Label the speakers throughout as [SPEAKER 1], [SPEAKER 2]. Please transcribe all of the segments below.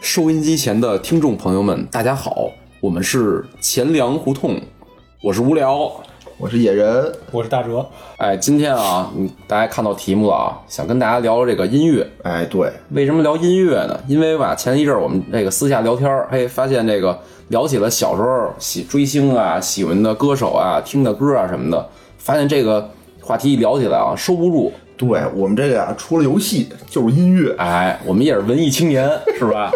[SPEAKER 1] 收音机前的听众朋友们，大家好，我们是钱粮胡同，我是无聊。
[SPEAKER 2] 我是野人，
[SPEAKER 3] 我是大哲，
[SPEAKER 1] 哎，今天啊，嗯大家看到题目了啊，想跟大家聊聊这个音乐。
[SPEAKER 2] 哎，对，
[SPEAKER 1] 为什么聊音乐呢？因为吧，前一阵儿我们这个私下聊天儿，嘿，发现这个聊起了小时候喜追星啊、喜欢的歌手啊、听的歌啊什么的，发现这个话题一聊起来啊，收不住。
[SPEAKER 2] 对我们这个呀，除了游戏就是音乐，
[SPEAKER 1] 哎，我们也是文艺青年，是吧？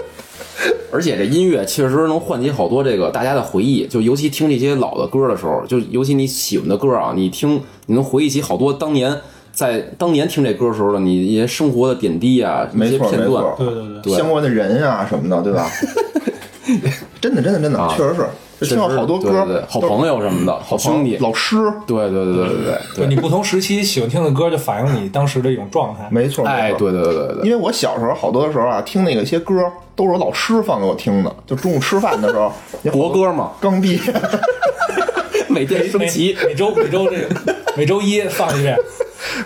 [SPEAKER 1] 而且这音乐确实能唤起好多这个大家的回忆，就尤其听这些老的歌的时候，就尤其你喜欢的歌啊，你听你能回忆起好多当年在当年听这歌的时候的你一些生活的点滴啊，一
[SPEAKER 2] 没
[SPEAKER 1] 些
[SPEAKER 2] 错
[SPEAKER 1] 片
[SPEAKER 2] 没
[SPEAKER 1] 段。
[SPEAKER 2] 错，
[SPEAKER 3] 对对对
[SPEAKER 1] 对
[SPEAKER 2] 相关的人啊什么的，对吧？ 真的真的真的，确实是，就听到好多歌，
[SPEAKER 1] 啊对对对好
[SPEAKER 2] 都
[SPEAKER 1] 朋友什么的，好
[SPEAKER 2] 是
[SPEAKER 1] 兄弟，
[SPEAKER 2] 老师，
[SPEAKER 1] 对对对对对
[SPEAKER 3] 对你不同时期喜欢听的歌，就反映你当时的一种状态。
[SPEAKER 2] 没错，
[SPEAKER 1] 对，哎，
[SPEAKER 2] 没错。
[SPEAKER 1] 对对对对对，
[SPEAKER 2] 因为我小时候好多时候啊，听那个些歌都是我老师放给我听的，就中午吃饭的时候，
[SPEAKER 1] 国歌嘛，
[SPEAKER 2] 刚毕业，
[SPEAKER 1] 每天升
[SPEAKER 3] 每
[SPEAKER 1] 旗，
[SPEAKER 3] 每周每周这个 每周一放一遍，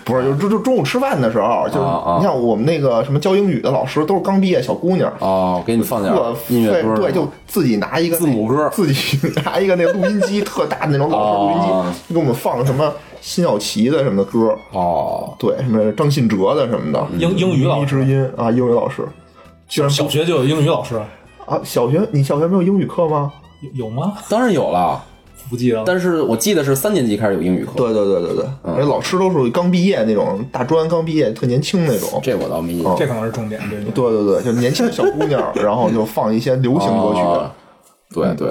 [SPEAKER 2] 不是，就就就中午吃饭的时候，就是
[SPEAKER 1] 啊啊
[SPEAKER 2] 你像我们那个什么教英语的老师，都是刚毕业小姑娘，
[SPEAKER 1] 哦，给你放点
[SPEAKER 2] 特
[SPEAKER 1] 音乐歌，
[SPEAKER 2] 对，对，就自己拿一个
[SPEAKER 1] 字母歌
[SPEAKER 2] 自己 拿一个那个录音机，特大的那种老式录音
[SPEAKER 1] 哦
[SPEAKER 2] 机，就给我们放什么辛晓琪的什么的歌，
[SPEAKER 1] 哦，
[SPEAKER 2] 对，什么张信哲的什么的，
[SPEAKER 3] 英英语老
[SPEAKER 2] 嗯迷
[SPEAKER 3] 师
[SPEAKER 2] 之音啊，英语老师，居然
[SPEAKER 3] 小学就有英语老师，
[SPEAKER 2] 啊，小学你小学没有英语课吗？
[SPEAKER 3] 有有吗？
[SPEAKER 1] 当然有了，
[SPEAKER 3] 不记得了。
[SPEAKER 1] 但是我记得是三年级开始有英语课，
[SPEAKER 2] 对对对对对，嗯
[SPEAKER 1] 嗯
[SPEAKER 2] 而且老师都是刚毕业那种，大专刚毕业特年轻那种。
[SPEAKER 1] 这我倒没印象。
[SPEAKER 2] 哦
[SPEAKER 3] 这可能是重点，对
[SPEAKER 2] 对对对，就是年轻小姑娘，然后就放一些流行歌曲。
[SPEAKER 1] 哦
[SPEAKER 2] 嗯
[SPEAKER 1] 对对，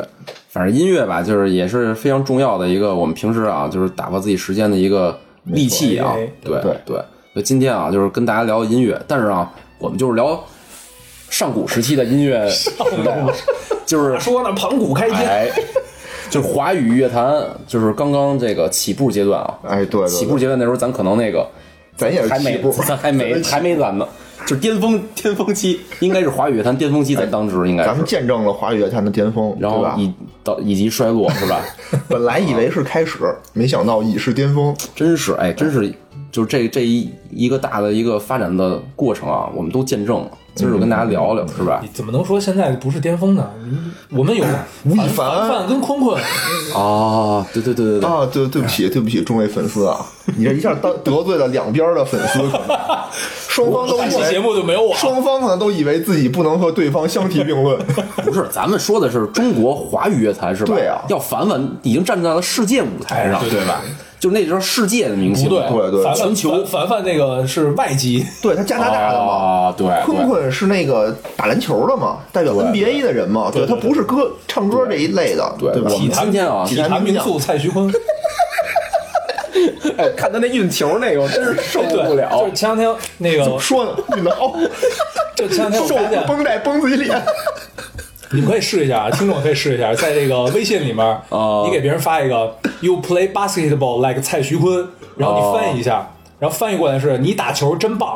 [SPEAKER 1] 反正音乐吧，就是也是非常重要的一个我们平时啊，就是打发自己时间的一个利器啊
[SPEAKER 3] 没。
[SPEAKER 1] 对
[SPEAKER 2] 哎对
[SPEAKER 1] 对，所以今天啊，就是跟大家聊音乐，但是啊，我们就是聊上古时期的音乐，就是
[SPEAKER 3] 说呢，盘古开天，
[SPEAKER 1] 哎，就是华语乐坛就是刚刚这个起步阶段啊，
[SPEAKER 2] 哎，对对
[SPEAKER 1] 起
[SPEAKER 2] 对
[SPEAKER 1] 步，阶段那时候咱可能那个
[SPEAKER 2] 咱也是
[SPEAKER 1] 还
[SPEAKER 2] 起
[SPEAKER 1] 没
[SPEAKER 2] 步，
[SPEAKER 1] 咱还 没还没咱呢，就是巅峰巅峰期，应该是华语乐坛巅峰期，咱当时应该
[SPEAKER 2] 咱们
[SPEAKER 1] 是。
[SPEAKER 2] 见证了华语乐坛的巅峰，
[SPEAKER 1] 然
[SPEAKER 2] 对
[SPEAKER 1] 后
[SPEAKER 2] 吧？
[SPEAKER 1] 以到以及衰落是 吧？
[SPEAKER 2] 本来以为是开始，没想到已是巅峰。
[SPEAKER 1] 真是哎，真是，就这这一一个大的一个发展的过程啊，我们都见证了。今儿就跟大家聊聊，是吧
[SPEAKER 3] 你？怎么能说现在不是巅峰呢？你我们有吴
[SPEAKER 2] 亦凡
[SPEAKER 3] 凡凡跟坤坤，
[SPEAKER 1] 哦，对对对对对，
[SPEAKER 2] 啊，对，对不起，对不起，众位粉丝啊，你这一下得 得罪了两边的粉丝，可能双方都
[SPEAKER 3] 下
[SPEAKER 2] 以
[SPEAKER 3] 期
[SPEAKER 2] 为
[SPEAKER 3] 节目就没有我了。
[SPEAKER 2] 双方可能都以为自己不能和对方相提并论。
[SPEAKER 1] 不是，咱们说的是中国华语乐坛是吧？
[SPEAKER 2] 对啊
[SPEAKER 1] 要凡凡已经站在了世界舞台上，
[SPEAKER 3] 哎对
[SPEAKER 1] 对吧？就那时候世界的明星，
[SPEAKER 3] 不对，
[SPEAKER 2] 对对
[SPEAKER 3] 凡凡
[SPEAKER 1] 全球
[SPEAKER 3] 凡凡那个是外 籍，
[SPEAKER 2] 对他加拿大的嘛，
[SPEAKER 1] 啊，对，
[SPEAKER 2] 坤
[SPEAKER 1] 对
[SPEAKER 2] 坤是那个打篮球的嘛，代表 NBA 的人嘛，对他不是歌唱歌这一类的，对
[SPEAKER 1] 对
[SPEAKER 2] 吧？
[SPEAKER 1] 我们今天啊
[SPEAKER 3] 体
[SPEAKER 2] 体坛
[SPEAKER 3] 坛
[SPEAKER 2] 名
[SPEAKER 3] 名
[SPEAKER 2] 将
[SPEAKER 3] 宿蔡徐坤。
[SPEAKER 1] 哎，看他那运球那个，我真是受
[SPEAKER 3] 对，
[SPEAKER 1] 不了
[SPEAKER 3] 就是。前两天那
[SPEAKER 2] 怎么
[SPEAKER 3] 个，
[SPEAKER 2] 说呢？运得好，
[SPEAKER 3] 就前两天我
[SPEAKER 2] 受
[SPEAKER 3] 发现，
[SPEAKER 2] 绷带绷自己脸。
[SPEAKER 3] 你们可以试一下，啊，听众可以试一下，在这个微信里面，
[SPEAKER 1] 哦
[SPEAKER 3] 你给别人发一个 “You play basketball like 蔡徐坤”，然后你翻译一下，然后翻译过来是“你打球真棒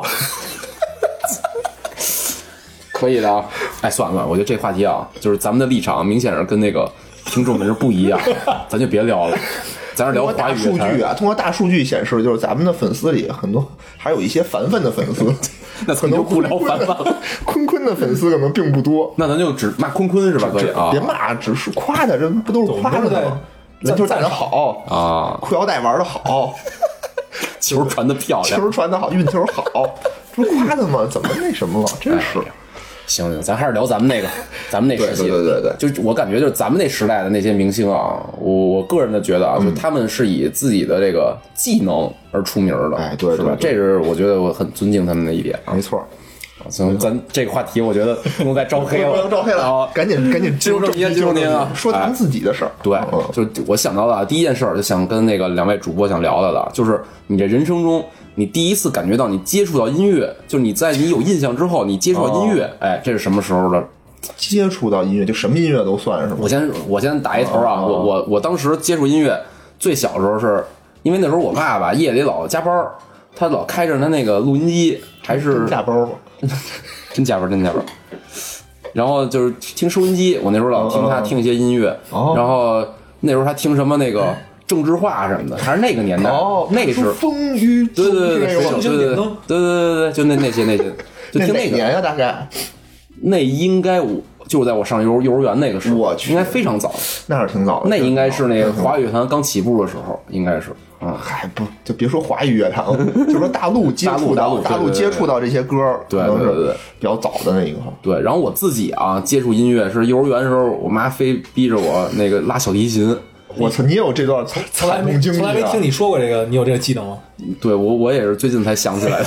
[SPEAKER 1] 可以的啊。哎，算了算了，我觉得这话题啊，就是咱们的立场明显是跟那个听众们是不一样， 咱就别聊了，咱是聊
[SPEAKER 2] 通过
[SPEAKER 1] 华
[SPEAKER 2] 大
[SPEAKER 1] 语
[SPEAKER 2] 数
[SPEAKER 1] 乐坛
[SPEAKER 2] 据。啊，通过大数据显示，就是咱们的粉丝里很多还有一些凡凡的粉丝，
[SPEAKER 1] 那咱们就不聊凡凡了，
[SPEAKER 2] 坤坤的粉丝可能并不多，
[SPEAKER 1] 那咱就只骂坤坤是吧？可以 啊
[SPEAKER 2] 别骂，只是夸他，这不都是夸
[SPEAKER 3] 总
[SPEAKER 2] 他
[SPEAKER 3] 不是
[SPEAKER 2] 的
[SPEAKER 3] 在
[SPEAKER 2] 吗？篮球打得好，
[SPEAKER 1] 啊，
[SPEAKER 2] 裤腰带玩得好，
[SPEAKER 1] 哎球传的漂亮。
[SPEAKER 2] 球传得好，运球好，这不是夸他吗？怎么那什么了？真是
[SPEAKER 1] 哎行行，咱还是聊咱们那个，咱们那时期。
[SPEAKER 2] 对对对对
[SPEAKER 1] 就我感觉，就是咱们那时代的那些明星啊，我我个人的觉得啊，
[SPEAKER 2] 嗯
[SPEAKER 1] 就他们是以自己的这个技能而出名的，
[SPEAKER 2] 哎对对
[SPEAKER 1] 是吧？
[SPEAKER 2] 对哎
[SPEAKER 1] 这是我觉得我很尊敬他们的一点啊。
[SPEAKER 2] 没错。
[SPEAKER 1] 行，咱这个话题，我觉得不能再招
[SPEAKER 2] 不
[SPEAKER 1] 黑
[SPEAKER 2] 要
[SPEAKER 1] 了，
[SPEAKER 2] 招黑
[SPEAKER 1] 啊
[SPEAKER 2] 了，赶紧赶紧
[SPEAKER 1] 进入
[SPEAKER 2] 正
[SPEAKER 1] 正题
[SPEAKER 2] 进入
[SPEAKER 1] 进入正题啊
[SPEAKER 2] 正题说咱们自己的事儿。
[SPEAKER 1] 对
[SPEAKER 2] 嗯，
[SPEAKER 1] 就我想到啊了第一件事儿，就想跟那个两位主播想聊聊的，就是你这人生中，你第一次感觉到你接触到音乐，就是你在你有印象之后，你接触到音乐，哎，这是什么时候的？
[SPEAKER 2] 接触到音乐，就什么音乐都算是吧
[SPEAKER 1] 我？先我先打一头啊，我我我当时接触音乐最小时候是因为那时候我爸爸夜里老加班儿，他老开着他那个录音机，还是
[SPEAKER 2] 下包吧。
[SPEAKER 1] 真加班真加班。然后就是听收音机，我那时候老听他听一些音乐，
[SPEAKER 2] 哦哎
[SPEAKER 1] 然后那时候还听什么那个郑智化什么的，还是那个年代，
[SPEAKER 2] 哦
[SPEAKER 1] 哦那个是，
[SPEAKER 2] 说风雨
[SPEAKER 1] 对对对对对对
[SPEAKER 2] 中
[SPEAKER 1] 对对对对，就那那些那些，就
[SPEAKER 2] 那
[SPEAKER 1] 听
[SPEAKER 2] 哪
[SPEAKER 1] 那个
[SPEAKER 2] 年呀？大概
[SPEAKER 1] 那应该我就是在我上幼儿幼儿园那个时候，
[SPEAKER 2] 我嗯去
[SPEAKER 1] 应该非常早，
[SPEAKER 2] 那还是挺早的。
[SPEAKER 1] 那应该是那个
[SPEAKER 2] 华，
[SPEAKER 1] 华语乐坛刚起步的时候，应该是嗯，
[SPEAKER 2] 嗨，哎不就别说华语乐坛了，就说 大陆接触
[SPEAKER 1] 大
[SPEAKER 2] 到
[SPEAKER 1] 陆大陆
[SPEAKER 2] 大陆
[SPEAKER 1] 对对对
[SPEAKER 2] 接触到这些歌儿，
[SPEAKER 1] 对
[SPEAKER 2] 可能
[SPEAKER 1] 对对
[SPEAKER 2] 是
[SPEAKER 1] 对
[SPEAKER 2] 比较早的那一个。
[SPEAKER 1] 对。然后我自己啊接触音乐是幼儿园的时候，我妈非逼着我那个拉小提琴，
[SPEAKER 2] 我操，你也有这段惨
[SPEAKER 3] 从来
[SPEAKER 2] 惨
[SPEAKER 3] 没
[SPEAKER 2] 痛经历
[SPEAKER 3] 从来没
[SPEAKER 2] 啊
[SPEAKER 3] 听！你说过这个，你有这个技能吗？
[SPEAKER 1] 对我我也是最近才想起来的。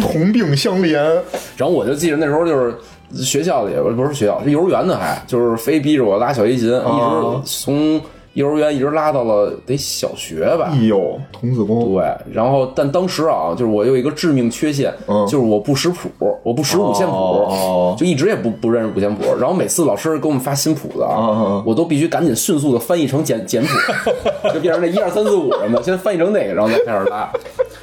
[SPEAKER 2] 同病相怜，
[SPEAKER 1] 然后我就记得那时候就是学校里，不是学校，是幼儿园的还，就是非逼着我拉小提琴，一直从幼儿园一直拉到了得小学吧
[SPEAKER 2] 哎。呦，童子功，
[SPEAKER 1] 对，然后但当时啊，就是我有一个致命缺陷，
[SPEAKER 2] 嗯
[SPEAKER 1] 就是我不识谱，我不识五线谱，
[SPEAKER 2] 哦
[SPEAKER 1] 就一直也不不认识五线谱。然后每次老师给我们发新谱子啊，
[SPEAKER 2] 嗯嗯
[SPEAKER 1] 我都必须赶紧迅速的翻译成简简谱， 就变成那一二三四五什么的，先翻译成那个，然后再开始拉。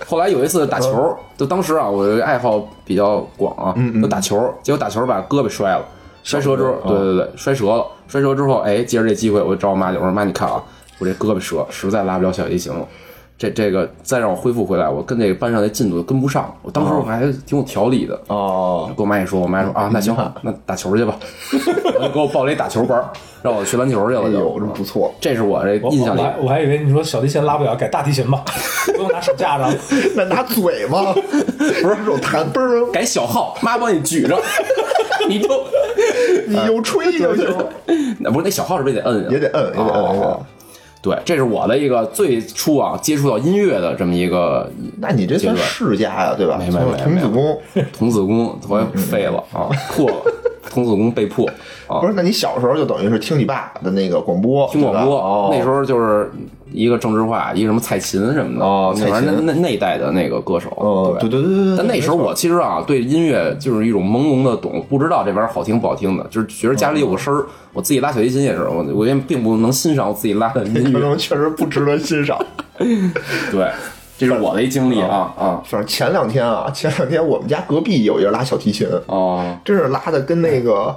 [SPEAKER 1] 后来有一次打球，就当时啊，我有一个爱好比较广啊，就打球，结果打球把胳膊摔了，摔折之嗯后，对对对，摔折了，摔折之后，哎，借着这机会，我就找我妈去，我说妈，你看啊，我这胳膊折，实在拉不了小提琴了。这这个再让我恢复回来，我跟这个班上的进度跟不上。我当时我还挺有条理的，
[SPEAKER 2] 哦，
[SPEAKER 1] 跟我妈也说，我妈说啊，那行，
[SPEAKER 2] 嗯
[SPEAKER 1] 那打球去吧， 然后就给我报了一打球班儿，让我学篮球去了
[SPEAKER 2] 哎
[SPEAKER 1] 就。
[SPEAKER 2] 呦，真不错，
[SPEAKER 1] 这是我这
[SPEAKER 3] 我
[SPEAKER 1] 印象里
[SPEAKER 3] 我，还我还以为你说小提琴拉不了，改大提琴吧，不用拿手架着。
[SPEAKER 2] 那拿嘴 吗？不是手弹嘣儿，
[SPEAKER 1] 改小号，妈帮你举着， 你就
[SPEAKER 2] 你又吹就行，
[SPEAKER 1] 那不是那小号是不是得摁呀？啊
[SPEAKER 2] 也得摁，也得摁，也得摁。
[SPEAKER 1] 对，这是我的一个最初啊接触到音乐的这么一 个
[SPEAKER 2] 那你这算世家呀，对吧？
[SPEAKER 1] 没没没
[SPEAKER 2] 童子功，
[SPEAKER 1] 童子功，后
[SPEAKER 2] 嗯
[SPEAKER 1] 来废了啊，破了，童子功被破啊
[SPEAKER 2] 不，是？那你小时候就等于是听你爸的那个广播，
[SPEAKER 1] 听广
[SPEAKER 2] 对吧
[SPEAKER 1] 播
[SPEAKER 2] 哦，
[SPEAKER 1] 那时候就是一个郑智化，一个什么蔡琴什么的，
[SPEAKER 2] 哦蔡琴
[SPEAKER 1] 反正那那那一代的那个歌手，
[SPEAKER 2] 哦
[SPEAKER 1] 对
[SPEAKER 2] 对对对对对
[SPEAKER 1] 但那时候我其实啊，对音乐就是一种朦胧的懂，不知道这玩意儿好听不好听的，就是觉得家里有个
[SPEAKER 2] 嗯
[SPEAKER 1] 声儿。我自己拉小提琴也是，我我也并不能欣赏我自己拉的音
[SPEAKER 2] 可
[SPEAKER 1] 乐。
[SPEAKER 2] 能确实不值得欣赏。
[SPEAKER 1] 对，这是我的一经历啊啊
[SPEAKER 2] 反正前两天啊，前两天我们家隔壁有一人拉小提琴，
[SPEAKER 1] 哦，
[SPEAKER 2] 真是拉的跟那个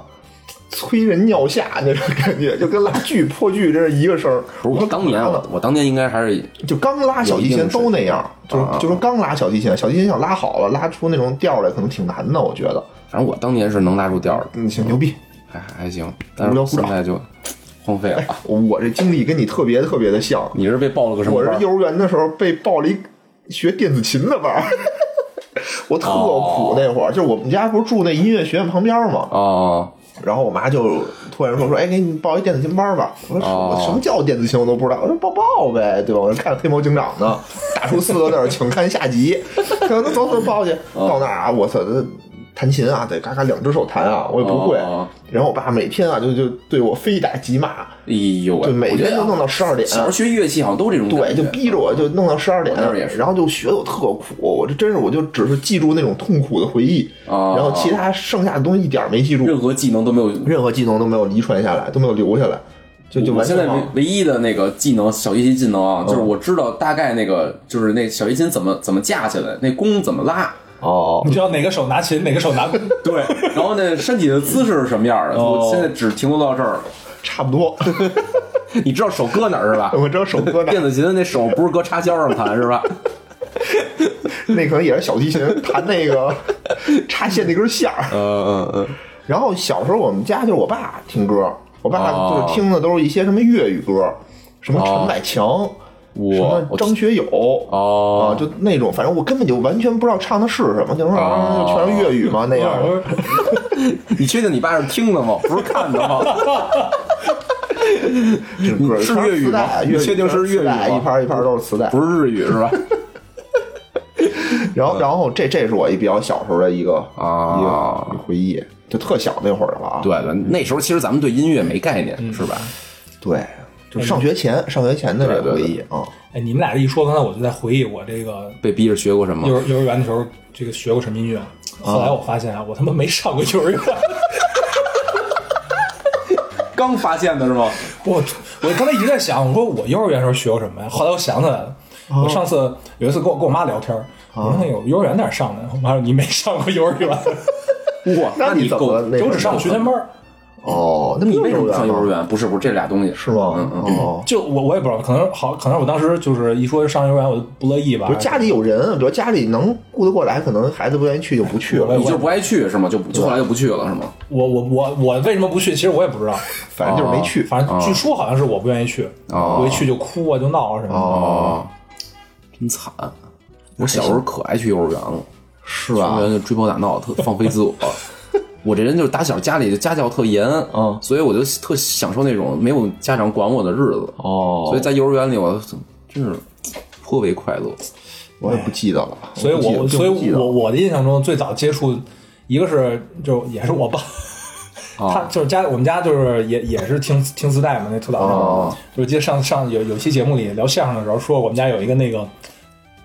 [SPEAKER 2] 催人尿下那种感觉，就跟拉锯破锯真是一个声儿。
[SPEAKER 1] 不是我当年
[SPEAKER 2] 我说干嘛
[SPEAKER 1] 我
[SPEAKER 2] 呢
[SPEAKER 1] 我当年应该还是
[SPEAKER 2] 就刚拉小提
[SPEAKER 1] 有一定
[SPEAKER 2] 琴
[SPEAKER 1] 的水啊
[SPEAKER 2] 都那样，就是就说刚拉小提琴，小提琴想拉好了，拉出那种调来可能挺难的，我觉得。
[SPEAKER 1] 反正我当年是能拉住调儿的，
[SPEAKER 2] 嗯，行，牛逼。
[SPEAKER 1] 还还行，但
[SPEAKER 2] 无
[SPEAKER 1] 是
[SPEAKER 2] 聊鼓
[SPEAKER 1] 现
[SPEAKER 2] 掌
[SPEAKER 1] 在就荒废了。啊
[SPEAKER 2] 我我这经历跟你特别特别的像，
[SPEAKER 1] 你是被报了个什么
[SPEAKER 2] 我是
[SPEAKER 1] 班儿？
[SPEAKER 2] 幼儿园的时候被报了一学电子琴的班 儿，我特苦那会儿，就是我们家不是住那音乐学院旁边儿嘛，
[SPEAKER 1] 哦，
[SPEAKER 2] 然后我妈就突然说说，哎，给你报一电子琴班儿吧。我说什
[SPEAKER 1] 哦
[SPEAKER 2] 么什么叫电子琴我都不知道，我说报报呗，对吧？我说看黑猫警长呢，打出四个字儿，请看下集。可能走走报去，
[SPEAKER 1] 哦
[SPEAKER 2] 到那儿啊，我操，这弹琴啊，得嘎嘎两只手弹啊，我也不会
[SPEAKER 1] 哦。
[SPEAKER 2] 然后我爸每天啊，就就对我非打即骂，
[SPEAKER 1] 哎呦喂！
[SPEAKER 2] 就每
[SPEAKER 1] 我觉
[SPEAKER 2] 天
[SPEAKER 1] 得
[SPEAKER 2] 都
[SPEAKER 1] 啊
[SPEAKER 2] 弄到十二点。
[SPEAKER 1] 小时候学乐器好像都这种
[SPEAKER 2] 对，
[SPEAKER 1] 感觉
[SPEAKER 2] 就逼着我就弄到十二点
[SPEAKER 1] 那会儿也，是
[SPEAKER 2] 然后就学的我特苦，我这真是我就只是记住那种痛苦的回忆，
[SPEAKER 1] 哦
[SPEAKER 2] 然后其他剩下的东西一点儿没记住。
[SPEAKER 1] 任何技能都没有。
[SPEAKER 2] 任何技能都没有遗传下来，都没有留下来，就就
[SPEAKER 1] 我
[SPEAKER 2] 完
[SPEAKER 1] 现
[SPEAKER 2] 全
[SPEAKER 1] 在唯
[SPEAKER 2] 忘了
[SPEAKER 1] 唯一的那个技能，小提琴技能啊，就是我知道大概那个，就是那小提琴怎么怎么架起来，那弓怎么拉，
[SPEAKER 2] 哦
[SPEAKER 3] 你知道哪个手拿琴，哪个手拿弓？
[SPEAKER 1] 对，然后那身体的姿势是什么样的。
[SPEAKER 3] 哦
[SPEAKER 1] 我现在只停留到这儿了。
[SPEAKER 2] 差不多。
[SPEAKER 1] 你知道手搁哪儿是吧？
[SPEAKER 2] 我知道手搁哪
[SPEAKER 1] 电，子琴的那手不是搁插销上弹是吧？
[SPEAKER 2] 那可能也是小提琴弹那个插线那根线儿。
[SPEAKER 1] 嗯嗯嗯，
[SPEAKER 2] 然后小时候我们家就是我爸听歌，我爸
[SPEAKER 1] 哦
[SPEAKER 2] 就是听的都是一些什么粤语歌，什么
[SPEAKER 1] 哦
[SPEAKER 2] 陈百强，什么
[SPEAKER 1] 我
[SPEAKER 2] 张学友。啊
[SPEAKER 1] 哦，，
[SPEAKER 2] 就那种，反正我根本就完全不知道唱的是什么，就是啊，
[SPEAKER 1] 哦
[SPEAKER 2] 全是粤语嘛那样的。
[SPEAKER 1] 你确定你爸是听的吗？不是看的 吗？
[SPEAKER 2] 这歌
[SPEAKER 1] 是
[SPEAKER 2] 全
[SPEAKER 1] 粤语
[SPEAKER 2] 磁
[SPEAKER 1] 吗
[SPEAKER 2] 带
[SPEAKER 1] 你
[SPEAKER 2] 粤语
[SPEAKER 1] 确定是
[SPEAKER 2] 全
[SPEAKER 1] 粤语
[SPEAKER 2] 磁带
[SPEAKER 1] 吗
[SPEAKER 2] 一盘儿一盘儿都是磁带。
[SPEAKER 1] 不是日语是吧？
[SPEAKER 2] 然后，然后这这是我一比较小时候的一个
[SPEAKER 1] 啊
[SPEAKER 2] 一个一个回忆，就特小那会儿了啊。
[SPEAKER 1] 对了，那时候其实咱们对音乐没概念是吧？
[SPEAKER 2] 对，就上学
[SPEAKER 1] 嗯
[SPEAKER 2] 前上学前的这个回忆啊，
[SPEAKER 3] 哎，你们俩这一说，刚才我就在回忆我这个
[SPEAKER 1] 被逼着学过什么
[SPEAKER 3] 幼？儿幼儿园的时候，这个学过什么音乐。后来我发现啊，我他妈没上过幼儿园，
[SPEAKER 1] 刚发现的是吗？
[SPEAKER 3] 我我刚才一直在想，我说我幼儿园时候学过什么呀？后来我想起来了，我上次有一次跟我跟我妈聊天，我说那有幼儿园哪儿上的？我妈说你没上过幼儿园，
[SPEAKER 1] 哇，
[SPEAKER 2] 那
[SPEAKER 1] 你
[SPEAKER 2] 你怎
[SPEAKER 1] 够
[SPEAKER 2] 么那
[SPEAKER 3] 我
[SPEAKER 2] 会
[SPEAKER 3] 只
[SPEAKER 2] 儿
[SPEAKER 3] 上过学前班儿。
[SPEAKER 2] 哦，那不
[SPEAKER 1] 你
[SPEAKER 2] 就是
[SPEAKER 1] 为什么不上幼儿
[SPEAKER 2] 园吗？
[SPEAKER 1] 园？不啊是不是这俩东西
[SPEAKER 2] 是吗？
[SPEAKER 1] 嗯
[SPEAKER 2] 哦，
[SPEAKER 3] 就我我也不知道，可能好，可能我当时就是一说上幼儿园我就不乐意吧。
[SPEAKER 2] 比如家里有人，比如家里能顾得过来，可能孩子不愿意去就不去了
[SPEAKER 3] 我。
[SPEAKER 1] 你就不爱去是吗？就不就后来就不去了是吗？
[SPEAKER 3] 我我我我为什么不去？其实我也不知道，
[SPEAKER 2] 反正就是没去。
[SPEAKER 1] 啊
[SPEAKER 3] 反正据说好像是我不愿意去，
[SPEAKER 1] 哦
[SPEAKER 3] 我一去就哭啊，就闹啊什么的。
[SPEAKER 1] 哦，真惨！我小时候可爱去幼儿园了，
[SPEAKER 2] 是
[SPEAKER 1] 幼
[SPEAKER 2] 吧
[SPEAKER 1] 儿？园就追跑打闹， 特放飞自我。我这人就是打小家里就家教特严，
[SPEAKER 2] 嗯
[SPEAKER 1] 所以我就特享受那种没有家长管我的日子。
[SPEAKER 2] 哦
[SPEAKER 1] 所以在幼儿园里我真是颇为快乐。
[SPEAKER 2] 我也不记得了。
[SPEAKER 3] 所以
[SPEAKER 2] 不记得
[SPEAKER 3] 我所
[SPEAKER 2] 真不记
[SPEAKER 3] 以
[SPEAKER 2] 得了
[SPEAKER 3] 我我的印象中最早接触，一个是就也是我爸，
[SPEAKER 2] 啊
[SPEAKER 3] 他就是家我们家就是也也是听听磁带嘛，那特早上、
[SPEAKER 2] 哦
[SPEAKER 3] 就是记得上上有有期节目里聊相声的时候说我们家有一个那个。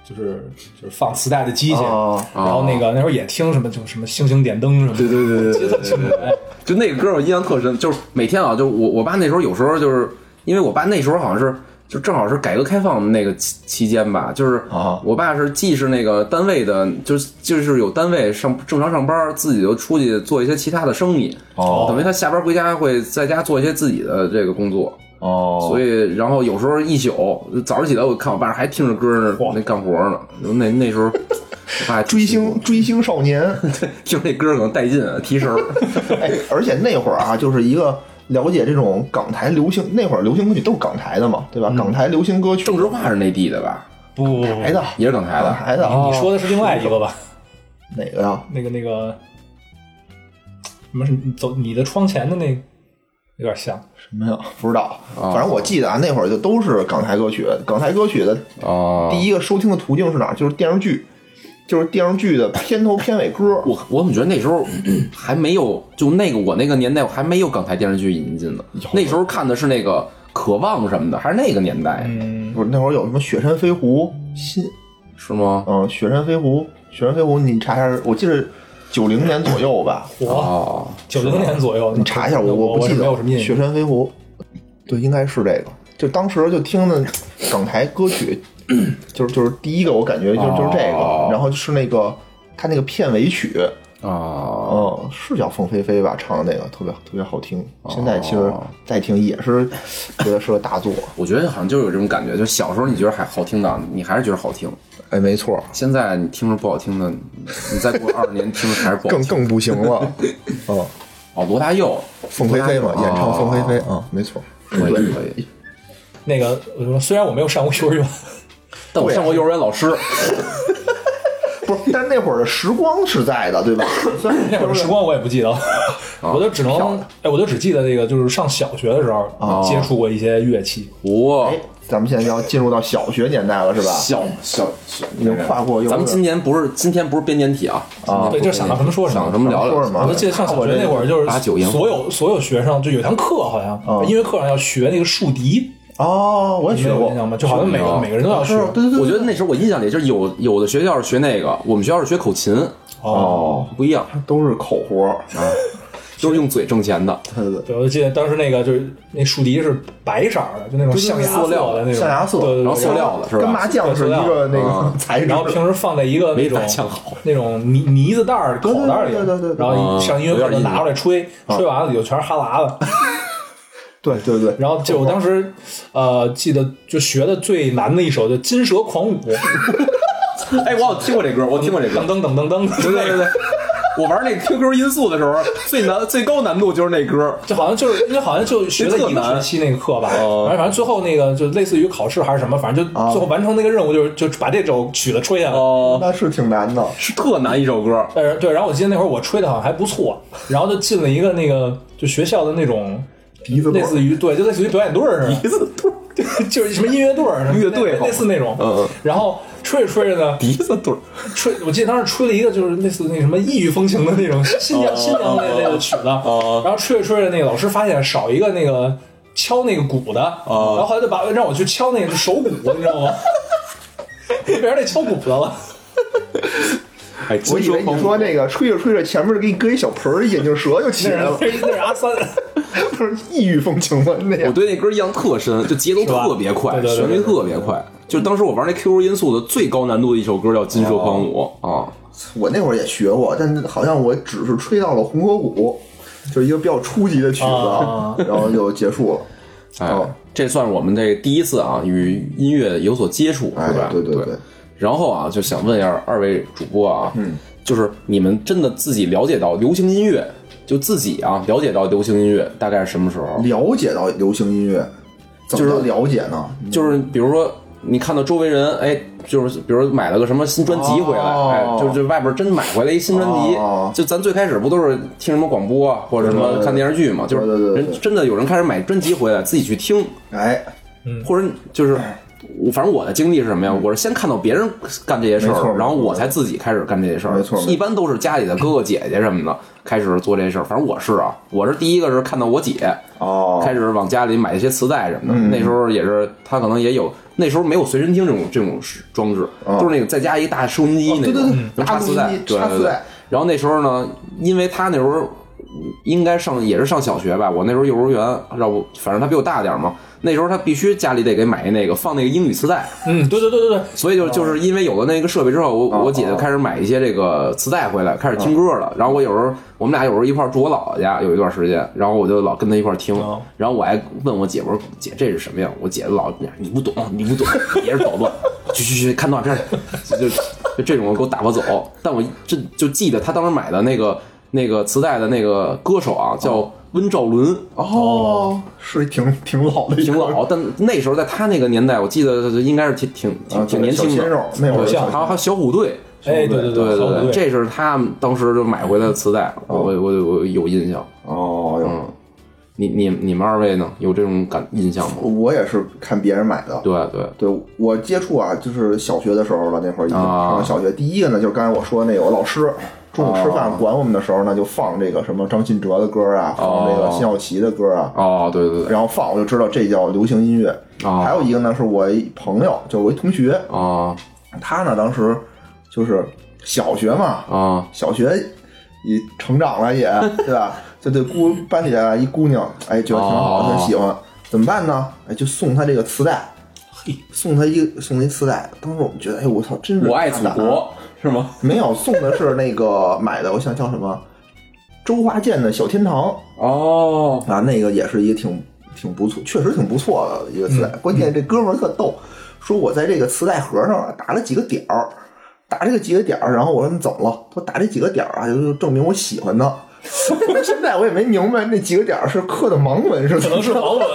[SPEAKER 3] 就是就是放磁带的机器，
[SPEAKER 2] 哦
[SPEAKER 3] 然后那个那时候也听什么就什么星星点灯什么的，
[SPEAKER 1] 对对对对对，就那个歌我印象特深，就是每天啊，就我我爸那时候有时候就是因为我爸那时候好像是就正好是改革开放那个期期间吧，就是
[SPEAKER 2] 啊
[SPEAKER 1] 我爸是既是那个单位的，就是就是有单位上正常上班，自己就出去做一些其他的生意，
[SPEAKER 2] 哦
[SPEAKER 1] 等于他下班回家会在家做一些自己的这个工作。
[SPEAKER 2] 哦，
[SPEAKER 1] 所以，然后有时候一宿早上起来，我看我爸还听着歌呢
[SPEAKER 3] 嚯，
[SPEAKER 1] 那干活呢。那那时候，我爸还
[SPEAKER 2] 追星追星少年，
[SPEAKER 1] 听那歌可能带劲啊，提 神儿。
[SPEAKER 2] 哎，而且那会儿啊，就是一个了解这种港台流行，那会儿流行歌曲都是港台的嘛，对吧？港台流行歌曲，
[SPEAKER 1] 郑智化是内地的吧？
[SPEAKER 3] 不不不不，
[SPEAKER 2] 台的，
[SPEAKER 1] 也是港台
[SPEAKER 2] 港
[SPEAKER 1] 的。
[SPEAKER 2] 台的，
[SPEAKER 3] 你说的是另外一个吧？
[SPEAKER 2] 哪个呀？
[SPEAKER 3] 那个那个什么是走你的窗前的那个，有点像，
[SPEAKER 2] 什么呀？不知道，反正我记得啊，那会儿就都是港台歌曲。港台歌曲的
[SPEAKER 1] 哦，
[SPEAKER 2] 第一个收听的途径是哪儿？就是电视剧，就是电视剧的片头片尾歌。
[SPEAKER 1] 我我怎么觉得那时候 还没有，就那个我那个年代我还没有港台电视剧引进呢。那时候看的是那个《渴望》什么的，还是那个年代、
[SPEAKER 3] 嗯，
[SPEAKER 2] 不是那会儿有什么《雪山飞狐》新，
[SPEAKER 1] 是吗？
[SPEAKER 2] 嗯，《雪山飞狐》《雪山飞狐》，你查一下，我记得九零年左右吧，
[SPEAKER 3] 我
[SPEAKER 1] 哦，
[SPEAKER 3] 九零年左右，
[SPEAKER 2] 你查一下，我
[SPEAKER 3] 我
[SPEAKER 2] 不
[SPEAKER 3] 是
[SPEAKER 2] 记得
[SPEAKER 3] 没有什么印
[SPEAKER 2] 雪
[SPEAKER 3] 象。
[SPEAKER 2] 山飞狐，对，应该是这个。就当时就听的港台歌曲，就是就是第一个我感觉就就是这
[SPEAKER 1] 哦
[SPEAKER 2] 个，然后是那个他那个片尾曲，
[SPEAKER 1] 哦，
[SPEAKER 2] 嗯，是叫凤飞飞吧，唱的那个特别特别好听。
[SPEAKER 3] 哦
[SPEAKER 2] 现在其实再听也是觉得是个 大作，
[SPEAKER 1] 我觉得好像就是有这种感觉，就小时候你觉得还好听的，你还是觉得好听；
[SPEAKER 2] 哎，没错，
[SPEAKER 1] 现在你听着不好听的，你再过二十年听着还是不好
[SPEAKER 2] 更
[SPEAKER 1] 听。
[SPEAKER 2] 更不行 了。嗯，
[SPEAKER 1] 哦，罗大佑，
[SPEAKER 2] 凤飞飞嘛，演唱凤飞飞
[SPEAKER 1] 哦
[SPEAKER 2] 啊，没错。
[SPEAKER 1] 可以可以。
[SPEAKER 3] 那个，我就说虽然我没有上过幼儿园，
[SPEAKER 1] 但我上过幼儿园老师，
[SPEAKER 2] 不是，但那会儿的时光是在的，对 吧？虽然
[SPEAKER 3] 那会儿时光我也不记得了，
[SPEAKER 2] 啊
[SPEAKER 3] 我就只能哎，我就只记得那个就是上小学的时候
[SPEAKER 2] 啊
[SPEAKER 3] 接触过一些乐器。
[SPEAKER 1] 哇、
[SPEAKER 2] 哎，咱们现在要进入到小学年代了，是吧？
[SPEAKER 1] 小小小，
[SPEAKER 2] 已经跨过幼儿园
[SPEAKER 1] 咱们今年不是今天不是编年体啊，
[SPEAKER 2] 啊
[SPEAKER 3] 对，就想到什么说什
[SPEAKER 1] 想
[SPEAKER 3] 么。
[SPEAKER 1] 什么聊
[SPEAKER 2] 说
[SPEAKER 1] 聊
[SPEAKER 2] 什么
[SPEAKER 3] 我就记得上小学那会儿，就是
[SPEAKER 1] 八九英
[SPEAKER 3] 所有所有学生，就有一堂课好像音乐课上要学那个竖笛，
[SPEAKER 2] 哦，我也
[SPEAKER 3] 你们
[SPEAKER 2] 啊学
[SPEAKER 3] 有
[SPEAKER 2] 过啊
[SPEAKER 3] 印，象吗？就好像每
[SPEAKER 1] 学
[SPEAKER 3] 个
[SPEAKER 1] 过
[SPEAKER 3] 每个人都要学
[SPEAKER 2] 是，对对对，
[SPEAKER 1] 我觉得那时候我印象里就是有有的学校是学那个，我们学校是学口琴，
[SPEAKER 2] 哦，
[SPEAKER 1] 不一样，
[SPEAKER 2] 都是口活儿，啊
[SPEAKER 1] 都是用嘴挣钱的。
[SPEAKER 2] 对对对，
[SPEAKER 3] 对，我就记得当时那个就是那竖笛是白色儿的，就那种象牙
[SPEAKER 1] 塑料
[SPEAKER 3] 的那种
[SPEAKER 2] 象牙色
[SPEAKER 3] 对
[SPEAKER 1] 然
[SPEAKER 3] 对对
[SPEAKER 1] 后塑料的是吧
[SPEAKER 2] 跟麻将是一啊个那个材质，
[SPEAKER 3] 然后平时放在一个那
[SPEAKER 1] 没
[SPEAKER 3] 种
[SPEAKER 1] 打酱好
[SPEAKER 3] 那种呢呢子袋儿口袋里，
[SPEAKER 2] 对对对对对对
[SPEAKER 3] 然后一上音乐课就拿出来吹，
[SPEAKER 1] 啊
[SPEAKER 3] 吹完了里头全是哈喇子。
[SPEAKER 2] 对对对，
[SPEAKER 3] 然后就我当时呃记得就学的最难的一首就《金蛇狂舞》，
[SPEAKER 1] 哎，我有听过这歌，我听过这
[SPEAKER 3] 噔
[SPEAKER 1] 歌。
[SPEAKER 3] 噔噔噔噔，
[SPEAKER 1] 对对对对，我玩那 QQ 音速的时候，最难最高难度就是那歌。
[SPEAKER 3] 就好像就是因为好像就学了一个学期那个课吧，
[SPEAKER 1] 哦
[SPEAKER 3] 反正反正最后那个就类似于考试还是什么，反正就
[SPEAKER 2] 哦
[SPEAKER 3] 最后完成那个任务就是就把这首曲子吹下来。
[SPEAKER 1] 哦，
[SPEAKER 2] 那是挺难的，
[SPEAKER 1] 是特难一首歌。
[SPEAKER 3] 但是对，然后我记得那会儿我吹的好像还不错，然后就进了一个那个就学校的那种
[SPEAKER 2] 鼻子
[SPEAKER 3] 类
[SPEAKER 2] 对
[SPEAKER 3] 似于对，就类似于表演队儿似的，
[SPEAKER 1] 鼻子对，
[SPEAKER 3] 就是什么音乐队儿、什么
[SPEAKER 1] 乐队
[SPEAKER 3] 类类似那种。
[SPEAKER 1] 嗯嗯
[SPEAKER 3] 然后吹着吹着呢，
[SPEAKER 1] 鼻子对，
[SPEAKER 3] 吹，我记得当时吹了一个就是类似那什么异域风情的那种新疆新疆那那个曲子，然
[SPEAKER 1] 哦
[SPEAKER 3] 后吹着吹着，那个老师发现少一个那个敲那个鼓的，然
[SPEAKER 1] 哦
[SPEAKER 3] 后后来就把让我去敲那个手鼓，你知道吗？变成那敲鼓的了。
[SPEAKER 1] 哎，
[SPEAKER 2] 我以为你说那个吹着吹着前面给你搁一小盆儿，眼镜蛇就起
[SPEAKER 3] 那
[SPEAKER 2] 来了，
[SPEAKER 3] 是那是阿三，
[SPEAKER 2] 不是异域风情吗？
[SPEAKER 1] 我
[SPEAKER 2] 那样
[SPEAKER 1] 对那歌印象特深，就节奏特别快，
[SPEAKER 3] 是吧对对对
[SPEAKER 1] 旋律特别快。就当时我玩那 QQ 音速的最高难度的一首歌叫《金蛇
[SPEAKER 2] 哦
[SPEAKER 1] 狂舞》啊，
[SPEAKER 2] 我那会儿也学过，但好像我只是吹到了红河谷，就是一个比较初级的曲子，
[SPEAKER 3] 啊
[SPEAKER 2] 然后就结束了。
[SPEAKER 1] 哎
[SPEAKER 2] 哦，
[SPEAKER 1] 这算是我们这第一次啊与音乐有所接触，
[SPEAKER 2] 哎
[SPEAKER 1] 是吧？，
[SPEAKER 2] 对对
[SPEAKER 1] 对。然后啊，就想问一下二位主播啊，嗯，就是你们真的自己了解到流行音乐，就自己啊了解到流行音乐大概是什么时候？
[SPEAKER 2] 了解到流行音乐，怎么叫了解呢？
[SPEAKER 1] 就是比如说。你看到周围人，哎，就是比如买了个什么新专辑回来，
[SPEAKER 2] 哦
[SPEAKER 1] 哎，就是这外边真买回来一新专辑，
[SPEAKER 2] 哦
[SPEAKER 1] 就咱最开始不都是听什么广播啊或者什
[SPEAKER 2] 对对
[SPEAKER 1] 么
[SPEAKER 2] 对
[SPEAKER 1] 看电视剧嘛，
[SPEAKER 2] 对对
[SPEAKER 1] 就是
[SPEAKER 2] 对
[SPEAKER 1] 人
[SPEAKER 2] 对
[SPEAKER 1] 真的有人开始买专辑回来自己去听，
[SPEAKER 2] 哎，
[SPEAKER 1] 或者就是，我反正我的经历是什么呀？我是先看到别人干这些事
[SPEAKER 2] 嗯没错
[SPEAKER 1] 儿，然后我才自己开始干这些事儿。
[SPEAKER 2] 没错没错
[SPEAKER 1] 一般都是家里的哥哥姐姐什么的开始做这事儿。反正我是啊，我是第一个是看到我姐
[SPEAKER 2] 哦，
[SPEAKER 1] 开始往家里买一些磁带什么的。
[SPEAKER 2] 嗯
[SPEAKER 1] 那时候也是，她可能也有那时候没有随身听这种这种装置，
[SPEAKER 2] 哦
[SPEAKER 1] 就是那个在家一大收音机
[SPEAKER 2] 哦
[SPEAKER 1] 那
[SPEAKER 2] 对对
[SPEAKER 1] 种
[SPEAKER 2] 对，
[SPEAKER 1] 能
[SPEAKER 2] 大
[SPEAKER 1] 插
[SPEAKER 2] 录
[SPEAKER 1] 磁
[SPEAKER 2] 音
[SPEAKER 1] 带，
[SPEAKER 2] 机
[SPEAKER 1] 对
[SPEAKER 2] 插
[SPEAKER 1] 对
[SPEAKER 2] 磁
[SPEAKER 1] 对
[SPEAKER 2] 带。
[SPEAKER 1] 然后那时候呢，因为她那时候应该上也是上小学吧，我那时候幼儿园，要不反正他比我大点儿嘛。那时候他必须家里得给买那个放那个英语磁带，
[SPEAKER 3] 嗯，对对对对对，
[SPEAKER 1] 所以就就是因为有了那个设备之后，我我姐就开始买一些这个磁带回来，开始听歌了。然后我有时候我们俩有时候一块儿住我姥姥家有一段时间，然后我就老跟她一块儿听
[SPEAKER 3] 哦。
[SPEAKER 1] 然后我还问我姐，我说姐这是什么呀？我姐老你不懂，你不懂， 别是捣乱，去去去看动画片去，就就就这种给我打发走。但我这就记得她当时买的那个那个磁带的那个歌手啊，叫温兆伦。
[SPEAKER 2] 哦，是挺挺老的，
[SPEAKER 1] 挺老，但那时候在他那个年代，我记得应该是挺挺
[SPEAKER 2] 啊
[SPEAKER 1] 挺挺年轻
[SPEAKER 2] 小鲜肉
[SPEAKER 1] 的，
[SPEAKER 2] 那会儿
[SPEAKER 1] 对
[SPEAKER 2] 小鲜
[SPEAKER 1] 还有还有小虎队，
[SPEAKER 3] 哎，对对
[SPEAKER 1] 对对
[SPEAKER 3] 对
[SPEAKER 1] 对，
[SPEAKER 3] 对，
[SPEAKER 1] 这是他们当时就买回来的磁带，我我我我有印象。
[SPEAKER 2] 哦，哟
[SPEAKER 1] 嗯，你你你们二位呢？有这种感印象吗？
[SPEAKER 2] 我也是看别人买的。
[SPEAKER 1] 对对，
[SPEAKER 2] 对我接触啊，就是小学的时候了，那会儿已经
[SPEAKER 1] 啊
[SPEAKER 2] 上小学。第一个呢，就是刚才我说那有老师中午吃饭管我们的时候呢，就放这个什么张信哲的歌啊，放这个辛晓琪的歌啊，
[SPEAKER 1] 哦对对对，
[SPEAKER 2] 然后放我就知道这叫流行音乐。
[SPEAKER 1] 哦
[SPEAKER 2] 还有一个呢，是我一朋友，就是我一同学，
[SPEAKER 1] 啊
[SPEAKER 2] 他呢当时就是小学嘛，
[SPEAKER 1] 啊
[SPEAKER 2] 小学也成长了也， 对吧？就对姑班里啊一姑娘，哎，觉得挺好，
[SPEAKER 1] 哦
[SPEAKER 2] 挺喜欢，怎么办呢？哎，就送她这个磁带，
[SPEAKER 3] 嘿，
[SPEAKER 2] 送她一个送她一磁带。当时我们觉得，哎，我操，真是
[SPEAKER 1] 我爱祖
[SPEAKER 2] 大胆啊！
[SPEAKER 1] 国是吗？
[SPEAKER 2] 没有送的是那个买的，我想叫什么？周华健的《小天堂
[SPEAKER 1] 哦》
[SPEAKER 2] 啊，那个也是一个挺挺不错，确实挺不错的一个磁带。
[SPEAKER 3] 嗯
[SPEAKER 2] 关键这哥们儿特逗，说我在这个磁带盒上啊打了几个点儿，打这个几个点儿，然后我说你怎么了？他说打这几个点儿啊，就证明我喜欢他。 现在我也没明白那几个点儿是刻的盲文是
[SPEAKER 3] 可
[SPEAKER 2] 怎么
[SPEAKER 3] 能是
[SPEAKER 2] 着，
[SPEAKER 3] 盲文，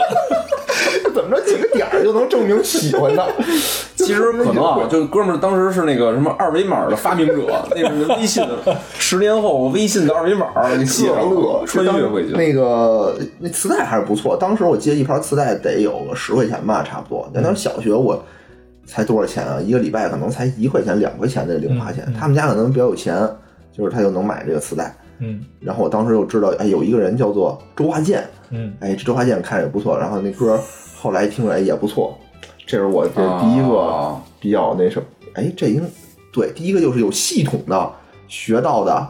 [SPEAKER 2] 怎么着几个点儿就能证明喜欢 他？
[SPEAKER 1] 其实可能啊，就是哥们儿当时是那个什么二维码的发明者， 那是微信的。十年后，微信的二维码给写
[SPEAKER 2] 特
[SPEAKER 1] 上
[SPEAKER 2] 乐
[SPEAKER 1] 了，啊穿越回去。
[SPEAKER 2] 那个那磁带还是不错，当时我接一盘磁带得有个十块钱吧，差不多。那当时小学我才多少钱啊？一个礼拜可能才一块钱、两块钱的零花钱。他们家可能比较有钱，就是他就能买这个磁带。
[SPEAKER 3] 嗯
[SPEAKER 2] 然后我当时就知道，哎，有一个人叫做周华健，
[SPEAKER 3] 嗯，
[SPEAKER 2] 哎，这周华健看着也不错，然后那歌后来听着哎也不错，这是我这第一个
[SPEAKER 1] 啊
[SPEAKER 2] 比较那什么，哎，这应对第一个就是有系统的学到的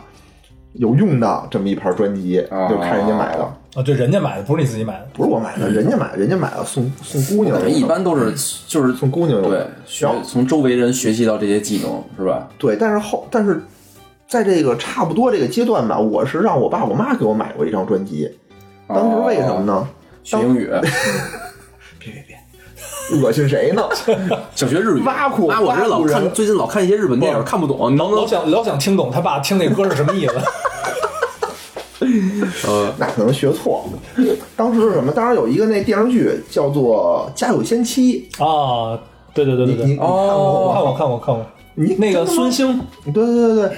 [SPEAKER 2] 有用的这么一盘专辑，
[SPEAKER 1] 啊
[SPEAKER 2] 就看人家买的，
[SPEAKER 3] 啊，对，人家买的不是你自己买的，
[SPEAKER 2] 不是我买的，人家买的，人家买的送送姑娘
[SPEAKER 1] 感
[SPEAKER 2] 用
[SPEAKER 1] 觉
[SPEAKER 2] 的，
[SPEAKER 1] 一般都是
[SPEAKER 2] 嗯
[SPEAKER 1] 就是
[SPEAKER 2] 送姑娘用
[SPEAKER 1] 对
[SPEAKER 2] 的，
[SPEAKER 1] 学
[SPEAKER 2] 然后
[SPEAKER 1] 从周围人学习到这些技能是吧？
[SPEAKER 2] 对，但是后但是。在这个差不多这个阶段吧，我是让我爸我妈给我买过一张专辑，当时为什么呢？
[SPEAKER 1] 学英语，
[SPEAKER 2] 恶心谁呢？
[SPEAKER 1] 想学日语。
[SPEAKER 2] 挖苦
[SPEAKER 1] 妈，我这
[SPEAKER 2] 挖
[SPEAKER 1] 老
[SPEAKER 2] 苦人
[SPEAKER 1] 看最近老看一些日本电影，看不懂，你能不
[SPEAKER 3] 老
[SPEAKER 1] 能？
[SPEAKER 3] 想老想听懂他爸听那歌是什么意 思，
[SPEAKER 1] 呃，
[SPEAKER 2] 那可能学错了。当时是什么？当时有一个那电视剧叫做《家有仙妻
[SPEAKER 3] 啊，对对》，对
[SPEAKER 2] 你
[SPEAKER 3] 对
[SPEAKER 2] 你你
[SPEAKER 3] 对，
[SPEAKER 2] 看过
[SPEAKER 3] 看
[SPEAKER 2] 吗？
[SPEAKER 3] 过看过看过，
[SPEAKER 2] 你
[SPEAKER 3] 那个孙兴，
[SPEAKER 2] 对对对对，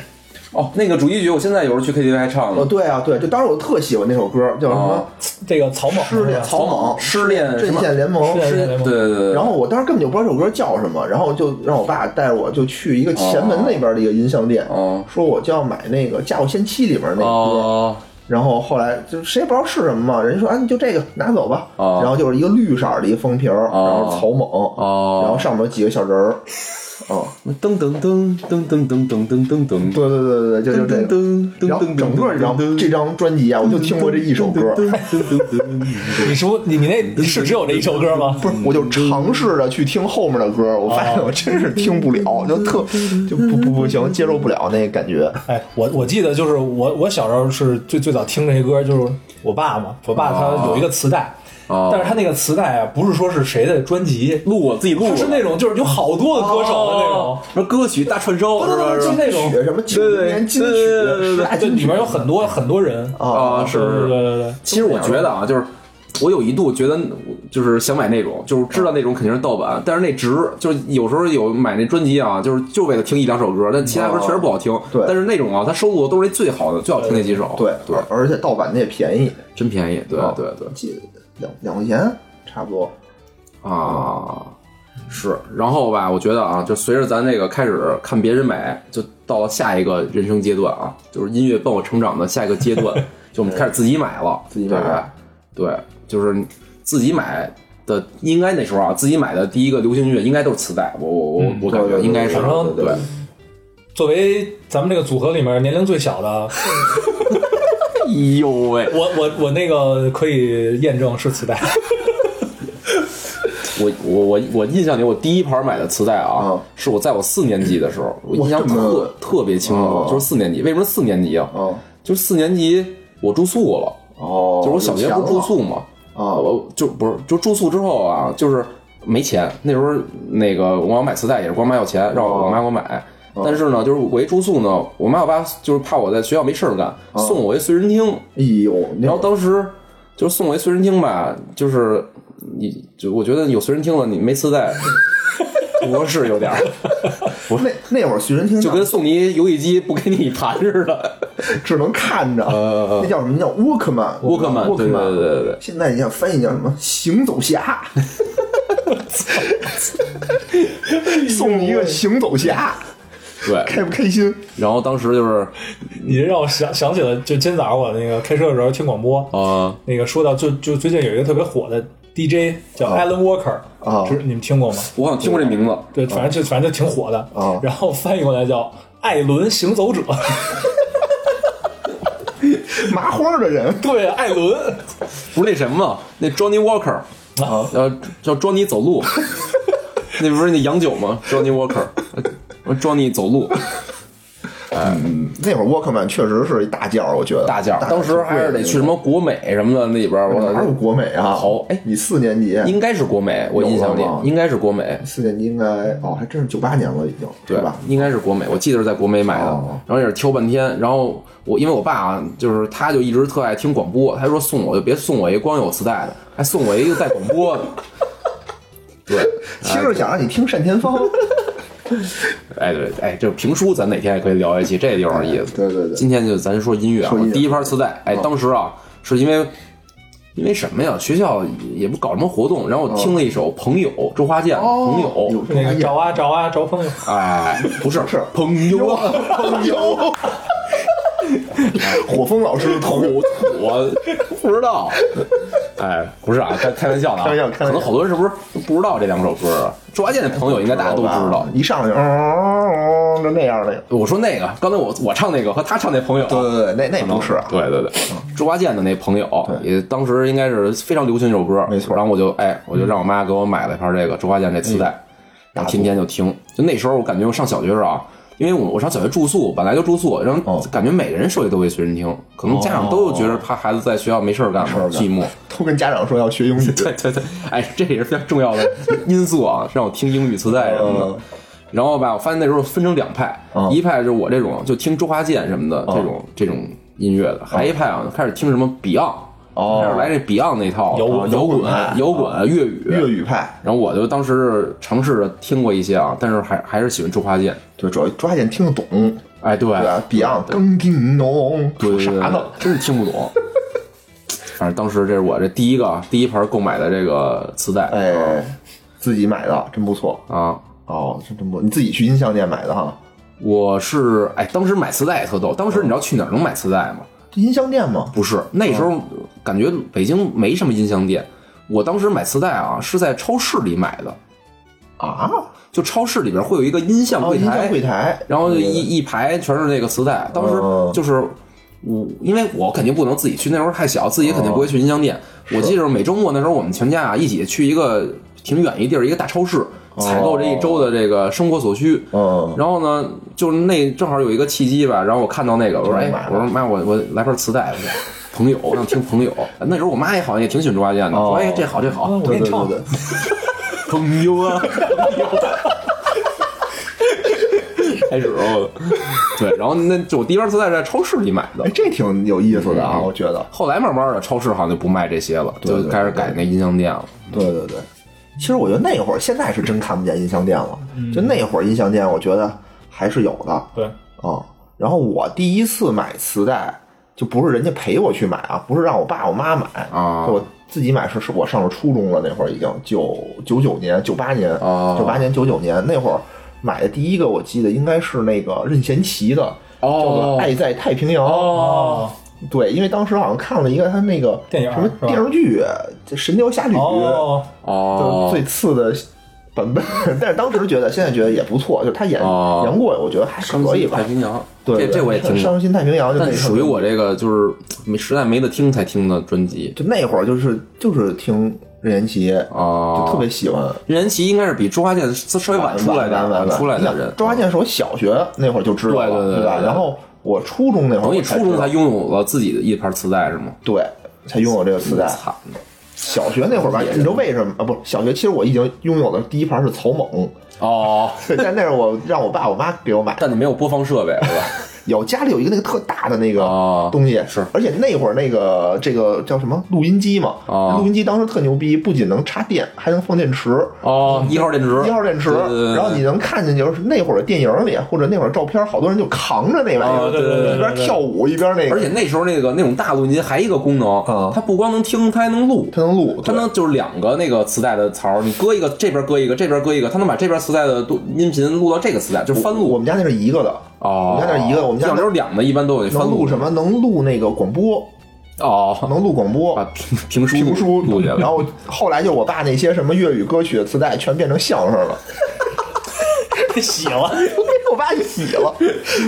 [SPEAKER 1] 哦，那个主题曲，我现在有时候去 KTV 还唱
[SPEAKER 2] 哦
[SPEAKER 1] 呢。
[SPEAKER 2] 对啊对，就当时我特喜欢那首歌，叫什么
[SPEAKER 1] 哦
[SPEAKER 3] 这个草蜢
[SPEAKER 2] 《失
[SPEAKER 3] 是
[SPEAKER 2] 恋
[SPEAKER 3] 吧？
[SPEAKER 2] 草蜢》嗯
[SPEAKER 1] 失恋什
[SPEAKER 2] 阵
[SPEAKER 1] 么？
[SPEAKER 2] 线联盟。
[SPEAKER 3] 是
[SPEAKER 1] 对对对。
[SPEAKER 2] 然后我当时根本就不知道这首歌叫什么，然后就让我爸带着我就去一个前门那边的一个音像店，
[SPEAKER 1] 哦
[SPEAKER 2] 说我就要买那个《家有仙妻》里边那个歌。
[SPEAKER 1] 哦
[SPEAKER 2] 然后后来就谁也不知道是什么嘛，人家说啊你就这个拿走吧，
[SPEAKER 1] 哦
[SPEAKER 2] 然后就是一个绿色儿的一个封皮儿，然
[SPEAKER 1] 哦
[SPEAKER 2] 后草蜢，
[SPEAKER 1] 哦
[SPEAKER 2] 然后上面有几个小人儿，嗯，
[SPEAKER 1] 噔噔噔噔噔噔噔噔噔噔，
[SPEAKER 2] 对对对对对，就就这
[SPEAKER 1] 噔
[SPEAKER 2] 个。
[SPEAKER 1] 噔噔
[SPEAKER 2] 然后
[SPEAKER 1] 噔，
[SPEAKER 2] 整个这张这张专辑啊，我就听过这一首歌，
[SPEAKER 3] 你说你你那是只有这一首歌吗？
[SPEAKER 2] 不是，我就尝试着去听后面的歌，我发现我真是听不了，就特就不不不行，接受不了那个感觉。
[SPEAKER 3] 哎，我我记得就是我我小时候是最最早听这些歌，就是我爸嘛，我爸他有一个磁带，
[SPEAKER 1] 哦
[SPEAKER 3] 但是他那个磁带啊，不是说是谁的专辑，
[SPEAKER 1] 录我自己录
[SPEAKER 3] 他
[SPEAKER 1] 的，哦
[SPEAKER 3] 是那种就是有好多个歌
[SPEAKER 2] 啊
[SPEAKER 3] 手的那种，
[SPEAKER 1] 什么歌曲大串烧，是吧？
[SPEAKER 3] 就是那种
[SPEAKER 2] 学什么九十年金曲、十大
[SPEAKER 3] 哎就
[SPEAKER 2] 金
[SPEAKER 3] 里
[SPEAKER 2] 曲
[SPEAKER 3] 面有很多很多人，
[SPEAKER 2] 哦
[SPEAKER 1] 啊，是
[SPEAKER 3] 对
[SPEAKER 1] 是是。
[SPEAKER 3] 对对对，
[SPEAKER 1] 其实我觉得啊，就是我有一度觉得就是想买那种，就是知道那种肯定是盗版，但是那值就是有时候有买那专辑啊，就是就为了听一两首歌，但其他歌确实不好听。
[SPEAKER 2] 对
[SPEAKER 1] 但是那种啊，它收录的都是那最好的、最好听那几首。
[SPEAKER 2] 对
[SPEAKER 1] 对，
[SPEAKER 2] 而且盗版的也便宜，
[SPEAKER 1] 真便宜。对
[SPEAKER 2] 啊
[SPEAKER 1] 对对
[SPEAKER 2] 记得两两块钱差不多。
[SPEAKER 1] 啊。是，然后吧，我觉得啊，就随着咱这个开始看别人买，就到了下一个人生阶段啊，就是音乐伴我成长的下一个阶 段，就我们开始自己买了，
[SPEAKER 2] 自己买
[SPEAKER 1] 对吧对，就是自己买的，应该那时候啊，自己买的第一个流行音乐应该都是磁带，我我我、我感觉
[SPEAKER 2] 嗯对对
[SPEAKER 1] 应该是
[SPEAKER 2] 对
[SPEAKER 3] 对
[SPEAKER 2] 对
[SPEAKER 1] 对，
[SPEAKER 3] 作为咱们这个组合里面年龄最小的，
[SPEAKER 1] 哎呦喂，
[SPEAKER 3] 我我我那个可以验证是磁带，
[SPEAKER 1] 我我我我印象里我第一盘买的磁带啊，
[SPEAKER 2] 嗯
[SPEAKER 1] 是我在我四年级的时候，我
[SPEAKER 2] 哇
[SPEAKER 1] 印象
[SPEAKER 2] 这么
[SPEAKER 1] 特特别清楚，
[SPEAKER 2] 哦
[SPEAKER 1] 就是四年级，为什么四年级啊？
[SPEAKER 2] 哦
[SPEAKER 1] 就是四年级我住宿了。
[SPEAKER 2] 哦，
[SPEAKER 1] 就是我小学不是住宿嘛，
[SPEAKER 2] 啊
[SPEAKER 1] 我就不是就住宿之后啊，就是没钱。那时候那个我要买磁带也是光妈要钱，让
[SPEAKER 2] 哦
[SPEAKER 1] 我妈给我买。但是呢，就是我一住宿呢，我妈我爸就是怕我在学校没事儿干，
[SPEAKER 2] 哦
[SPEAKER 1] 送我一随身听。
[SPEAKER 2] 哎呦，
[SPEAKER 1] 然
[SPEAKER 2] 然
[SPEAKER 1] 后当时就是送我一随身听吧，就是你就我觉得有随身听了，你没磁 带不合适，有点儿
[SPEAKER 2] 那那会儿随身听
[SPEAKER 1] 就跟送你游戏机不给你盘似的。
[SPEAKER 2] 只能看着，那叫什么叫 Walkman
[SPEAKER 1] 呃 Walkman，对对对对对
[SPEAKER 2] 现在你想翻译叫什么？行走侠， 送你一个行走侠，
[SPEAKER 1] 对，
[SPEAKER 2] 开不开心？
[SPEAKER 1] 然后当时就是
[SPEAKER 3] 你这让我想想起了，就今早上我那个开车的时候听广播，
[SPEAKER 1] 啊
[SPEAKER 3] 那个说到就就最近有一个特别火的 DJ 叫 Alan Walker
[SPEAKER 2] 啊
[SPEAKER 3] 知你们听过吗？
[SPEAKER 1] 我好像听过这名字。
[SPEAKER 3] 对，反正就反正就挺火的
[SPEAKER 2] 啊
[SPEAKER 3] 然后翻译过来叫艾伦行走者，
[SPEAKER 2] 麻花的人
[SPEAKER 3] 对，艾伦，
[SPEAKER 1] 不是那什么，那 Johnny Walker，
[SPEAKER 2] 啊
[SPEAKER 1] 呃，叫 Johnny 走路，那不是那洋酒吗？Johnny Walker，呃 Johnny 走路
[SPEAKER 2] 嗯那会儿 Walkman 确实是一大件儿，我觉得
[SPEAKER 1] 大件儿，当时还是得去什么国美什么的那里边儿，我
[SPEAKER 2] 哪有国美啊？
[SPEAKER 1] 好哎
[SPEAKER 2] 你四年级，
[SPEAKER 1] 应该是国美，我印象里
[SPEAKER 2] 有了吗
[SPEAKER 1] 应该啊是国美，
[SPEAKER 2] 四年级应该哦，还真是九八年了，已经
[SPEAKER 1] 对
[SPEAKER 2] 是吧？？
[SPEAKER 1] 应该是国美，我记得是在国美买的
[SPEAKER 2] 哦，
[SPEAKER 1] 然后也是挑半天，然后我因为我爸啊就是他就一直特爱听广播，他说送我就别送我一光有磁带的，还送我一个带广播的，对。
[SPEAKER 2] 其实想让你听单田芳，
[SPEAKER 1] 哎对，哎，就是评书，咱哪天也可以聊一期，这有点意思。
[SPEAKER 2] 对对对
[SPEAKER 1] 今天就咱说音乐啊，
[SPEAKER 2] 说音乐嗯
[SPEAKER 1] 我第一盘磁带，哎，当时啊，是因为因为什么呀？学校也不搞什么活动，然后我听了一首《朋友》，周华健《朋友》，
[SPEAKER 2] 哦有
[SPEAKER 3] 那个找啊找啊找朋友，
[SPEAKER 1] 哎，不是
[SPEAKER 2] 是
[SPEAKER 1] 朋友啊，
[SPEAKER 2] 朋友， 火风老师头
[SPEAKER 1] 我我不知道，哎，不是啊，开开玩笑的啊，
[SPEAKER 2] 开玩笑开
[SPEAKER 1] 可
[SPEAKER 2] 玩笑
[SPEAKER 1] 能好多人是不是不知道这两首歌啊？周华健的《朋友》应该 大家都知道。
[SPEAKER 2] 一上来就嗯嗯嗯就那样的。
[SPEAKER 1] 我说那个，刚才我我唱那个和他唱那朋友啊，
[SPEAKER 2] 对对对，那那不是啊，
[SPEAKER 1] 对对对，周华健的那朋友也当时应该是非常流行一首歌，
[SPEAKER 2] 没错
[SPEAKER 1] 然后我就哎，我就让我妈给我买了一盘这个周华健这磁带，然后天天就听。就那时候我感觉我上小学时候啊，因为我我上小学住宿，本来就住宿，然后
[SPEAKER 2] 哦
[SPEAKER 1] 感觉每个人手里都有一随身听，可能家长都觉得怕孩子在学校没事儿干嘛
[SPEAKER 2] 儿干
[SPEAKER 1] 寂寞。
[SPEAKER 2] 都跟家长说要学英语，
[SPEAKER 1] 对对对，哎，这也是非常重要的因素啊，让我听英语磁带什么的
[SPEAKER 2] 嗯。
[SPEAKER 1] 然后吧，我发现那时候分成两派，
[SPEAKER 2] 嗯
[SPEAKER 1] 一派就是我这种就听周华健什么的这种这种音乐的，还一派啊开始听什么 Beyond，
[SPEAKER 2] 哦
[SPEAKER 1] 开始来这 Beyond 那套
[SPEAKER 3] 摇滚
[SPEAKER 1] 摇滚
[SPEAKER 2] 摇
[SPEAKER 1] 摇滚粤语。
[SPEAKER 2] 粤语派。
[SPEAKER 1] 然后我就当时尝试着听过一些啊，但是还还是喜欢周华健。
[SPEAKER 2] 对，主要抓紧听得懂，
[SPEAKER 1] 哎，对
[SPEAKER 2] 对吧？Beyond 啊
[SPEAKER 1] 对
[SPEAKER 2] 更听懂，
[SPEAKER 1] 对
[SPEAKER 2] 说
[SPEAKER 1] 对
[SPEAKER 2] 啥
[SPEAKER 1] 对
[SPEAKER 2] 呢？
[SPEAKER 1] 真是听不懂。反正当时这是我这第一个第一盘购买的这个磁带嗯
[SPEAKER 2] 哎，自己买的真不错
[SPEAKER 1] 啊，
[SPEAKER 2] 哦，真真不错，你自己去音像店买的哈？
[SPEAKER 1] 我是哎，当时买磁带也特逗。当时你知道去哪儿能买磁带吗？
[SPEAKER 2] 音像店吗？
[SPEAKER 1] 不是，那时
[SPEAKER 2] 嗯
[SPEAKER 1] 候感觉北京没什么音像店。我当时买磁带啊，是在超市里买的。
[SPEAKER 2] 啊，
[SPEAKER 1] 就超市里边会有一个音像
[SPEAKER 2] 哦，
[SPEAKER 1] 柜
[SPEAKER 2] 音
[SPEAKER 1] 台，
[SPEAKER 2] 像柜台，
[SPEAKER 1] 然后就一一排全是那个磁带。当时
[SPEAKER 2] 哦
[SPEAKER 1] 就是我，因为我肯定不能自己去，那时候太小，自己肯定不会去音像
[SPEAKER 2] 哦
[SPEAKER 1] 店。我记着每周末那时候，我们全家啊一起去一个挺远一地儿一个大超市
[SPEAKER 2] 哦
[SPEAKER 1] 采购这一周的这个生活所需。
[SPEAKER 2] 嗯，
[SPEAKER 1] 然后呢，就是那正好有一个契机吧，然后我看到那个，我说
[SPEAKER 2] 买
[SPEAKER 1] 哎
[SPEAKER 2] 吧，
[SPEAKER 1] 我说妈，我我来盘磁带吧，朋友，我想听朋友。 那时候我妈也好像也挺喜欢猪八戒的，说
[SPEAKER 2] 哦
[SPEAKER 1] 哎这好这好，
[SPEAKER 3] 我
[SPEAKER 2] 对
[SPEAKER 3] 给你
[SPEAKER 2] 对对
[SPEAKER 3] 唱，
[SPEAKER 2] 对，
[SPEAKER 1] 朋友啊， 开始哦，对，然后那就我第一盘磁带是在超市里买的
[SPEAKER 2] 哎，，这挺有意思的啊，
[SPEAKER 1] 嗯
[SPEAKER 2] 我觉得，
[SPEAKER 1] 后来慢慢的超市好像就不卖这些了，
[SPEAKER 2] 对
[SPEAKER 1] 就开始改那音像店了。
[SPEAKER 2] 对对对。其实我觉得那会儿，现在是真看不见音像店了。
[SPEAKER 1] 嗯
[SPEAKER 2] 就那会儿音像店，我觉得还是有的啊、
[SPEAKER 3] 对，
[SPEAKER 2] 嗯然后我第一次买磁带，就不是人家陪我去买啊，不是让我爸我妈买
[SPEAKER 1] 啊
[SPEAKER 2] 就我自己买是是我上了初中了，那会儿已经九九九年、九八年、
[SPEAKER 1] 哦
[SPEAKER 2] 九八年、九九年那会儿买的第一个，我记得应该是那个任贤齐的，
[SPEAKER 1] 哦
[SPEAKER 2] 叫做《爱在太平洋》。
[SPEAKER 1] 哦，
[SPEAKER 2] 对，因为当时好像看了一个他那个
[SPEAKER 3] 电影
[SPEAKER 2] 什么
[SPEAKER 3] 是吧
[SPEAKER 2] 电视剧《这神雕侠侣》
[SPEAKER 3] 哦，
[SPEAKER 2] 就是
[SPEAKER 1] 哦
[SPEAKER 2] 最次的版本， 但是当时觉得，现在觉得也不错，就是他演
[SPEAKER 1] 哦
[SPEAKER 2] 杨过，我觉得还可以吧
[SPEAKER 1] 太。平洋，
[SPEAKER 2] 对，对
[SPEAKER 1] 这这我也听过，
[SPEAKER 2] 伤心太平洋就那
[SPEAKER 1] 但
[SPEAKER 2] 首
[SPEAKER 1] 属于我这个就是没实在没得听才听的专辑
[SPEAKER 2] 就那会儿就是就是听任贤齐，
[SPEAKER 1] 啊
[SPEAKER 2] 就。特别喜欢。
[SPEAKER 1] 任贤齐应该是比猪八戒稍微晚出来
[SPEAKER 2] 晚
[SPEAKER 1] 的，
[SPEAKER 2] 晚
[SPEAKER 1] 晚出来的人，
[SPEAKER 2] 周华健是我小学那会儿就知道
[SPEAKER 1] 对对
[SPEAKER 2] 了，
[SPEAKER 1] 对
[SPEAKER 2] 吧？
[SPEAKER 1] 对对
[SPEAKER 2] 然后我初中那会儿，
[SPEAKER 1] 等于初中才
[SPEAKER 2] 才
[SPEAKER 1] 拥有了自己的一盘磁带是吗？
[SPEAKER 2] 对才拥有这个磁带。
[SPEAKER 1] 惨了
[SPEAKER 2] 小学那会儿吧，你知道为什么啊？不，小学其实我已经拥有的第一盘是草 蜢，
[SPEAKER 1] 哦，
[SPEAKER 2] 对但那是我让我爸我妈给我买的。
[SPEAKER 1] 但你没有播放设备是 吧？
[SPEAKER 2] 有家里有一个那个特大的那个
[SPEAKER 1] 哦
[SPEAKER 2] 东西，
[SPEAKER 1] 是
[SPEAKER 2] 而且那会儿那个这个叫什么录音机嘛，
[SPEAKER 1] 哦
[SPEAKER 2] 录音机当时特牛逼，不仅能插电，还能放电池，
[SPEAKER 1] 哦，一号电池，
[SPEAKER 2] 嗯一号电池，
[SPEAKER 1] 对对对对
[SPEAKER 2] 然后你能看见就是那会儿的电影里或者那会儿照片，好多人就扛着那玩意儿，
[SPEAKER 1] 哦对对对对
[SPEAKER 2] 一边跳舞一边那个，
[SPEAKER 1] 而且那时候那个那种大录音机还一个功能
[SPEAKER 2] 嗯，
[SPEAKER 1] 它不光能听，它还能录。
[SPEAKER 2] 它能录，
[SPEAKER 1] 它能就是两个那个磁带的槽儿，你搁一个这边搁一个，这边搁一个，它能把这边磁带的录音频录到这个磁带，就是翻
[SPEAKER 2] 对我
[SPEAKER 1] 录。
[SPEAKER 2] 们家那是一个的，
[SPEAKER 1] 哦，
[SPEAKER 2] 我们家那一个我们家
[SPEAKER 1] 要是两的，一般都有翻
[SPEAKER 2] 能录
[SPEAKER 1] 录
[SPEAKER 2] 什么？能录那个广播，
[SPEAKER 1] 哦，
[SPEAKER 2] 能录广播
[SPEAKER 1] 把。评评书
[SPEAKER 2] 评书
[SPEAKER 1] 录下
[SPEAKER 2] 然
[SPEAKER 1] 来。
[SPEAKER 2] 后后来就我爸那些什么粤语歌曲的磁带全变成相声了，
[SPEAKER 3] 太 喜了
[SPEAKER 2] 我爸就喜了，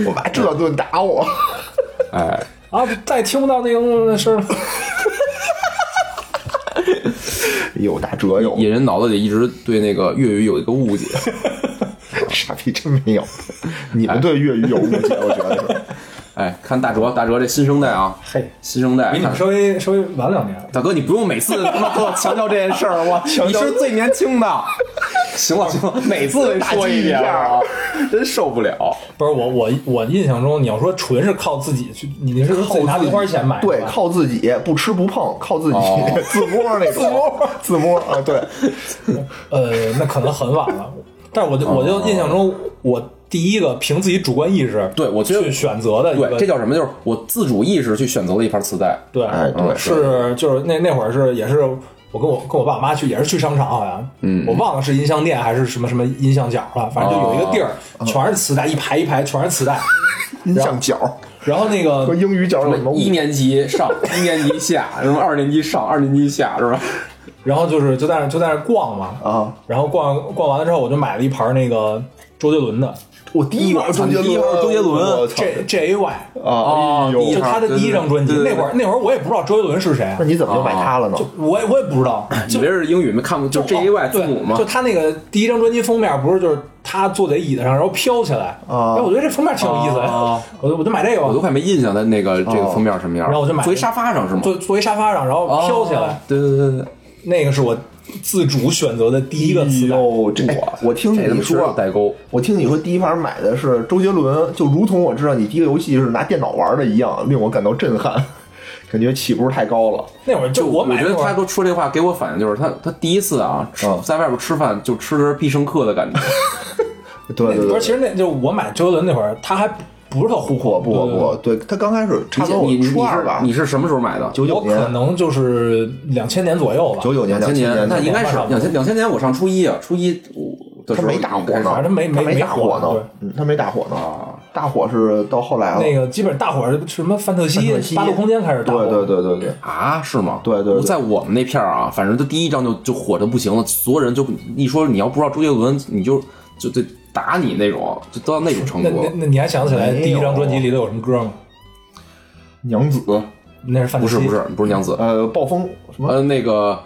[SPEAKER 2] 我爸这顿打我。
[SPEAKER 1] 哎，
[SPEAKER 3] 啊！再听不到那个声儿了。
[SPEAKER 2] 有打折有，
[SPEAKER 1] 野人脑子里一直对那个粤语有一个误解。
[SPEAKER 2] 傻逼真没有。 你们对粤语有误解，我觉得是。
[SPEAKER 1] 哎，看大哲，大哲这新生代啊，
[SPEAKER 3] 嘿，
[SPEAKER 1] 新生代
[SPEAKER 3] 比你
[SPEAKER 1] 看
[SPEAKER 3] 们稍微稍微晚两年。
[SPEAKER 1] 大哥，你不用每次他妈跟我强调这件事儿， 我你是最年轻的。行了行了，每次得说一遍，我真受不了。
[SPEAKER 3] 不是我我我印象中，你要说纯是靠自己去，你是自己拿零花钱买的吧
[SPEAKER 2] 对，靠自己，不吃不碰，靠自己、
[SPEAKER 1] 哦
[SPEAKER 2] 自摸那种，自摸自摸啊， 对，
[SPEAKER 3] 呃，那可能很晚了。但是我就我
[SPEAKER 1] 哦
[SPEAKER 3] 就印象中，我第一个凭自己主观意识
[SPEAKER 1] 对我觉得
[SPEAKER 3] 去选择的一个
[SPEAKER 1] 对，这叫什么？就是我自主意识去选择了一盘磁带。
[SPEAKER 3] 对
[SPEAKER 2] 哎对
[SPEAKER 3] 是就是那那会儿是也是我跟我跟我爸我妈去也是去商场好像，嗯，我忘了是音像店还是什么什么音像角了，反正就有一个地儿
[SPEAKER 1] 哦
[SPEAKER 3] 全是磁带，一排一排全是磁带，
[SPEAKER 2] 音像角
[SPEAKER 3] 然后那
[SPEAKER 2] 和
[SPEAKER 1] 哎
[SPEAKER 3] 个
[SPEAKER 2] 英语角有什么误
[SPEAKER 1] 一
[SPEAKER 2] 解？
[SPEAKER 1] 年级 上，一年级下，什么二年级上，二年级下，是吧？
[SPEAKER 3] 然后就是就在那就在那逛嘛，
[SPEAKER 1] 哦
[SPEAKER 2] 啊，
[SPEAKER 3] 然后逛逛完了之后我就买了一盘那个周杰伦的
[SPEAKER 2] 我第一盘
[SPEAKER 1] 我
[SPEAKER 2] 周
[SPEAKER 1] 操
[SPEAKER 2] 杰
[SPEAKER 1] 第一盘
[SPEAKER 2] 伦，
[SPEAKER 1] 周杰伦
[SPEAKER 2] 我操
[SPEAKER 3] J J A Y，
[SPEAKER 2] 啊，
[SPEAKER 1] 第
[SPEAKER 2] 哎
[SPEAKER 1] 一
[SPEAKER 3] 就
[SPEAKER 2] 呦，
[SPEAKER 1] 盘
[SPEAKER 3] 他的第一张专辑，
[SPEAKER 1] 对对
[SPEAKER 3] 那
[SPEAKER 1] 对
[SPEAKER 3] 会儿那会儿我也不知道周杰伦是谁啊
[SPEAKER 2] 那，你怎么就买它了呢？
[SPEAKER 3] 我也我也不 知道，
[SPEAKER 1] 以为是英语没看不就哦 J A Y 字母吗
[SPEAKER 3] 就？他那个第一张专辑封面不是就是他坐在椅子上，然后飘起来。
[SPEAKER 2] 啊
[SPEAKER 3] 哎，我觉得这封面挺有意思的，
[SPEAKER 1] 啊
[SPEAKER 3] 我就我就买这个吧。
[SPEAKER 1] 我都快没印象它那个这个封面什么样。
[SPEAKER 3] 哦然后我就买了
[SPEAKER 1] 坐一沙发上是吗？
[SPEAKER 3] 坐坐一沙发上，然后飘起来，
[SPEAKER 1] 哦。对对对对对，
[SPEAKER 3] 那个是我自主选择的第一个磁带。
[SPEAKER 2] 哎呦这哎我
[SPEAKER 3] 嗯
[SPEAKER 2] 听
[SPEAKER 1] 这他
[SPEAKER 2] 你
[SPEAKER 1] 妈确实
[SPEAKER 2] 说
[SPEAKER 3] 啊
[SPEAKER 1] 有，代沟。
[SPEAKER 2] 我听你说第一盘买的是周杰伦，就如同我知道你第一个游戏是拿电脑玩的一样，令我感到震撼，感觉起步太高了。
[SPEAKER 3] 那会儿就我
[SPEAKER 1] 我
[SPEAKER 3] 买啊
[SPEAKER 1] 觉得
[SPEAKER 3] 那会
[SPEAKER 1] 他
[SPEAKER 3] 儿
[SPEAKER 1] 给我说这话，给我反应就是他他第一次啊，吃
[SPEAKER 2] 嗯
[SPEAKER 1] 在外边吃饭就吃着必胜客的感觉。
[SPEAKER 2] 对对
[SPEAKER 3] 不是，
[SPEAKER 2] 对，
[SPEAKER 3] 其实那就我买周杰伦那会儿，他还不是特火
[SPEAKER 2] 不不
[SPEAKER 3] 对
[SPEAKER 2] 不，对他刚开始差不多
[SPEAKER 1] 你
[SPEAKER 2] 我
[SPEAKER 1] 你
[SPEAKER 2] 初
[SPEAKER 1] 你
[SPEAKER 2] 二
[SPEAKER 1] 是
[SPEAKER 2] 吧，
[SPEAKER 1] 你是什么时候买的？
[SPEAKER 2] 九九
[SPEAKER 3] 我可
[SPEAKER 2] 年、
[SPEAKER 3] 能就是两千年左右吧。
[SPEAKER 2] 九九年、
[SPEAKER 1] 两
[SPEAKER 2] 两
[SPEAKER 1] 千
[SPEAKER 2] 千
[SPEAKER 1] 年，那应该是
[SPEAKER 3] 差不多
[SPEAKER 1] 两千两千年。我上初一啊，初一我的时
[SPEAKER 2] 他
[SPEAKER 1] 候
[SPEAKER 2] 没大火
[SPEAKER 1] 应该是
[SPEAKER 2] 呢，
[SPEAKER 3] 反正没没
[SPEAKER 2] 他没大
[SPEAKER 3] 没火
[SPEAKER 2] 火呢，嗯，他没大火呢，大火是到后来了。
[SPEAKER 3] 那个基本大伙儿什么范特
[SPEAKER 2] 范特西
[SPEAKER 3] 西、八度空间开始大火，
[SPEAKER 2] 对对对对对，
[SPEAKER 1] 啊，是吗？
[SPEAKER 2] 对对对
[SPEAKER 1] 在我们那片儿啊，反正就第一张就就火的不行了，所有人就一说你要不知道周杰伦，你就就就打你那种，就到那种程
[SPEAKER 3] 那
[SPEAKER 1] 度
[SPEAKER 3] 那。那你还想得起来
[SPEAKER 2] 没有
[SPEAKER 3] 第一张专辑里头有什么歌吗？
[SPEAKER 2] 娘子，
[SPEAKER 3] 那是范
[SPEAKER 1] 不
[SPEAKER 3] 特西
[SPEAKER 1] 是不是不是娘子，
[SPEAKER 2] 呃，暴风什么
[SPEAKER 1] 呃，那个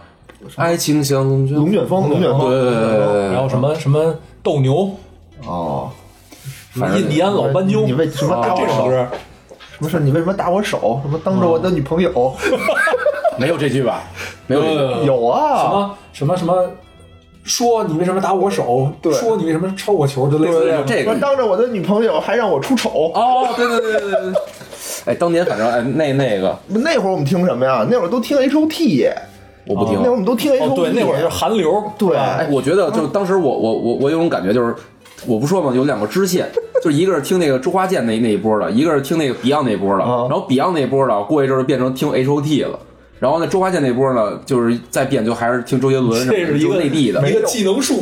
[SPEAKER 1] 爱情像龙卷
[SPEAKER 2] 龙卷风，龙卷
[SPEAKER 1] 对
[SPEAKER 2] 风，
[SPEAKER 1] 对对对对
[SPEAKER 3] 然后什么什么斗牛，
[SPEAKER 2] 哦，
[SPEAKER 3] 什么印第安老斑鸠，啊
[SPEAKER 2] 你为什么打
[SPEAKER 3] 这
[SPEAKER 2] 我
[SPEAKER 3] 首
[SPEAKER 2] 手？
[SPEAKER 3] 歌
[SPEAKER 2] 什么事？你为什么打我手？什么当着我的女朋友？
[SPEAKER 1] 没有这句吧？没有这句。
[SPEAKER 3] 呃
[SPEAKER 2] 有
[SPEAKER 3] 什
[SPEAKER 2] 啊，
[SPEAKER 3] 么什么什么，说你为什么打我手？
[SPEAKER 2] 对
[SPEAKER 3] 说你为什么抄我球？就类似这种。
[SPEAKER 1] 这
[SPEAKER 2] 什么
[SPEAKER 1] 个
[SPEAKER 2] 当着我的女朋友还让我出丑？啊
[SPEAKER 1] 哦，对对对对对对。哎，当年反正哎那那个
[SPEAKER 2] 那会儿我们听什么呀？那会儿都听 H O T 耶，
[SPEAKER 1] 我不听
[SPEAKER 2] 那。会儿我们都听 H
[SPEAKER 3] 哦
[SPEAKER 2] O，T。
[SPEAKER 3] 对，那会儿是韩流，啊
[SPEAKER 2] 对，
[SPEAKER 1] 哎，我觉得就当时我我我我有种感觉就是，我不说嘛，有两个支线，就是一个是听那个周华健那那一波的，一个是听那个 Beyond 那波的，
[SPEAKER 2] 啊
[SPEAKER 1] 然后 Beyond 那波的过一阵儿就变成听 H O T 了。然后呢，周华健那波呢，就是再变就还是听周杰伦什么
[SPEAKER 3] 这
[SPEAKER 1] 的，
[SPEAKER 3] 是一
[SPEAKER 1] 就
[SPEAKER 3] 个
[SPEAKER 1] 内地的，
[SPEAKER 3] 一个技能树。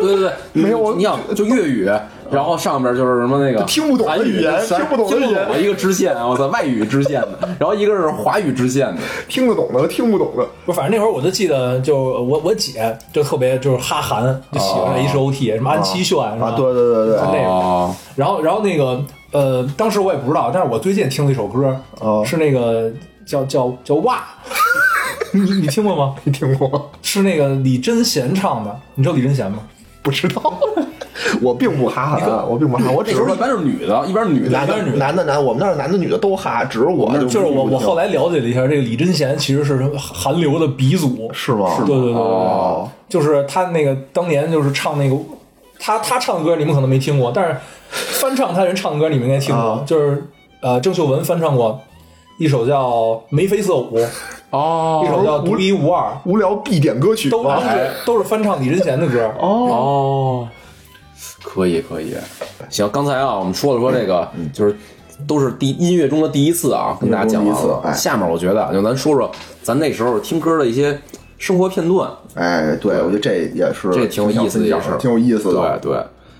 [SPEAKER 1] 对对对，
[SPEAKER 2] 没有我
[SPEAKER 1] 你想就粤语，然后上边就是什么那个
[SPEAKER 2] 听不懂的
[SPEAKER 1] 韩
[SPEAKER 2] 语言
[SPEAKER 1] 全
[SPEAKER 2] 听不懂的
[SPEAKER 1] 听不
[SPEAKER 2] 语言
[SPEAKER 1] 懂的一个支线，啊我操，外语支线的，然后一个是华语支线的，
[SPEAKER 2] 听得懂的，听不懂的。
[SPEAKER 3] 不，反正那会儿我就记得，就我我姐就特别就是哈韩，就喜欢 H O T，什么安七炫是吧
[SPEAKER 2] 啊，对对对对，
[SPEAKER 3] 那个
[SPEAKER 1] 哦，
[SPEAKER 3] 然后，然后那个呃，当时我也不知道，但是我最近听了一首歌，
[SPEAKER 2] 哦
[SPEAKER 3] 是那个叫叫叫哇，你你听过吗？
[SPEAKER 2] 你听过吗？
[SPEAKER 3] 是那个李贞贤唱的，你知道李贞贤吗？
[SPEAKER 2] 不知道， 我并不哈韩，我并不哈，我只
[SPEAKER 1] 那
[SPEAKER 2] 是
[SPEAKER 1] 时候一般是女的，一般是女的，
[SPEAKER 2] 男的
[SPEAKER 3] 一般是女的
[SPEAKER 2] 男的男，我们那儿男的女的都哈，只是我
[SPEAKER 3] 就是我我后来了解了一下，这个李贞贤其实是韩流的鼻祖，
[SPEAKER 2] 是吗？
[SPEAKER 3] 对对对对对，
[SPEAKER 1] 哦
[SPEAKER 3] 就是他那个当年就是唱那个，他他唱的歌你们可能没听过，但是翻唱他人唱的歌你们应该听过，
[SPEAKER 2] 啊
[SPEAKER 3] 就是呃郑秀文翻唱过一首叫《眉飞色舞》，一
[SPEAKER 1] 哦
[SPEAKER 3] 首叫《独一无二》，
[SPEAKER 2] 无聊必点歌曲啊
[SPEAKER 3] 都
[SPEAKER 2] 吗
[SPEAKER 3] 都是都是翻唱李贞贤的歌。
[SPEAKER 2] 哦，
[SPEAKER 1] 哦，可以可以，行，刚才啊，我们说了说这个，
[SPEAKER 2] 嗯
[SPEAKER 1] 就是都是第音乐中的第一次啊，跟大家讲
[SPEAKER 2] 音乐中
[SPEAKER 1] 完
[SPEAKER 2] 的第一次
[SPEAKER 1] 了。
[SPEAKER 2] 哎
[SPEAKER 1] 下面我觉得啊就咱说说咱那时候听歌的一些生活片段，
[SPEAKER 2] 哎，对，我觉得这也是
[SPEAKER 1] 这挺有意思的一
[SPEAKER 2] 挺
[SPEAKER 1] 事
[SPEAKER 2] 想
[SPEAKER 1] 儿
[SPEAKER 2] 分享挺有意思
[SPEAKER 1] 对
[SPEAKER 2] 的。
[SPEAKER 1] 对，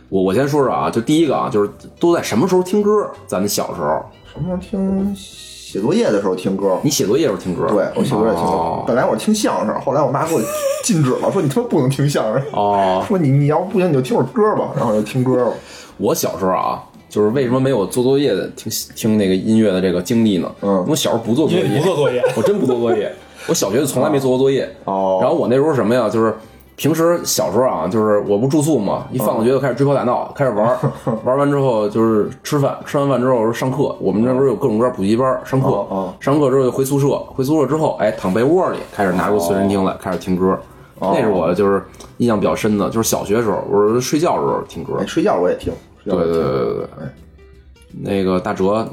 [SPEAKER 1] 我我先说说啊，就第一个啊，就是都在什么时候听歌？咱们小时候，
[SPEAKER 2] 什么时候听写作业的时候听歌？
[SPEAKER 1] 你写作业时候听歌？
[SPEAKER 2] 对，我写作业听歌
[SPEAKER 1] 哦。
[SPEAKER 2] 本来我是听相声，后来我妈给我禁止了，说你他妈不能听相声，
[SPEAKER 1] 哦，
[SPEAKER 2] 说你你要不行你就听会儿歌吧，然后就听歌了。
[SPEAKER 1] 我小时候啊。就是为什么没有做作业的听听那个音乐的这个经历呢？
[SPEAKER 2] 嗯
[SPEAKER 1] 因为我小时候不做作
[SPEAKER 3] 因
[SPEAKER 1] 业，
[SPEAKER 3] 为你不做作业，
[SPEAKER 1] 我真不做作业，我小学就从来没做过作业。
[SPEAKER 2] 哦
[SPEAKER 1] 然后我那时候什么呀，就是平时小时候啊，就是我不住宿嘛，一放学就开始追跑打闹，开始玩儿，玩完之后就是吃饭，吃完饭之后是上课。我们那时候有各种各样补习班，上课，
[SPEAKER 2] 哦哦
[SPEAKER 1] 上课之后就回宿舍，回宿舍之后，哎，躺被窝里开始拿出随身听
[SPEAKER 2] 哦
[SPEAKER 1] 来，开始听歌。那是我就是印象比较深的，就是小学时候，我是睡觉的时候听歌。
[SPEAKER 2] 哎，睡觉我也听，睡
[SPEAKER 1] 对
[SPEAKER 2] 觉我
[SPEAKER 1] 对
[SPEAKER 2] 也
[SPEAKER 1] 对
[SPEAKER 2] 听
[SPEAKER 1] 对对
[SPEAKER 2] 哎。
[SPEAKER 1] 那个大哲，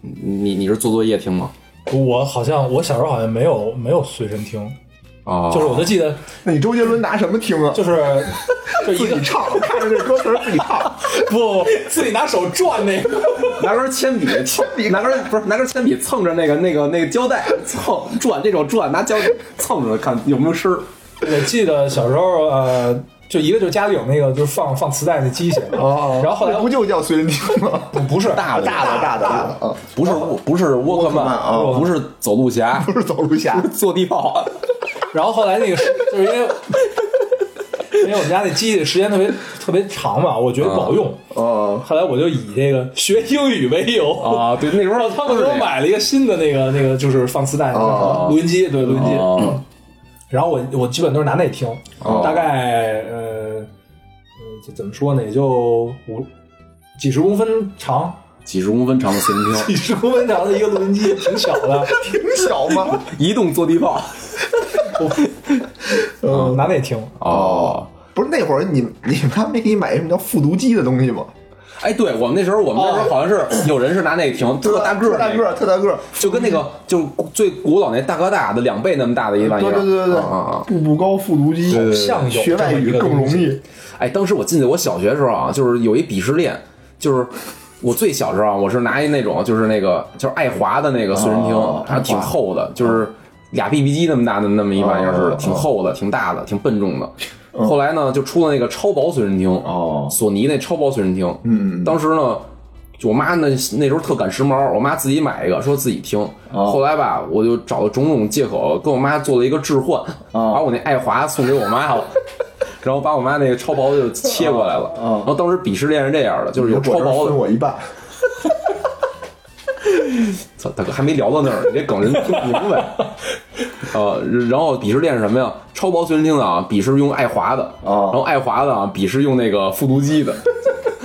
[SPEAKER 1] 你你是做作业听吗？
[SPEAKER 3] 我好像我小时候好像没有没有随身听，
[SPEAKER 1] 哦，
[SPEAKER 3] 就是我就记得
[SPEAKER 2] 那你周杰伦拿什么听啊？
[SPEAKER 3] 就是 就一
[SPEAKER 2] 自
[SPEAKER 3] 个
[SPEAKER 2] 己唱，看着这歌词儿自己唱。
[SPEAKER 3] 不不 自己拿手转那个，
[SPEAKER 1] 拿根 铅笔，蹭，拿根不是拿根铅笔蹭着那个那个那个胶带蹭转这种转，拿胶蹭着看有没有声儿。
[SPEAKER 3] 我记得小时候呃。就一个就是家里有那个，就是放放磁带那机器，然后后来
[SPEAKER 2] 这不就叫随身听吗？
[SPEAKER 3] 不是
[SPEAKER 1] 大的
[SPEAKER 2] 大的大的大的啊，
[SPEAKER 1] 不是不是沃克曼
[SPEAKER 2] 沃克曼啊
[SPEAKER 1] 不是走路侠，
[SPEAKER 2] 不是走路侠。
[SPEAKER 1] 坐地炮。
[SPEAKER 3] 然后后来那个是就是因为因为我们家那机器时间特别特别长嘛，我觉得不好用，
[SPEAKER 2] 哦，
[SPEAKER 3] 后来我就以这个学英语为由
[SPEAKER 1] 啊对那时候
[SPEAKER 3] 然后他们给
[SPEAKER 1] 都是这
[SPEAKER 3] 我
[SPEAKER 1] 样
[SPEAKER 3] 买了一个新的那个那个就是放磁带那
[SPEAKER 2] 哦
[SPEAKER 3] 个录音机，对录音机，
[SPEAKER 1] 哦
[SPEAKER 3] 然后我我基本都是拿那听，
[SPEAKER 1] 哦
[SPEAKER 3] 大概呃呃这怎么说呢，也就五几十公分 长，
[SPEAKER 1] 几十公分长的随身听，
[SPEAKER 3] 几十公分长的一个录音机，挺小的，
[SPEAKER 2] 挺小吗？
[SPEAKER 1] 移动坐地炮。
[SPEAKER 3] 嗯，拿那听。
[SPEAKER 1] 哦，
[SPEAKER 2] 不是那会儿你你妈没给你买什么叫复读机的东西吗？
[SPEAKER 1] 哎，对我们那时候我们那时候好像是有人是拿那个听哦特大个
[SPEAKER 2] 特
[SPEAKER 1] 儿
[SPEAKER 2] 大
[SPEAKER 1] 那
[SPEAKER 2] 个儿，
[SPEAKER 1] 个，
[SPEAKER 2] 特大个儿。
[SPEAKER 1] 就跟那个就是最古老那大哥大的两倍那么大的一玩意
[SPEAKER 2] 对
[SPEAKER 1] 儿。
[SPEAKER 2] 对对对
[SPEAKER 1] 啊啊啊
[SPEAKER 2] 对，步步高复读机，
[SPEAKER 3] 对对像有
[SPEAKER 2] 学外语更容易。
[SPEAKER 1] 哎，当时我记得我小学的时候啊，就是有一鄙视链，就是我最小时候啊，我是拿一那种就是那个就是爱华的那个随身听，
[SPEAKER 2] 哦
[SPEAKER 1] 还挺厚的，就是俩 BB 机那么大的那么一玩意儿似的，
[SPEAKER 2] 哦
[SPEAKER 1] 挺厚的，挺大的，挺笨重的。后来呢，就出了那个超薄随身听，
[SPEAKER 2] 嗯哦
[SPEAKER 1] 索尼那超薄随身听，
[SPEAKER 2] 嗯
[SPEAKER 1] 当时呢。就我妈那那时候特赶时髦，我妈自己买一个，说自己听。
[SPEAKER 2] 哦
[SPEAKER 1] 后来吧，我就
[SPEAKER 2] 哦
[SPEAKER 1] 找了种种借口，跟我妈做了一个置换，把我那爱华送给我妈了。然后把我妈那个超薄就切过来了。
[SPEAKER 2] 哦
[SPEAKER 1] 然后当时鄙视链是这样的，就是有
[SPEAKER 2] 我
[SPEAKER 1] 超
[SPEAKER 2] 这儿
[SPEAKER 1] 薄的
[SPEAKER 2] 分，我一半，
[SPEAKER 1] 操，大哥还没聊到那儿，你这梗人听不明白。 呃，然后鄙视链是什么呀？超薄随身听的啊，鄙视用爱华的
[SPEAKER 2] 哦
[SPEAKER 1] 然后爱华的啊，鄙视用那个复读机 的，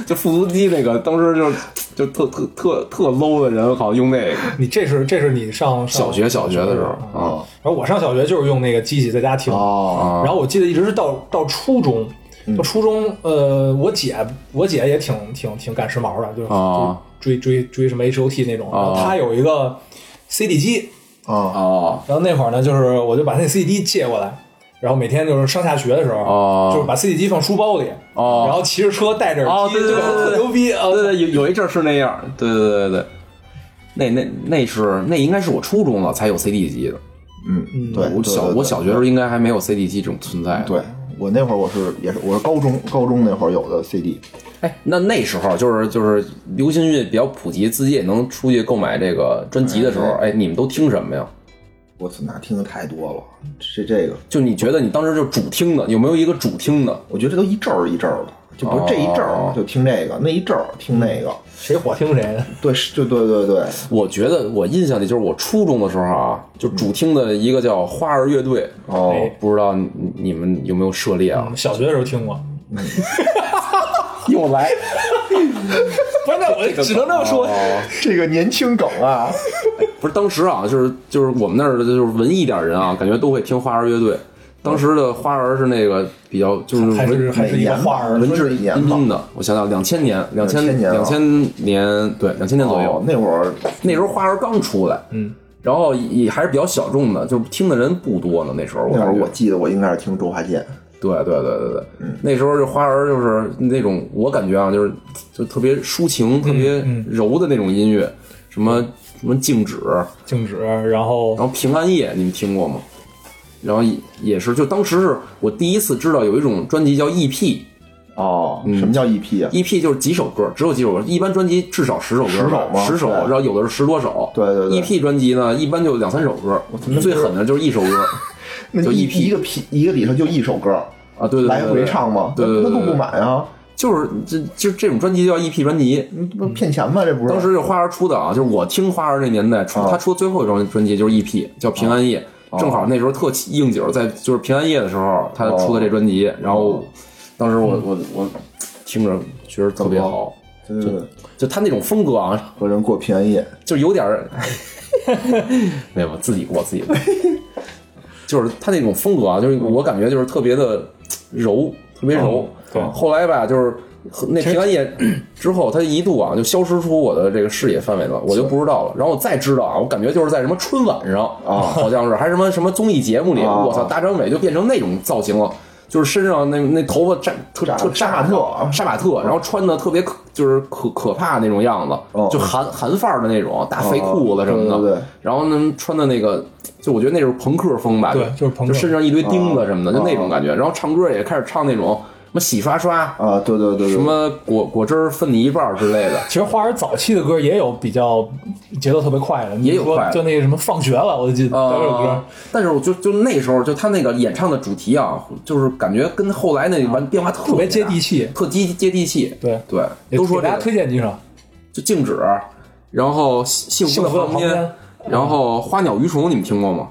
[SPEAKER 1] 就复读机那个当时就是就特特特特 low 的人，好像用那个
[SPEAKER 3] 你这是这是你上
[SPEAKER 1] 小学小学的时候
[SPEAKER 3] 啊。嗯
[SPEAKER 1] 啊，
[SPEAKER 3] 然后我上小学就是用那个机器在家听，
[SPEAKER 2] 哦
[SPEAKER 3] 然后我记得一直是到到初中，
[SPEAKER 1] 嗯
[SPEAKER 3] 到初中呃，我姐我姐也挺挺挺赶时髦的，就是、
[SPEAKER 1] 哦
[SPEAKER 3] 就是追追追什么 H O T 那种，然
[SPEAKER 1] 哦
[SPEAKER 3] 后她有一个 C D 机，
[SPEAKER 2] 啊
[SPEAKER 1] 哦
[SPEAKER 3] 然后那会儿呢，就是我就把那 C D 机借过来。然后每天就是上下学的时候，
[SPEAKER 1] 哦
[SPEAKER 3] 就是把 CD 机放书包里，
[SPEAKER 1] 哦
[SPEAKER 3] 然后骑着车带着耳
[SPEAKER 1] 哦，
[SPEAKER 3] 机，
[SPEAKER 1] 对对对
[SPEAKER 3] 就
[SPEAKER 1] 对，
[SPEAKER 3] 特
[SPEAKER 1] 对
[SPEAKER 3] 牛逼啊！
[SPEAKER 1] 哦对对，有有一阵儿是那样，对对对对对。那那那是那应该是我初中了才有 CD 机的，
[SPEAKER 2] 嗯，对，
[SPEAKER 1] 我
[SPEAKER 2] 对
[SPEAKER 1] 小
[SPEAKER 2] 对
[SPEAKER 1] 我
[SPEAKER 2] 对
[SPEAKER 1] 小学的时候应该还没有 CD 机这种存在的。
[SPEAKER 2] 对我那会儿我是也是我是高中高中那会儿有的 CD，
[SPEAKER 1] 哎，那那时候就是就是流行音乐比较普及，自己也能出去购买这个专辑的时候，哎，你们都听什么呀？
[SPEAKER 2] 我操，哪听的太多了，这这个
[SPEAKER 1] 就你觉得你当时就主听的，有没有一个主听的？
[SPEAKER 2] 我觉得这都一阵儿一阵儿的，就不是这一阵儿
[SPEAKER 1] 哦
[SPEAKER 2] 就听这个，那一阵儿听那个，
[SPEAKER 3] 谁火听谁的。
[SPEAKER 2] 对，是就对对 对，
[SPEAKER 1] 我觉得我印象里就是我初中的时候啊，就主听的一个叫花儿乐队，
[SPEAKER 2] 哦，
[SPEAKER 3] 哎
[SPEAKER 1] 不知道你你们有没有涉猎啊？
[SPEAKER 3] 小学的时候听过，
[SPEAKER 1] 嗯 又来，
[SPEAKER 3] 不是，那我只能这 么说。
[SPEAKER 1] 哦
[SPEAKER 2] 这个年轻梗 啊，
[SPEAKER 1] 不是当时啊，就是就是我们那儿的就是文艺点儿人啊，感觉都会听花儿乐队。当时的花儿是那个比较就是
[SPEAKER 3] 还
[SPEAKER 1] 文
[SPEAKER 3] 是还是一个花儿，
[SPEAKER 1] 文
[SPEAKER 2] 文
[SPEAKER 1] 质
[SPEAKER 2] 质
[SPEAKER 1] 彬
[SPEAKER 2] 彬
[SPEAKER 1] 彬
[SPEAKER 2] 彬
[SPEAKER 1] 嗯的。我想想，两千年，两千
[SPEAKER 2] 2000年
[SPEAKER 1] 两
[SPEAKER 2] 啊
[SPEAKER 1] 千年，对，两千年左右。
[SPEAKER 2] 哦，那会儿
[SPEAKER 1] 那时候花儿刚出来，嗯，然后也还是比较小众的，就是听的人不多呢。那时候我
[SPEAKER 2] 那会儿
[SPEAKER 1] 感觉
[SPEAKER 2] 我记得我应该是听周华健，
[SPEAKER 1] 对对对对对，那时候就花儿就是那种我感觉啊，就是就特别抒情、特别柔的那种音乐，什么什么静止，
[SPEAKER 3] 静止，然
[SPEAKER 1] 然
[SPEAKER 3] 后
[SPEAKER 1] 后平安夜你们听过吗？然后也也是，就当时是我第一次知道有一种专辑叫 E EP，EP
[SPEAKER 2] 哦，
[SPEAKER 1] 嗯
[SPEAKER 2] 什么叫 EP 啊？
[SPEAKER 1] ，E 就是几首歌，只有几首歌，一般专辑至少十首歌吧，
[SPEAKER 2] 十首吗
[SPEAKER 1] 十首，
[SPEAKER 2] 对
[SPEAKER 1] 然后有的是十多首。
[SPEAKER 2] 对对对
[SPEAKER 1] EP 专辑呢，一般就两三首歌，最狠的就是一首歌
[SPEAKER 2] 那
[SPEAKER 1] 就
[SPEAKER 2] 一
[SPEAKER 1] EP
[SPEAKER 2] 一个 P 一个里头就一首歌，
[SPEAKER 1] 啊，对对对，
[SPEAKER 2] 来回唱
[SPEAKER 1] 嘛
[SPEAKER 2] 嘛，，
[SPEAKER 1] 对对
[SPEAKER 2] 那
[SPEAKER 1] 对
[SPEAKER 2] 那
[SPEAKER 1] 对
[SPEAKER 2] 录不
[SPEAKER 1] 对，
[SPEAKER 2] 满啊，
[SPEAKER 1] 就是这就这种专辑叫 EP 专辑。
[SPEAKER 2] 你这不骗钱吗？这不是
[SPEAKER 1] 当时就花儿出的啊，就是我听花儿那年代出，
[SPEAKER 2] 啊
[SPEAKER 1] 他出最后一张专辑就是 EP，叫《平安夜》，正好那时候特应景儿，在就是平安夜的时候他出的这专
[SPEAKER 2] 哦
[SPEAKER 1] 辑，然后当时我
[SPEAKER 2] 嗯
[SPEAKER 1] 我我听着觉得特别好，
[SPEAKER 2] 对对对，
[SPEAKER 1] 就他那种风格啊，
[SPEAKER 2] 和人过平安夜，
[SPEAKER 1] 就有点儿， 没有自己过自己 过，就是他那种风格啊，就是我感觉就是特别的柔，特别柔。
[SPEAKER 3] 对
[SPEAKER 1] 后来吧，就是。那平安夜之后，他一度啊就消失出我的这个视野范围了，我就不知道了。然后我再知道啊，我感觉就是在什么春晚上啊，好像是还是什么什么综艺节目里，
[SPEAKER 2] 啊
[SPEAKER 1] 我操，大张伟就变成那种造型了，就是身上那那头发扎特
[SPEAKER 2] 扎
[SPEAKER 1] 特
[SPEAKER 2] 杀马特啊
[SPEAKER 1] 杀马特，然后穿的特别可就是可可怕那种样子，
[SPEAKER 2] 哦
[SPEAKER 1] 就韩韩范儿的那种大肥裤子什么的，
[SPEAKER 2] 哦对对对
[SPEAKER 1] 然后呢穿的那个，就我觉得那是朋克风吧，
[SPEAKER 3] 对就是朋克
[SPEAKER 1] 身上一堆钉子什么
[SPEAKER 2] 哦
[SPEAKER 1] 的，就那种感觉。然后唱歌也开始唱那种什么洗刷刷，
[SPEAKER 2] 啊，对对对
[SPEAKER 1] 什
[SPEAKER 2] 对，
[SPEAKER 1] 么果果汁儿分你一半儿之类的。
[SPEAKER 3] 其实花儿早期的歌也有比较节奏特别快的，
[SPEAKER 1] 也有
[SPEAKER 3] 你说
[SPEAKER 1] 快的
[SPEAKER 3] 就那个什么放学了，我就记得
[SPEAKER 1] 啊
[SPEAKER 3] 有首歌，
[SPEAKER 1] 但是我就就那时候，就他那个演唱的主题啊，就是感觉跟后来那完变化特
[SPEAKER 3] 特别接
[SPEAKER 1] 大
[SPEAKER 3] 地，气。
[SPEAKER 1] 特接接地气。
[SPEAKER 3] 对
[SPEAKER 1] 对，都说
[SPEAKER 3] 给
[SPEAKER 1] 这
[SPEAKER 3] 大家
[SPEAKER 1] 个
[SPEAKER 3] 推荐几首，
[SPEAKER 1] 就静止，然后幸幸
[SPEAKER 3] 幸
[SPEAKER 1] 福
[SPEAKER 3] 福
[SPEAKER 1] 的
[SPEAKER 3] 的
[SPEAKER 1] 旁
[SPEAKER 3] 旁
[SPEAKER 1] 边
[SPEAKER 3] 边，
[SPEAKER 1] 然后花鸟鱼虫，你们听过吗？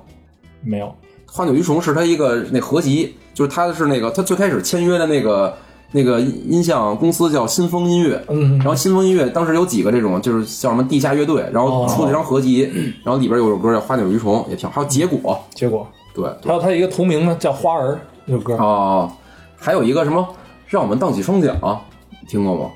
[SPEAKER 3] 没有
[SPEAKER 1] 花鸟鱼虫是他一个那合集，就是他是那个他最开始签约的那个那个音像公司叫新风音乐，
[SPEAKER 3] 嗯
[SPEAKER 1] 然后新风音乐当时有几个这种就是叫什么地下乐队，然后出了一张合集，然后里边有首歌叫花鸟鱼虫也挺好，还有结果，
[SPEAKER 3] 结果，
[SPEAKER 1] 对
[SPEAKER 3] 还有他一个同名的叫《花儿》这首歌，
[SPEAKER 1] 哦，还有一个什么让我们荡起双桨，听过吗？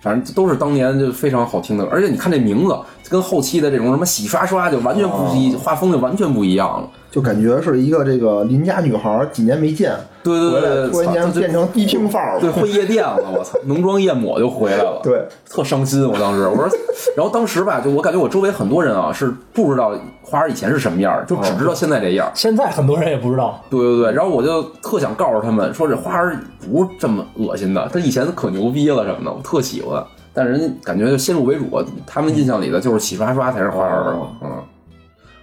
[SPEAKER 1] 反正都是当年就非常好听的歌，而且你看这名字跟后期的这种什么洗刷刷就完全不一，
[SPEAKER 2] 哦
[SPEAKER 1] 画风就完全不一样了。
[SPEAKER 2] 就感觉是一个这个邻家女孩儿几年没见，
[SPEAKER 1] 对对
[SPEAKER 2] 回来
[SPEAKER 1] 对，
[SPEAKER 2] 突然
[SPEAKER 1] 呃操
[SPEAKER 2] 间
[SPEAKER 1] 就
[SPEAKER 2] 变成迪厅范 儿
[SPEAKER 1] 对，
[SPEAKER 2] 了，
[SPEAKER 1] 混夜店了，我 操，浓妆艳抹就回来了，
[SPEAKER 2] 对，
[SPEAKER 1] 特伤心。我当时 我说，然后当时吧，就我感觉我周围很多人啊是不知道花儿以前是什么样儿，就只知道现在这样儿。
[SPEAKER 3] 现在很多人也不知道。
[SPEAKER 1] 对对对，然后我就特想告诉他们说，这花儿不是这么恶心的，他以前可牛逼了什么的，我特喜欢。但人家感觉就先入为主，啊他们印象里的就是洗刷刷才是花儿
[SPEAKER 2] 哦，
[SPEAKER 1] 嗯。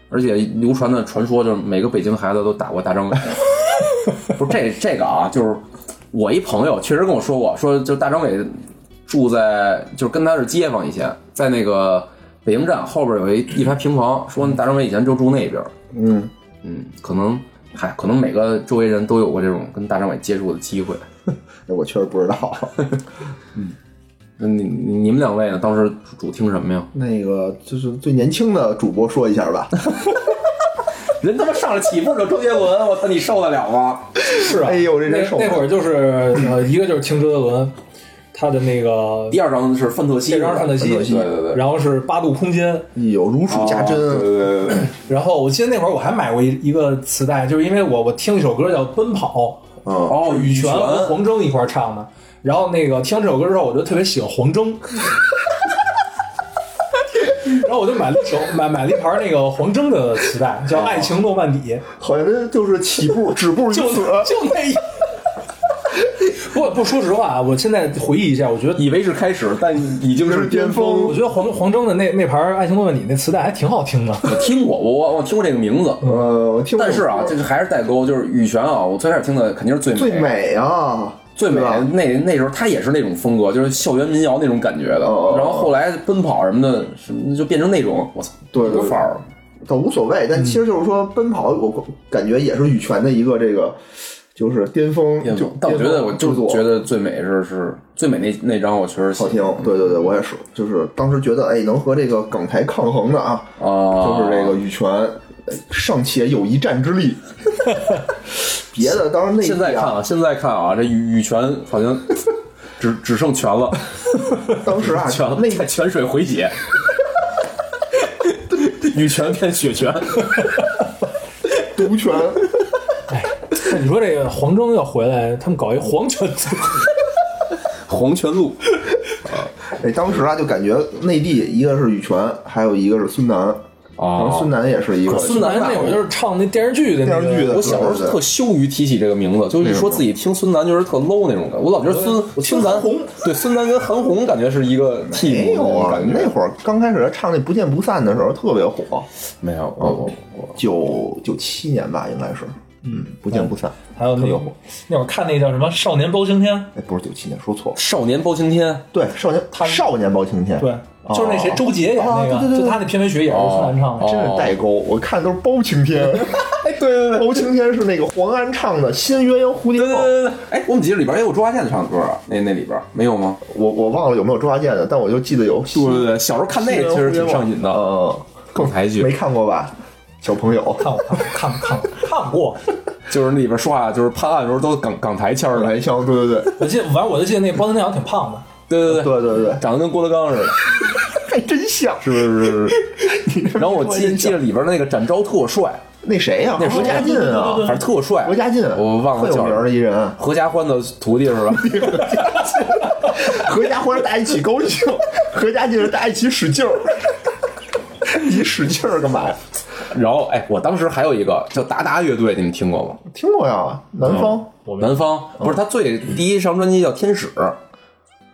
[SPEAKER 1] 而且流传的传说就是每个北京孩子都打过大张伟，不是这这个啊，就是我一朋友确实跟我说过，说就大张伟住在就是跟他是街坊，以前在那个北京站后边有一一排平房，说大张伟以前就住那边儿。
[SPEAKER 2] 嗯，
[SPEAKER 1] 嗯，可能嗨，可能每个周围人都有过这种跟大张伟接触的机会。
[SPEAKER 2] 哎我确实不知道。
[SPEAKER 1] 那你你你们两位呢？当时主听什么呀？
[SPEAKER 2] 那个就是最年轻的主播说一下 吧。
[SPEAKER 1] 人他妈上来起步就周杰伦，我操，你受得了吗？
[SPEAKER 3] 是啊，
[SPEAKER 2] 哎呦这
[SPEAKER 3] 那
[SPEAKER 2] 人受不了
[SPEAKER 3] 那会儿就是呃，一个就是听周杰伦，他的那个
[SPEAKER 1] 第二张是范特西，
[SPEAKER 3] 这张范特西，
[SPEAKER 1] 对对对，
[SPEAKER 3] 然后是八度空间，
[SPEAKER 2] 有如数家珍，
[SPEAKER 1] 哦对对对对，
[SPEAKER 3] 然后我记得那会儿我还买过一一个磁带，就是因为我我听一首歌叫《奔跑》，
[SPEAKER 2] 嗯，
[SPEAKER 1] 哦，
[SPEAKER 3] 羽泉和
[SPEAKER 1] 泉，
[SPEAKER 3] 黄征一块儿唱的。然后那个听完这首歌之后，我就特别喜欢黄征， 然后我就买了一首买买了一盘那个黄征的磁带，叫《爱情诺曼底》，
[SPEAKER 2] 好像就是起步止步于
[SPEAKER 3] 就
[SPEAKER 2] 此。
[SPEAKER 3] 就那一。不不，说实话啊，我现在回忆一下，我觉得
[SPEAKER 1] 以为是开始，但已经是巅峰。
[SPEAKER 3] 我觉得黄黄征的那那盘《爱情诺曼底》那磁带还挺好听的。
[SPEAKER 1] 我听过，我我我听过这个名字，
[SPEAKER 2] 呃，我听过
[SPEAKER 1] 但是啊，这个还是代沟，就是羽泉啊，我最开始听的肯定是最美
[SPEAKER 2] 最美啊，
[SPEAKER 1] 最美
[SPEAKER 2] 对吧
[SPEAKER 1] 那那时候他也是那种风格，就是校园民谣那种感觉的。
[SPEAKER 2] 哦哦哦
[SPEAKER 1] 然后后来奔跑什么的，什么就变成那种，我操，
[SPEAKER 2] 对对
[SPEAKER 1] 多范儿。
[SPEAKER 2] 倒无所
[SPEAKER 1] 嗯
[SPEAKER 2] 谓。但其实就是说，奔跑，我感觉也是羽泉的一个这个，就是巅峰。就
[SPEAKER 1] 但我觉得，我就
[SPEAKER 2] 巅峰制作
[SPEAKER 1] 觉得最美是是最美那那张，我确实喜
[SPEAKER 2] 好
[SPEAKER 1] 欢
[SPEAKER 2] 听。哦对对对，我也是，就是当时觉得，哎，能和这个港台抗衡的啊，
[SPEAKER 1] 啊，
[SPEAKER 2] 就是这个羽泉，哎尚且有一战之力。 别的当然那一
[SPEAKER 1] 现在看啊，现在看啊，这羽羽泉好像 只只剩泉了，
[SPEAKER 2] 当时啊，
[SPEAKER 1] 泉了，
[SPEAKER 2] 那
[SPEAKER 1] 在泉水回血， 羽泉变雪泉，
[SPEAKER 2] 毒泉，
[SPEAKER 3] 那你说这个黄征要回来，他们搞一黄泉组，
[SPEAKER 1] 黄泉路。
[SPEAKER 2] 哎，当时啊就感觉内地一个是羽泉，还有一个是孙楠，然后孙楠也是一个
[SPEAKER 1] 啊孙楠
[SPEAKER 3] 那会儿就是唱那电视剧的那个
[SPEAKER 2] 电视剧的
[SPEAKER 1] 我小时候特羞于提起这个名字，就是一说自己听孙楠就是特 low 那种感觉。我老觉得孙我听咱红，对孙楠跟韩红感觉是一个
[SPEAKER 2] 没
[SPEAKER 1] 替
[SPEAKER 2] 有
[SPEAKER 1] 补
[SPEAKER 2] 啊
[SPEAKER 1] 感，觉。
[SPEAKER 2] 那会儿刚开始唱那《不见不散》的时候特别火，
[SPEAKER 1] 没有，我我我
[SPEAKER 2] 九九七年吧，应该是，嗯，《不见不散》
[SPEAKER 3] 还有那个那会儿看那叫什么《少年包青天》，
[SPEAKER 2] 哎，不是九七年，说错了，
[SPEAKER 1] 少年包青天，
[SPEAKER 2] 对，少年少年包青天，哦
[SPEAKER 3] 对，就是那谁周杰演那
[SPEAKER 2] 啊对对
[SPEAKER 3] 个，
[SPEAKER 2] 对
[SPEAKER 3] 就他那片尾曲也是孙楠唱的
[SPEAKER 1] 哦。
[SPEAKER 2] 真是代沟，我看都是包青天，
[SPEAKER 1] 哎，对对对。
[SPEAKER 2] 包青天是那个黄安唱的《新鸳鸯蝴蝶
[SPEAKER 1] 对对
[SPEAKER 2] 梦》，
[SPEAKER 1] 对对，哎，我们几个里边也有周华健唱的歌啊，那那里边没有吗？
[SPEAKER 2] 我我忘了有没有周华健的，但我就记得有，
[SPEAKER 1] 对对对，小时候看那个其实挺上瘾的，
[SPEAKER 2] 呃，
[SPEAKER 1] 更台
[SPEAKER 2] 没
[SPEAKER 1] 剧，
[SPEAKER 2] 看过吧，小朋友。
[SPEAKER 3] 看过，看过，看过，看过。
[SPEAKER 1] 就是那里边说话就是判案的时候都港港台腔儿的，哎
[SPEAKER 2] 来香，对对对，
[SPEAKER 3] 我记得，反正我就记得那包青天好像挺胖的。
[SPEAKER 1] 对 对对，
[SPEAKER 2] 对对对，
[SPEAKER 1] 长得跟郭德纲似的。
[SPEAKER 2] 还真像。
[SPEAKER 1] 是是是 是。然后我记记得里边那个展昭特帅，
[SPEAKER 2] 那谁呀？
[SPEAKER 1] 那是
[SPEAKER 2] 何家劲啊，
[SPEAKER 1] 反正特帅。
[SPEAKER 2] 何家劲，
[SPEAKER 1] 我忘了
[SPEAKER 2] 特有
[SPEAKER 1] 叫
[SPEAKER 2] 名
[SPEAKER 1] 什
[SPEAKER 2] 儿
[SPEAKER 1] 么
[SPEAKER 2] 的一人。啊
[SPEAKER 1] 何家欢的徒弟是吧？
[SPEAKER 2] 何家欢是大家一起高兴，何家劲是大家一起使劲儿。你使劲儿干嘛呀？
[SPEAKER 1] 然后哎，我当时还有一个叫达达乐队，你们听过吗？
[SPEAKER 2] 听过呀，南方
[SPEAKER 3] 我们
[SPEAKER 1] 南方
[SPEAKER 2] 嗯
[SPEAKER 1] 不是他最第一张专辑叫《天使》，嗯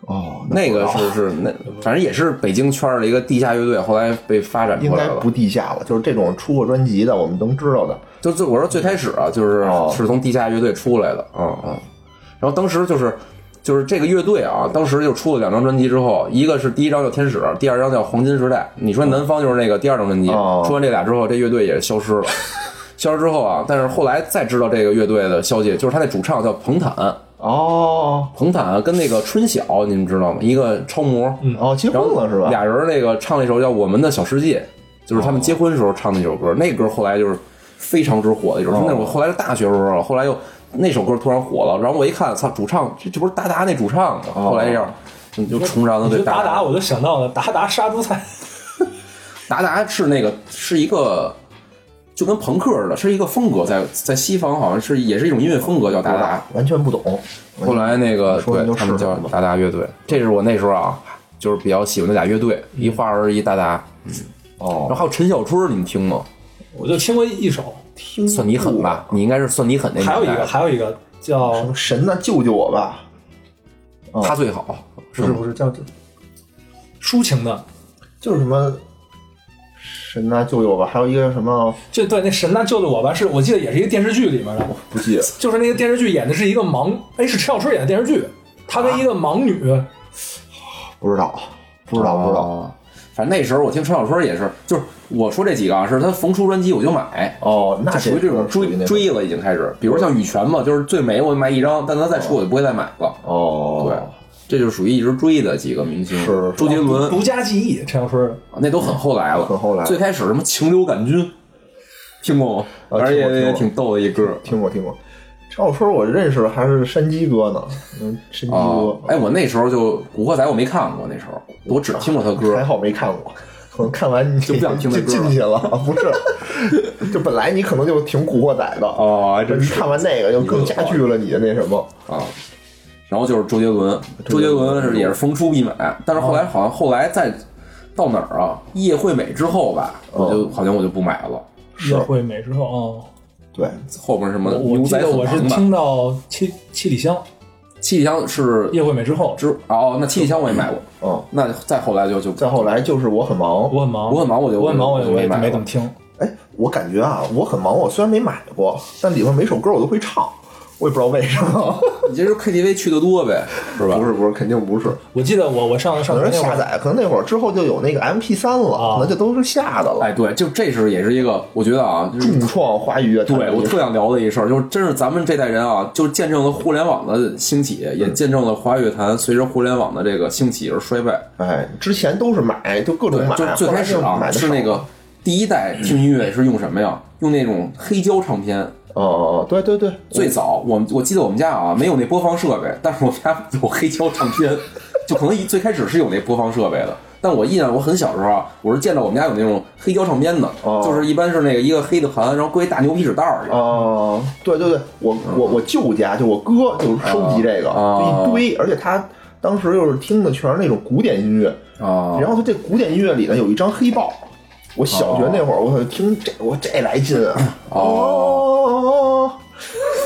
[SPEAKER 2] 哦，
[SPEAKER 1] 那个是是那反正也是北京圈儿的一个地下乐队，后来被发展
[SPEAKER 2] 应
[SPEAKER 1] 过来
[SPEAKER 2] 该
[SPEAKER 1] 了
[SPEAKER 2] 不。地下了，就是这种出过专辑的，我们能知道的。
[SPEAKER 1] 就就我说最开始啊，就是
[SPEAKER 2] 哦
[SPEAKER 1] 是从地下乐队出来的，嗯嗯。然后当时就是就是这个乐队啊，当时就出了两张专辑之后，一个是第一张叫《天使》，第二张叫《黄金时代》。你说南方就是那个第二张专辑，
[SPEAKER 2] 哦
[SPEAKER 1] 出完这俩之后，这乐队也消 失了。消失之后啊，但是后来再知道这个乐队的消息，就是他那主唱叫彭坦，
[SPEAKER 2] 哦
[SPEAKER 1] 彭坦跟那个春晓，你们知道吗？一个超模，嗯，
[SPEAKER 2] 哦，结婚
[SPEAKER 1] 然后
[SPEAKER 2] 了是吧？
[SPEAKER 1] 俩人那个唱了一首叫《我们的小世界》，就是他
[SPEAKER 2] 哦
[SPEAKER 1] 们结婚时候唱的那首歌。那歌后来就是非常之火的一首，
[SPEAKER 2] 哦
[SPEAKER 1] 那是我后来是大学时候了，后来又那首歌突然火了，然后我一看，操，主唱这这不是达达那主唱吗？
[SPEAKER 2] 哦
[SPEAKER 1] 后来这样。嗯，就重燃了
[SPEAKER 3] 你
[SPEAKER 1] 对
[SPEAKER 3] 说
[SPEAKER 1] 达
[SPEAKER 3] 达达，，我就想到了达达杀猪菜。
[SPEAKER 1] 达达是那个是一个，就跟朋克似的，是一个风格，在在西方好像是也是一种音乐风格叫达达。
[SPEAKER 2] 完全不懂。
[SPEAKER 1] 后来那个
[SPEAKER 2] 说
[SPEAKER 1] 对
[SPEAKER 2] 你就
[SPEAKER 1] 他们
[SPEAKER 2] 试试
[SPEAKER 1] 叫
[SPEAKER 2] 吧
[SPEAKER 1] 达达乐队，这是我那时候啊，就是比较喜欢的俩乐队，一花儿一达达，然后
[SPEAKER 2] 哦，
[SPEAKER 1] 还有陈小春，你们听吗？
[SPEAKER 3] 我就听过一首，
[SPEAKER 2] 听
[SPEAKER 1] 算你狠吧，你应该是算你狠那
[SPEAKER 3] 还有一
[SPEAKER 1] 年代
[SPEAKER 3] 个，还有一个叫
[SPEAKER 2] 过？神呐，救救我吧！啊
[SPEAKER 1] 他最好，
[SPEAKER 2] 不是不是叫
[SPEAKER 3] 抒情的，
[SPEAKER 2] 就是什么神呐救救我吧！还有一个叫什么
[SPEAKER 3] 就对那神呐救救我吧，是我记得也是一个电视剧里面的，
[SPEAKER 2] 不记得，
[SPEAKER 3] 就是那个电视剧演的是一个盲，哎是陈小春演的电视剧，她
[SPEAKER 1] 啊
[SPEAKER 3] 跟一个盲女，
[SPEAKER 2] 不知道，不知道，不知道。
[SPEAKER 1] 哦。反正那时候我听陈小春也是，就是我说这几个啊，是他逢出专辑我就买，
[SPEAKER 2] 哦，那
[SPEAKER 1] 就属于这种追
[SPEAKER 2] 那
[SPEAKER 1] 追了已经开始。比如像羽泉嘛，就是最美我就卖一张，但他再出我就不会再买了。
[SPEAKER 2] 哦，
[SPEAKER 1] 对，这就是属于一直追的几个明星，
[SPEAKER 2] 是是
[SPEAKER 1] 周杰伦，
[SPEAKER 3] 独家记忆，陈小春
[SPEAKER 1] 那都很后来了，
[SPEAKER 2] 很后来
[SPEAKER 1] 最开始什么情流杆菌，听过吗？
[SPEAKER 2] 啊
[SPEAKER 1] 而
[SPEAKER 2] 听过
[SPEAKER 1] 且
[SPEAKER 2] 听
[SPEAKER 1] 也
[SPEAKER 2] 过
[SPEAKER 1] 挺逗的一歌。
[SPEAKER 2] 听过听过。陈小春我认识还是山鸡哥呢，嗯，山鸡
[SPEAKER 1] 哦
[SPEAKER 2] 哥，，
[SPEAKER 1] 哎，我那时候就《古惑仔》，我没看过，那时候我只听过他
[SPEAKER 2] 还
[SPEAKER 1] 歌。
[SPEAKER 2] 好没看过。 可能看完你
[SPEAKER 1] 哎就不想听那
[SPEAKER 2] 就
[SPEAKER 1] 歌了
[SPEAKER 2] 进去了，啊不是？就 本来你可能就挺古惑仔的，
[SPEAKER 1] 哦，还真
[SPEAKER 2] 你
[SPEAKER 1] 是
[SPEAKER 2] 看完那个就更加剧了你的那什么。
[SPEAKER 1] 啊。然后就是周杰伦，周
[SPEAKER 2] 周
[SPEAKER 1] 杰
[SPEAKER 2] 杰伦
[SPEAKER 1] 伦是也是逢出必买，但是后来好像后来再到哪儿啊？叶惠美之后吧，我就好像我就不买了。
[SPEAKER 3] 约会美之后哦，
[SPEAKER 2] 对，
[SPEAKER 1] 后边什么
[SPEAKER 3] 我我
[SPEAKER 1] 牛
[SPEAKER 3] 记
[SPEAKER 1] 仔
[SPEAKER 3] 得我是
[SPEAKER 1] 很忙吧？
[SPEAKER 3] 听到七七里香
[SPEAKER 1] 七里香是
[SPEAKER 3] 叶惠美之后，
[SPEAKER 1] 之哦，那七里香我也买过。
[SPEAKER 2] 嗯，
[SPEAKER 1] 那再后来就就
[SPEAKER 2] 再后来就是我很忙，
[SPEAKER 3] 我很忙，
[SPEAKER 1] 我很忙我就
[SPEAKER 3] 我很忙，
[SPEAKER 1] 我
[SPEAKER 3] 我
[SPEAKER 1] 就
[SPEAKER 3] 我也
[SPEAKER 1] 没买
[SPEAKER 3] 没
[SPEAKER 1] 了
[SPEAKER 3] 怎么听，
[SPEAKER 2] 哎，我感觉啊，我很忙，我虽然没买过，但里面每首歌我都会唱，我也不知道为什么。
[SPEAKER 1] 你这就是 KTV 去的多呗，是吧？
[SPEAKER 2] 不是不是，肯定不是，
[SPEAKER 3] 我记得我我上
[SPEAKER 2] 可
[SPEAKER 3] 上
[SPEAKER 2] 能
[SPEAKER 3] 学
[SPEAKER 2] 是
[SPEAKER 3] 那会
[SPEAKER 2] 下
[SPEAKER 3] 儿，
[SPEAKER 2] 载，可能那会儿之后就有那个 MP 三了，
[SPEAKER 3] 啊
[SPEAKER 2] 可能就都是下的了。
[SPEAKER 1] 哎，对，就这是也是一个，我觉得啊，就是
[SPEAKER 2] 重创华语乐坛，
[SPEAKER 1] 对我特想聊的一事儿，就是真是咱们这代人啊，就见证了互联网的兴起，也
[SPEAKER 2] 嗯
[SPEAKER 1] 见证了华语乐坛随着互联网的这个兴起而衰败。
[SPEAKER 2] 哎，之前都是买，就各种
[SPEAKER 1] 对，
[SPEAKER 2] 买，
[SPEAKER 1] 就最
[SPEAKER 2] 后来
[SPEAKER 1] 开始
[SPEAKER 2] 就买
[SPEAKER 1] 啊
[SPEAKER 2] 的
[SPEAKER 1] 是那个第一代听音乐是用什么呀？用那种黑胶唱片。
[SPEAKER 2] 哦哦，对对对，
[SPEAKER 1] 最早我们我记得我们家啊没有那播放设备，但是我们家有黑胶唱片，就可能一最开始是有那播放设备的。但我印象，我很小时候啊，我是见到我们家有那种黑胶唱片的，
[SPEAKER 2] 哦
[SPEAKER 1] 就是一般是那个一个黑的盘，然后搁一大牛皮纸袋儿里。
[SPEAKER 2] 哦，对对对，我我我舅家就我哥就是收集这个，
[SPEAKER 1] 哦
[SPEAKER 2] 就一堆，而且他当时又是听的全是那种古典音乐，
[SPEAKER 1] 啊
[SPEAKER 2] 然后他这古典音乐里呢有一张黑豹，我小学那会儿我操听这我这来劲啊，哦，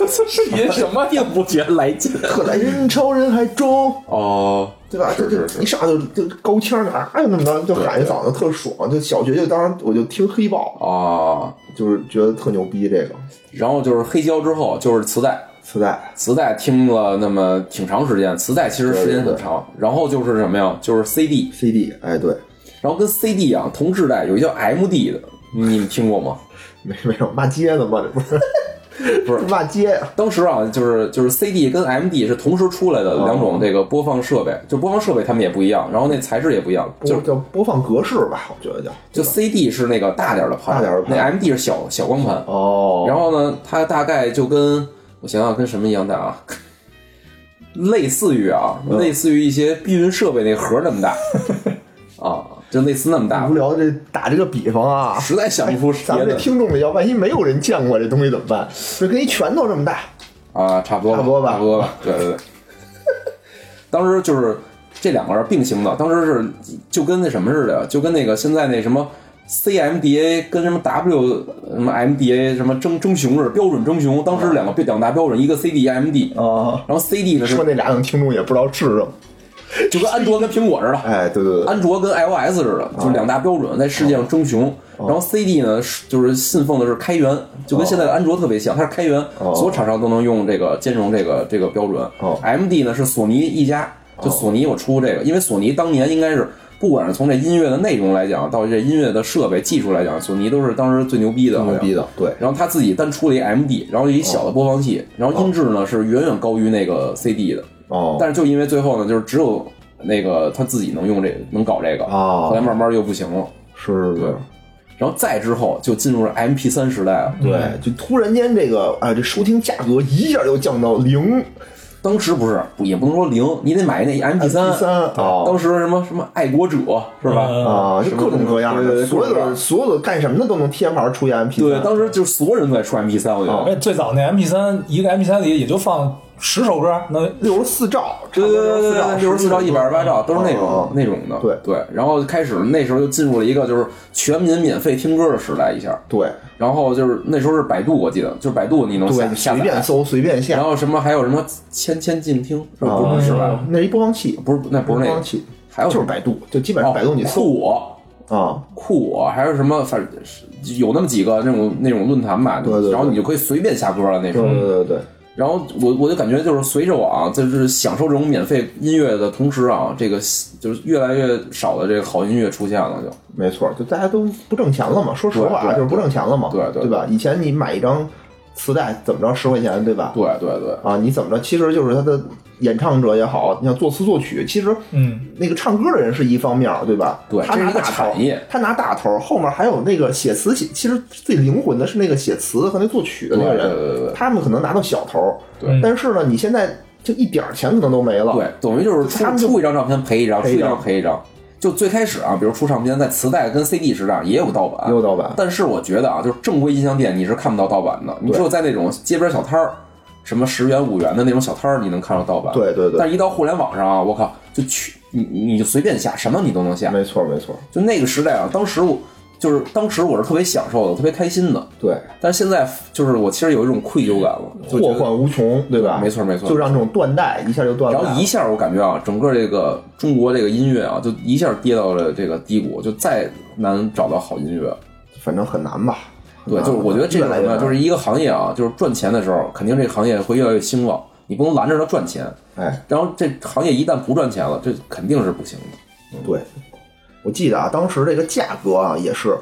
[SPEAKER 1] 是您什么也不觉来劲
[SPEAKER 2] 特来人潮人海中，
[SPEAKER 1] 哦，
[SPEAKER 2] 对吧？
[SPEAKER 1] 是是
[SPEAKER 2] 就就一上来就就高腔儿啊，哎那么着就喊一嗓子特爽，就小学就当时我就听黑豹，
[SPEAKER 1] 啊。
[SPEAKER 2] 就是觉得特牛逼这个
[SPEAKER 1] 然后就是黑胶之后就是磁带，
[SPEAKER 2] 磁带，
[SPEAKER 1] 磁带听了那么挺长时间，磁带其实时间很长。然后就是什么呀？就是 CD，
[SPEAKER 2] CD，哎，对，
[SPEAKER 1] 然后跟 CD 啊同时代有一叫 MD 的，你们听过吗？
[SPEAKER 2] 没没有骂街呢吗？这不是不是骂街呀、
[SPEAKER 1] 当时啊，就是就是 CD 跟 MD 是同时出来的两种这个播放设备，就播放设备它们也不一样，然后那材质也不一样，
[SPEAKER 2] 就
[SPEAKER 1] 就
[SPEAKER 2] 叫播放格式吧，我觉得叫
[SPEAKER 1] 就 CD 是那个大点儿的盘，
[SPEAKER 2] 大点儿的盘
[SPEAKER 1] 那 MD 是小小光盘。
[SPEAKER 2] 哦
[SPEAKER 1] 然后呢，它大概就跟我想想跟什么一样大啊， 类似于啊，
[SPEAKER 2] 嗯
[SPEAKER 1] 类似于一些避孕设备那盒那么 大啊，就类似那么大
[SPEAKER 2] 无。聊这打这个比方啊，
[SPEAKER 1] 实在想不出
[SPEAKER 2] 咱
[SPEAKER 1] 别
[SPEAKER 2] 们这
[SPEAKER 1] 的
[SPEAKER 2] 听众里要万一没有人见过这东西怎么办？就跟一拳头这么大，
[SPEAKER 1] 啊，差不多吧，
[SPEAKER 2] 差不多吧
[SPEAKER 1] 差不多吧，对对对。 当时就是这两个是并行的，当时是就跟那什么似的，就跟那个现在那什么 CMDA 跟什么 W 什么 MDA 什么征征雄似的，标准征雄。当时两个两大标准，一个 CD，MD。
[SPEAKER 2] 啊。
[SPEAKER 1] 然后 CD 呢是
[SPEAKER 2] 说那俩等听众也不知道是什么。
[SPEAKER 1] 就跟安卓跟苹果似的，
[SPEAKER 2] 哎，对对对，
[SPEAKER 1] 安卓跟 iOS 似的，就是两大标准在世界上争雄。然后 CD 呢，是就是信奉的是开源，就跟现在的安卓特别像，它是开源，所有厂商都能用这个兼容这个这个标准
[SPEAKER 2] 哦。
[SPEAKER 1] MD 呢是索尼一家，就索尼我出这个，因为索尼当年应该是。不管是从这音乐的内容来讲，到这音乐的设备技术来讲，索尼都是当时最牛逼的，好像
[SPEAKER 2] 牛逼的，对，
[SPEAKER 1] 然后他自己单出了一 MD，然后一小的播放器，然后音质呢是远远高于那个 CD 的，
[SPEAKER 2] 哦，
[SPEAKER 1] 但是就因为最后呢，就是只有那个他自己能用这个，能搞这个，
[SPEAKER 2] 啊
[SPEAKER 1] 后来慢慢又不行了。
[SPEAKER 2] 是是是，
[SPEAKER 1] 然后再之后就进入了 MP 三时代了。
[SPEAKER 2] 对，就突然间这个啊，这收听价格一下就降到零，
[SPEAKER 1] 当时不是，不也不能说零，你得买那 MP 三。
[SPEAKER 2] MP3 哦
[SPEAKER 1] 当时什么什么爱国者是吧？
[SPEAKER 3] 嗯
[SPEAKER 2] 啊，就各种各样
[SPEAKER 1] 对对对
[SPEAKER 2] 的，所有
[SPEAKER 1] 各种各样
[SPEAKER 2] 的所有的干什么的都能贴牌出现 MP
[SPEAKER 1] 对，
[SPEAKER 2] 三，
[SPEAKER 1] 当时就是所有人都在说 MP 三，我觉得。
[SPEAKER 2] 哦
[SPEAKER 3] 而哎且最早那 MP 三一个 MP 三里也就放十首歌，能
[SPEAKER 2] 六十四兆，
[SPEAKER 1] 对对对对对，六十四兆、一百二十八兆都是那种
[SPEAKER 2] 哦
[SPEAKER 1] 那种的。
[SPEAKER 2] 对
[SPEAKER 1] 对，然后开始那时候就进入了一个就是全民免费听歌的时代，一下。
[SPEAKER 2] 对
[SPEAKER 1] 然后就是那时候是百度，我记得就是百度你能
[SPEAKER 2] 对，
[SPEAKER 1] 下
[SPEAKER 2] 你
[SPEAKER 1] 下
[SPEAKER 2] 随便
[SPEAKER 1] 载，
[SPEAKER 2] 搜随便下
[SPEAKER 1] 然，后什么还有什么千千静听，是吧不是
[SPEAKER 2] 啊
[SPEAKER 1] 是吧？
[SPEAKER 2] 那是一播放器，
[SPEAKER 1] 不是那不是那个
[SPEAKER 2] 播放器，
[SPEAKER 1] 还有
[SPEAKER 2] 就是百度，就基本
[SPEAKER 1] 哦
[SPEAKER 2] 上百度你搜
[SPEAKER 1] 酷我，
[SPEAKER 2] 啊，
[SPEAKER 1] 酷我还是什么，反正是有那么几个那种那种论坛吧，
[SPEAKER 2] 对对对
[SPEAKER 1] 然后你就可以随便下歌了那
[SPEAKER 2] 对
[SPEAKER 1] 种。
[SPEAKER 2] 对对对，
[SPEAKER 1] 然后我我就感觉就是随着我啊，就是享受这种免费音乐的同时啊，这个就是越来越少的这个好音乐出现了就，
[SPEAKER 2] 没错，就大家都不挣钱了嘛，说实话
[SPEAKER 1] 对对
[SPEAKER 2] 就是不挣钱了嘛，
[SPEAKER 1] 对对
[SPEAKER 2] 对吧？以前你买一张磁带怎么着十块钱，对吧？
[SPEAKER 1] 对对对，
[SPEAKER 2] 啊，你怎么着，其实就是他的演唱者也好，你像作词作曲，其实
[SPEAKER 3] 嗯，
[SPEAKER 2] 那个唱歌的人是一方面，对吧？
[SPEAKER 1] 对
[SPEAKER 2] 他
[SPEAKER 1] 这
[SPEAKER 2] 拿
[SPEAKER 1] 是一个
[SPEAKER 2] 大头
[SPEAKER 1] 产业，
[SPEAKER 2] 他拿大头，后面还有那个写词写，其实最灵魂的是那个写词和那作曲的那个人，
[SPEAKER 1] 对对对对对
[SPEAKER 2] 他们可能拿到小头，
[SPEAKER 1] 对
[SPEAKER 2] 但是呢，你现在就一点儿钱可能都没了，
[SPEAKER 1] 对，等于就是出
[SPEAKER 2] 他哦们就
[SPEAKER 1] 出一张照片赔一张，出
[SPEAKER 2] 赔
[SPEAKER 1] 一
[SPEAKER 2] 一张
[SPEAKER 1] 张赔一张。就最开始啊，比如出唱片，在磁带跟 CD 时代也有盗版，
[SPEAKER 2] 也有盗版
[SPEAKER 1] 但是我觉得啊，就是正规音像店你是看不到盗版的，你只有在那种街边小摊儿，什么十元五元的那种小摊儿，你能看到盗版。
[SPEAKER 2] 对对对
[SPEAKER 1] 但是一到互联网上啊，我靠，就去你你就随便下，什么你都能下。
[SPEAKER 2] 没错没错，
[SPEAKER 1] 就那个时代啊，当时我就是当时我是特别享受的，特别开心的。
[SPEAKER 2] 对，
[SPEAKER 1] 但是现在就是我其实有一种愧疚感了，就觉
[SPEAKER 2] 祸
[SPEAKER 1] 得
[SPEAKER 2] 患无穷，对吧？
[SPEAKER 1] 没错没错
[SPEAKER 2] 就让这种断代一下就断代
[SPEAKER 1] 然
[SPEAKER 2] 了，
[SPEAKER 1] 后一下，我感觉啊，整个这个中国这个音乐啊，就一下跌到了这个低谷，就再难找到好音乐。
[SPEAKER 2] 反正很难吧。
[SPEAKER 1] 对，
[SPEAKER 2] 很
[SPEAKER 1] 就是
[SPEAKER 2] 难
[SPEAKER 1] 我觉得这
[SPEAKER 2] 啊
[SPEAKER 1] 个什
[SPEAKER 2] 越来越
[SPEAKER 1] 么呀，
[SPEAKER 2] 难
[SPEAKER 1] 就是一个行业啊，就是赚钱的时候，肯定这个行业会越来越兴旺，你不能拦着它赚钱。
[SPEAKER 2] 哎，
[SPEAKER 1] 然后这行业一旦不赚钱了，这肯定是不行的。
[SPEAKER 2] 对，我记得啊，当时这个价格啊也是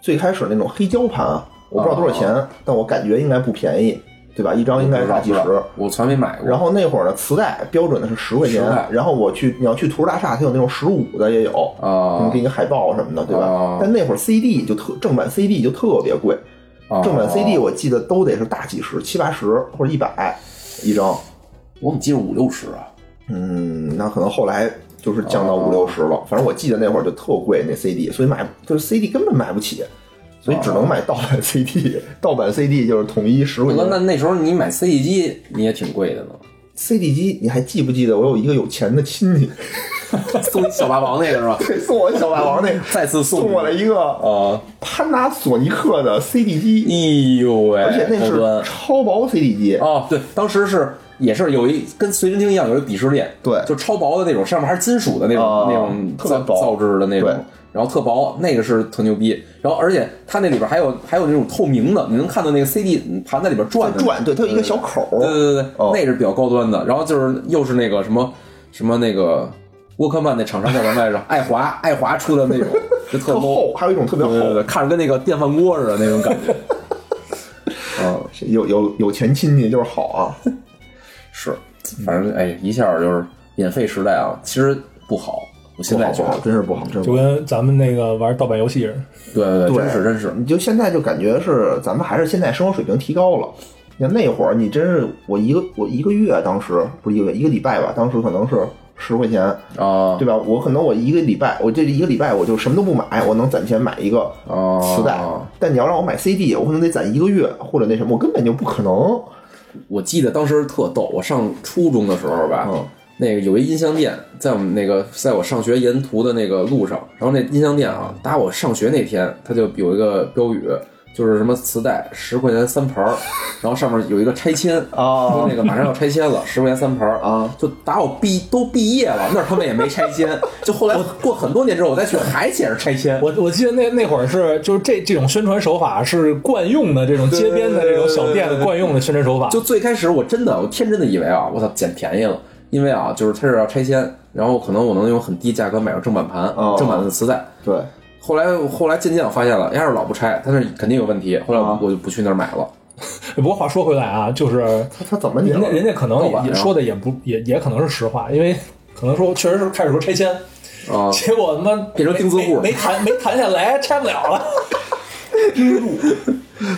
[SPEAKER 2] 最开始那种黑胶盘啊，我不知道多少钱，但我感觉应该不便宜，对吧？一张应该是大几
[SPEAKER 1] 不知道
[SPEAKER 2] 十。
[SPEAKER 1] 我从来没买过。
[SPEAKER 2] 然后那会儿呢，磁带标准的是十块钱
[SPEAKER 1] 10块，
[SPEAKER 2] 然后我去你要去图书大厦，它有那种十五的也有，
[SPEAKER 1] 啊
[SPEAKER 2] 能给你海报什么的，对吧？
[SPEAKER 1] 啊
[SPEAKER 2] 但那会儿 CD 就特正版 CD 就特别贵，
[SPEAKER 1] 啊
[SPEAKER 2] 正版 CD 我记得都得是大几十、七八十或者一百一张，
[SPEAKER 1] 我怎么记着五六十啊？
[SPEAKER 2] 嗯，那可能后来就是降到五六十
[SPEAKER 1] 啊
[SPEAKER 2] 了。反正我记得那会儿就特贵那 CD，所以买就是 CD 根本买不起，所以只能买盗版 CD。盗 版 CD 就是统一十块
[SPEAKER 1] 啊那那
[SPEAKER 2] 钱。
[SPEAKER 1] 那时候你买 CD 机你也挺贵的呢，
[SPEAKER 2] CD 机你还记不记得我有一个有钱的亲戚，
[SPEAKER 1] 送小霸王那个是吧？
[SPEAKER 2] 对，送我小霸 王那个，
[SPEAKER 1] 再次送
[SPEAKER 2] 送我了一个
[SPEAKER 1] 啊！
[SPEAKER 2] 潘达索尼克的 CD 机，
[SPEAKER 1] 哎呦喂，
[SPEAKER 2] 而且那
[SPEAKER 1] 高端
[SPEAKER 2] 是超薄 CD 机。
[SPEAKER 1] 哦，对，当时是也是有一跟随身听一样，有一鄙视链，
[SPEAKER 2] 对
[SPEAKER 1] 就超薄的那种，上面还是金属的那种、
[SPEAKER 2] 啊
[SPEAKER 1] 那种
[SPEAKER 2] 特别
[SPEAKER 1] 造
[SPEAKER 2] 薄
[SPEAKER 1] 造制的那
[SPEAKER 2] 对
[SPEAKER 1] 种，然后特薄，那个是特牛逼。然后而且它那里边还有还有那种透明的，你能看到那个 CD 盘在里边转的
[SPEAKER 2] 转，对，它有一个小口
[SPEAKER 1] 对对
[SPEAKER 2] 儿，
[SPEAKER 1] 对对，
[SPEAKER 2] 哦
[SPEAKER 1] 那个是比较高端的。然后就是又是那个什么什么那个沃克曼那厂商叫什么来着？爱华爱华出的那种，就特
[SPEAKER 2] 特
[SPEAKER 1] low，
[SPEAKER 2] 厚，还有一种特别
[SPEAKER 1] 对对
[SPEAKER 2] 厚
[SPEAKER 1] 对，，看着跟那个电饭锅似的那种感觉。嗯，
[SPEAKER 2] 有有有钱亲戚就是好 啊。
[SPEAKER 1] 是，反正哎，一下就是免费时代啊，其实不好。我现在
[SPEAKER 2] 不
[SPEAKER 1] 觉
[SPEAKER 2] 好，不
[SPEAKER 1] 得
[SPEAKER 2] 好，，真是不好，真是不好
[SPEAKER 3] 就跟咱们那个玩盗版游戏似的。
[SPEAKER 1] 对对对，
[SPEAKER 2] 对
[SPEAKER 1] 真是真是，
[SPEAKER 2] 你就现在就感觉是咱们还是现在生活水平提高了。你看那会儿，你真是我一个我一个月当时不是一个月一个礼拜吧，当时可能是十块钱，
[SPEAKER 1] 啊
[SPEAKER 2] 对吧？我可能我一个礼拜，我这一个礼拜我就什么都不买，我能攒钱买一个
[SPEAKER 1] 啊，
[SPEAKER 2] 磁带。但你要让我买 CD，我可能得攒一个月或者那什么，我根本就不可能。
[SPEAKER 1] 我记得当时特逗，我上初中的时候吧，
[SPEAKER 2] 嗯
[SPEAKER 1] 那个有一音像店，在我们那个在我上学沿途的那个路上，然后那音像店啊，打我上学那天，它就有一个标语，就是什么磁带十块钱三盘 儿，然后上面有一个拆迁
[SPEAKER 2] 哦
[SPEAKER 1] 说那个马上要拆迁了，十块钱三盘儿
[SPEAKER 2] 啊，
[SPEAKER 1] 就打我毕都毕业了，那儿他们也没拆迁，就后来过很多年之后我再去还写着拆迁，
[SPEAKER 3] 我我记得那那会儿是就是这这种宣传手法是惯用的，这种街边的这种小店的惯用的宣传手法。
[SPEAKER 1] 就最开始我真的我天真的以为啊，我操捡便宜了，因为啊就是它是要拆迁，然后可能我能用很低价格买到正版盘、
[SPEAKER 2] 哦
[SPEAKER 1] 正版的磁带。
[SPEAKER 2] 对，
[SPEAKER 1] 后来后来渐渐我发现了，哎要是老不拆，它那肯定有问题。后来
[SPEAKER 2] 啊
[SPEAKER 1] 我就不去那儿买了。
[SPEAKER 3] 不过话说回来啊，就是
[SPEAKER 2] 他他怎么你
[SPEAKER 3] 人
[SPEAKER 2] 了
[SPEAKER 3] 家人家可能
[SPEAKER 1] 盗版
[SPEAKER 3] 也
[SPEAKER 1] 啊
[SPEAKER 3] 说的也不也也可能是实话，因为可能说确实是开始说拆迁，
[SPEAKER 1] 啊、
[SPEAKER 3] 结果他妈
[SPEAKER 1] 变成钉子户
[SPEAKER 3] 没没没谈没谈下来，拆不了了。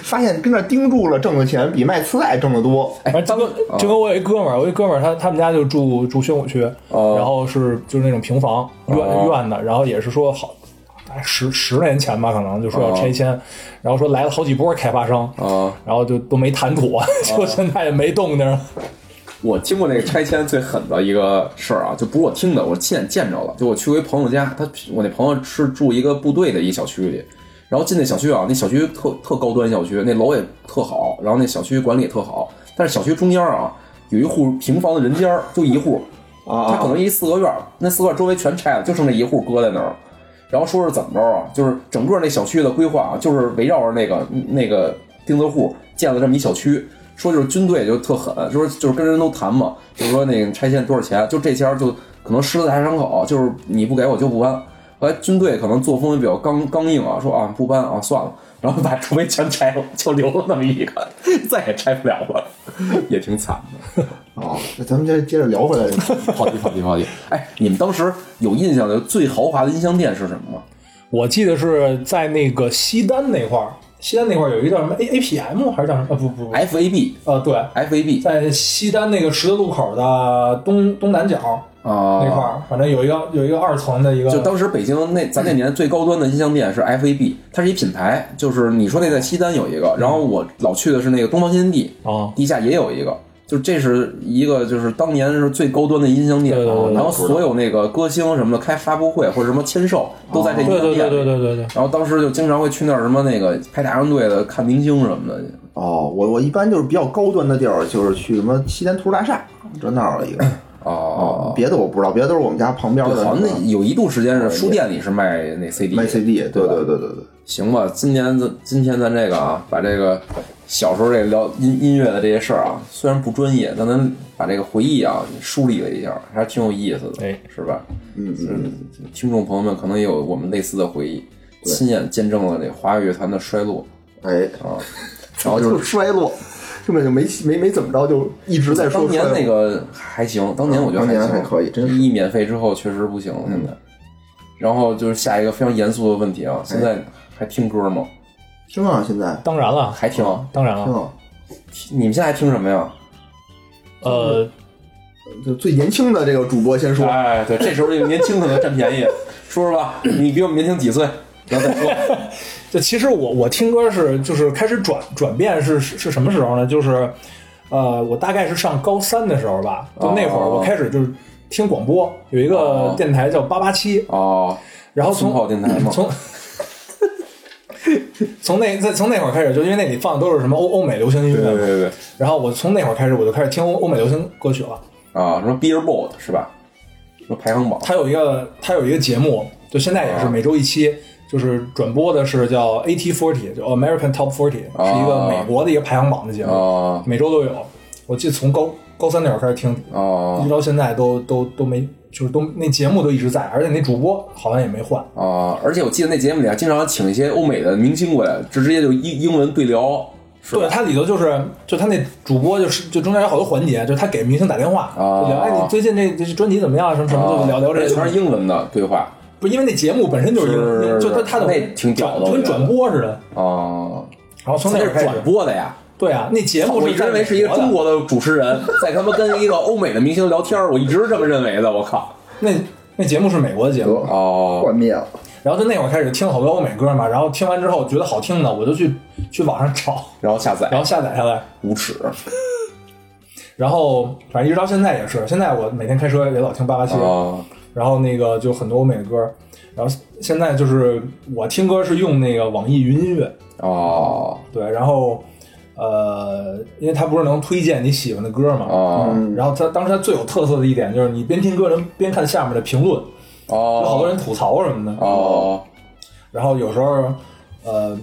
[SPEAKER 2] 发现跟这盯住了，挣的钱比卖磁带挣得多。
[SPEAKER 1] 哎
[SPEAKER 3] 反正当就跟我有一哥们儿，我一哥们儿他他们家就住住宣武区，
[SPEAKER 1] 哦
[SPEAKER 3] 然后是就是那种平房院
[SPEAKER 1] 哦
[SPEAKER 3] 院的，然后也是说好。大概十十来年前吧，可能就说要拆迁，然后说来了好几波开发商，
[SPEAKER 1] 哦
[SPEAKER 3] 然后就都没谈妥，就现在也没动静。
[SPEAKER 1] 我听过那个拆迁最狠的一个事儿啊，就不是我听的，我亲眼见着了。就我去过一朋友家，他我那朋友是住一个部队的一小区里，然后进那小区啊，那小区特特高端小区，那楼也特好，然后那小区管理也特好，但是小区中间啊有一户平房的人间儿，就一户，
[SPEAKER 2] 啊
[SPEAKER 1] 他可能一四合院儿，那四合院儿周围全拆了，就剩那一户搁在那儿。然后说是怎么着啊？就是整个那小区的规划啊，就是围绕着那个那个钉子户建了这么一小区。说就是军队就特狠，就是就是跟人都谈嘛，就是说那个拆迁多少钱，就这家就可能狮子大开伤口，就是你不给我就不搬。后来军队可能作风也比较刚刚硬啊，说啊不搬啊算了，然后把周围全拆了，就留了那么一个， 再也拆不了了，也挺惨的。
[SPEAKER 2] 哦，那咱们再接着聊回来。
[SPEAKER 1] 跑题跑题跑题！哎，你们当时有印象的最豪华的音像店是什么吗？
[SPEAKER 3] 我记得是在那个西单那块儿，西单那块儿有一个叫什么 A A P M 还是叫什么？呃，不不不，
[SPEAKER 1] 哎 FAB
[SPEAKER 3] 呃，对，
[SPEAKER 1] FAB
[SPEAKER 3] 在西单那个十字路口的东东南角
[SPEAKER 1] 啊，
[SPEAKER 3] 那块儿，反正有一个有一个二层的一个，
[SPEAKER 1] 就当时北京那咱那年最高端的音像店是 FAB，它是一品牌，就是你说那在西单有一个，
[SPEAKER 3] 嗯
[SPEAKER 1] 然后我老去的是那个东方新天地，
[SPEAKER 3] 啊，
[SPEAKER 1] 地下也有一个。就这是一个，就是当年是最高端的音像店
[SPEAKER 3] 对对对，对
[SPEAKER 1] 然后所有那个歌星什么的开发布会或者什么签售都在这
[SPEAKER 3] 对
[SPEAKER 1] 音像
[SPEAKER 3] 对对
[SPEAKER 1] 店。
[SPEAKER 3] 对对对对，
[SPEAKER 1] 然后当时就经常会去那儿什么那个排大长队的看明星什么的去。
[SPEAKER 2] 哦，我我一般就是比较高端的地儿，就是去什么西单图书大厦，这那儿有一个。
[SPEAKER 1] 哦，
[SPEAKER 2] 啊别的我不知道，别的都是我们家旁边
[SPEAKER 1] 对，
[SPEAKER 2] 的。
[SPEAKER 1] 好像那有一度时间是书店里是卖那 CD，
[SPEAKER 2] 嗯哦卖 CD，对对对对对。
[SPEAKER 1] 行吧，今年咱今天咱这个啊，把这个小时候这聊音音乐的这些事儿啊，虽然不专业，但咱把这个回忆啊梳理了一下，还是挺有意思的，
[SPEAKER 3] 哎
[SPEAKER 1] 是吧？嗯嗯，听众朋友们可能也有我们类似的回忆，亲眼见证了这华语乐坛的衰落
[SPEAKER 2] 哎，
[SPEAKER 1] 啊。
[SPEAKER 2] 然后就是衰落，根本就没没没怎么着，就一直在说
[SPEAKER 1] 当
[SPEAKER 2] 衰
[SPEAKER 1] 年
[SPEAKER 2] 落。嗯
[SPEAKER 1] 那个还行，当年我觉得
[SPEAKER 2] 当年
[SPEAKER 1] 行，
[SPEAKER 2] 还可以真是嗯
[SPEAKER 1] 一免费之后确实不行了，现在。然后就是下一个非常严肃的问题啊，现
[SPEAKER 2] 哎
[SPEAKER 1] 在还听歌吗？
[SPEAKER 2] 听啊，现在
[SPEAKER 3] 当然了，
[SPEAKER 1] 还听？
[SPEAKER 3] 当然
[SPEAKER 2] 听
[SPEAKER 3] 了，
[SPEAKER 2] 啊，
[SPEAKER 1] 你们现在还听什么呀？嗯
[SPEAKER 3] 呃，
[SPEAKER 2] 就最年轻的这个主播先说，
[SPEAKER 1] 哎，对，这时候这个年轻可能占便宜。说说吧，你比我们年轻几岁？然后再说，
[SPEAKER 3] 就其实我我听歌是就是开始转转变是是是什么时候呢？就是，呃，我大概是上高三的时候吧，就那会儿
[SPEAKER 1] 哦
[SPEAKER 3] 我开始就是听广播，有一个
[SPEAKER 1] 哦
[SPEAKER 3] 电台叫八八七，
[SPEAKER 1] 哦，
[SPEAKER 3] 然后
[SPEAKER 1] 松
[SPEAKER 3] 从
[SPEAKER 1] 炮电台嘛，
[SPEAKER 3] 从从那在从那会儿开始，就因为那里放的都是什么欧欧美流行音
[SPEAKER 1] 对对
[SPEAKER 3] 乐，
[SPEAKER 1] 对对，
[SPEAKER 3] 然后我从那会儿开始我就开始听欧欧美流行歌曲了。
[SPEAKER 1] 啊，什么 Billboard 是吧？什么排行榜？
[SPEAKER 3] 它有一个它有一个节目，就现在也是每周一期，就是转播的是叫 AT Forty，就 American Top Forty，
[SPEAKER 1] 啊
[SPEAKER 3] 是一个美国的一个排行榜的节目，
[SPEAKER 1] 啊
[SPEAKER 3] 每周都有。我记得从高高三那会儿开始听，一直
[SPEAKER 1] 啊
[SPEAKER 3] 到现在都都都没，就是都那节目都一直在，而且那主播好像也没换。
[SPEAKER 1] 啊！而且我记得那节目里还经常请一些欧美的明星过来，直接就英英文对聊，是吧
[SPEAKER 3] 对，它里头就是，就它那主播就是，就中间有好多环节，就他给明星打电话，
[SPEAKER 1] 啊
[SPEAKER 3] 就聊哎你最近这这专辑怎么样，什么什么，啊就聊聊这
[SPEAKER 1] 而
[SPEAKER 3] 个。
[SPEAKER 1] 且全是英文啊的对话
[SPEAKER 3] 不，因为那节目本身就是英
[SPEAKER 1] 是
[SPEAKER 3] 文，就他他的
[SPEAKER 1] 那挺屌的我
[SPEAKER 3] 就
[SPEAKER 1] 觉
[SPEAKER 3] 跟
[SPEAKER 1] 得
[SPEAKER 3] 转播似的。
[SPEAKER 1] 啊。
[SPEAKER 3] 然后从那
[SPEAKER 1] 那
[SPEAKER 3] 会
[SPEAKER 1] 是
[SPEAKER 3] 儿开始
[SPEAKER 1] 转播的呀，
[SPEAKER 3] 对啊，那节目
[SPEAKER 1] 我
[SPEAKER 3] 是
[SPEAKER 1] 一直认为是一个中国的主持人在他妈跟一个欧美的明星聊天儿，我一直是这么认为的。我靠！
[SPEAKER 3] 那那节目是美国的节目，
[SPEAKER 2] 得
[SPEAKER 1] 哦，
[SPEAKER 2] 幻灭了。
[SPEAKER 3] 然后就那会儿开始听好多欧美歌嘛，然后听完之后觉得好听的，我就去去网上找，
[SPEAKER 1] 然后下载
[SPEAKER 3] 然后下载下来，
[SPEAKER 1] 无耻
[SPEAKER 3] 然后反正一直到现在也是，现在我每天开车也老听八八七，
[SPEAKER 1] 啊
[SPEAKER 3] 然后那个就很多欧美的歌，然后现在就是我听歌是用那个网易云音乐，
[SPEAKER 1] 哦
[SPEAKER 3] 对，然后呃，因为它不是能推荐你喜欢的歌嘛，嗯
[SPEAKER 1] 哦
[SPEAKER 3] 然后它当时它最有特色的一点就是你边听歌能边看下面的评论，有好多
[SPEAKER 1] 哦
[SPEAKER 3] 人吐槽什么的，
[SPEAKER 1] 哦
[SPEAKER 3] 然后有时候呃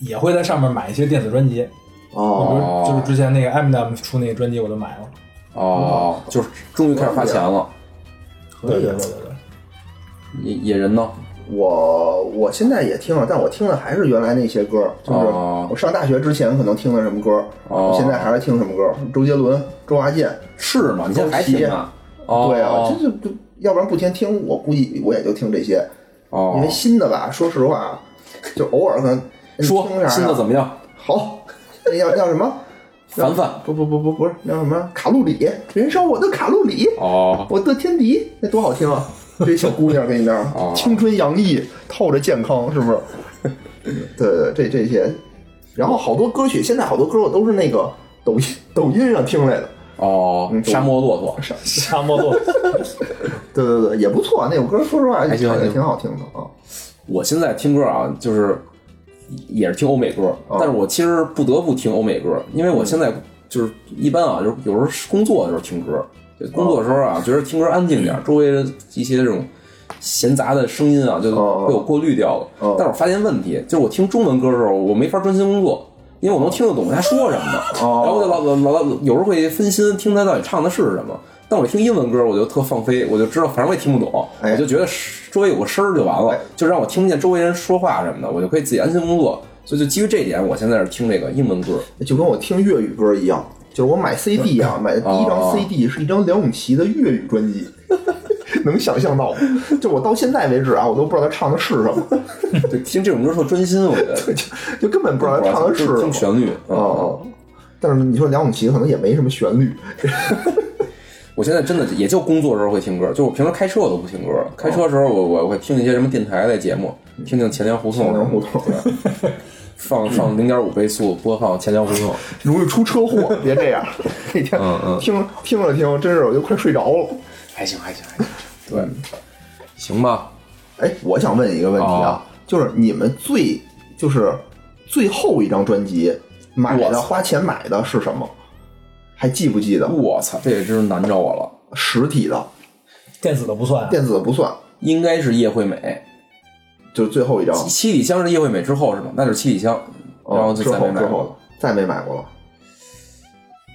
[SPEAKER 3] 也会在上面买一些电子专辑，比
[SPEAKER 2] 哦，
[SPEAKER 3] 如就是之前那个 Eminem 出那个专辑我就买了，
[SPEAKER 1] 哦，就是终于开始花钱了。
[SPEAKER 2] 可以
[SPEAKER 3] 对
[SPEAKER 2] 啊。
[SPEAKER 3] 对对，
[SPEAKER 1] 野野人呢？
[SPEAKER 2] 我我现在也听了，但我听的还是原来那些歌，就是
[SPEAKER 1] 哦
[SPEAKER 2] 我上大学之前可能听的什么歌，
[SPEAKER 1] 哦
[SPEAKER 2] 我现在还是听什么歌，周杰伦、周华健。
[SPEAKER 1] 是吗？你现在还听啊？哦
[SPEAKER 2] 对啊，这就就要不然不天听，我估计我也就听这些。因为
[SPEAKER 1] 哦，
[SPEAKER 2] 新的吧，说实话，啊就偶尔可能你
[SPEAKER 1] 说
[SPEAKER 2] 听啥呀啊
[SPEAKER 1] 新的怎么样？
[SPEAKER 2] 好， 那叫叫什么？啊
[SPEAKER 1] 凡凡
[SPEAKER 2] 不不不不不是那叫什么卡路里，燃烧我的卡路里，
[SPEAKER 1] 哦
[SPEAKER 2] 我的天敌，那多好 听啊！这小姑娘跟你那儿、
[SPEAKER 1] 哦
[SPEAKER 2] 青春洋溢，透着健康，是不是？ 对对，这这些，然后好多歌曲，现在好多歌我都是那个抖音 抖音上听来的，
[SPEAKER 1] 哦，
[SPEAKER 2] 嗯
[SPEAKER 1] 沙漠骆驼
[SPEAKER 3] 沙漠座
[SPEAKER 2] 对对对，也不错，啊那首歌说实话
[SPEAKER 1] 还行还
[SPEAKER 2] 也
[SPEAKER 1] 行
[SPEAKER 2] 挺好听的啊。
[SPEAKER 1] 我现在听歌啊，就是也是听欧美歌，
[SPEAKER 2] 哦
[SPEAKER 1] 但是我其实不得不听欧美歌，因为我现在就是一般啊，就是有
[SPEAKER 2] 哦
[SPEAKER 1] 时候工作的时候听歌，就工作的时候啊，觉得听歌安静点，周围一些这种闲杂的声音啊，就
[SPEAKER 2] 哦
[SPEAKER 1] 被我过滤掉了。但是我发现问题，就是我听中文歌的时候，我没法专心工作。因为我能听得懂他说什么，
[SPEAKER 2] 哦
[SPEAKER 1] 然后我就老老老老有时候会分心听他到底唱的是什么。但我听英文歌，我就特放飞，我就知道反正我也听不懂，
[SPEAKER 2] 哎
[SPEAKER 1] 我就觉得周围有个声儿就完了，就让我听见周围人说话什么的，我就可以自己安心工作。所以就基于这一点，我现在是听这个英文歌。
[SPEAKER 2] 就跟我听粤语歌一样，就是我买 CD 啊，买的第一张
[SPEAKER 1] 哦
[SPEAKER 2] CD 是一张梁咏琪的粤语专辑， 能想象到吗？就我到现在为止啊，我都不知道他唱的是什么，
[SPEAKER 1] 对，听这种歌特专心，我 觉得。
[SPEAKER 2] 就根本不知道他唱的是什
[SPEAKER 1] 听
[SPEAKER 2] 么
[SPEAKER 1] 听。旋律
[SPEAKER 2] 啊、
[SPEAKER 1] 啊！
[SPEAKER 2] 但是你说梁咏琪可能也没什么旋律，
[SPEAKER 1] 我现在真的也就工作时候会听歌，就我平时开车我都不听歌。开车时候我我会听一些什么电台类节目，听听前粮胡同，
[SPEAKER 2] 前粮胡同
[SPEAKER 1] 对，放放零点五倍速播放前粮胡 同。
[SPEAKER 2] 容易出车 祸，别这样。那天
[SPEAKER 1] 嗯嗯
[SPEAKER 2] 听听着听，真是我就快睡着了。
[SPEAKER 3] 还行还行还行。
[SPEAKER 1] 对，行吧，
[SPEAKER 2] 哎，我想问一个问题
[SPEAKER 1] 哦
[SPEAKER 2] 啊，就是你们最就是最后一张专辑买
[SPEAKER 1] 我
[SPEAKER 2] 的
[SPEAKER 1] 操
[SPEAKER 2] 花钱买的是什么？还记不记得？
[SPEAKER 1] 我操，这也真是难着我了。
[SPEAKER 2] 实体的
[SPEAKER 3] 电子的不算啊，
[SPEAKER 2] 电子的不算，
[SPEAKER 1] 应该是叶惠美，
[SPEAKER 2] 就是最后一张，
[SPEAKER 1] 七里香是叶惠美之后是吗？那就是七里香，然后
[SPEAKER 2] 哦，
[SPEAKER 1] 就
[SPEAKER 2] 之
[SPEAKER 1] 再
[SPEAKER 2] 后
[SPEAKER 1] 没买
[SPEAKER 2] 之
[SPEAKER 1] 过
[SPEAKER 2] 后再没买过了。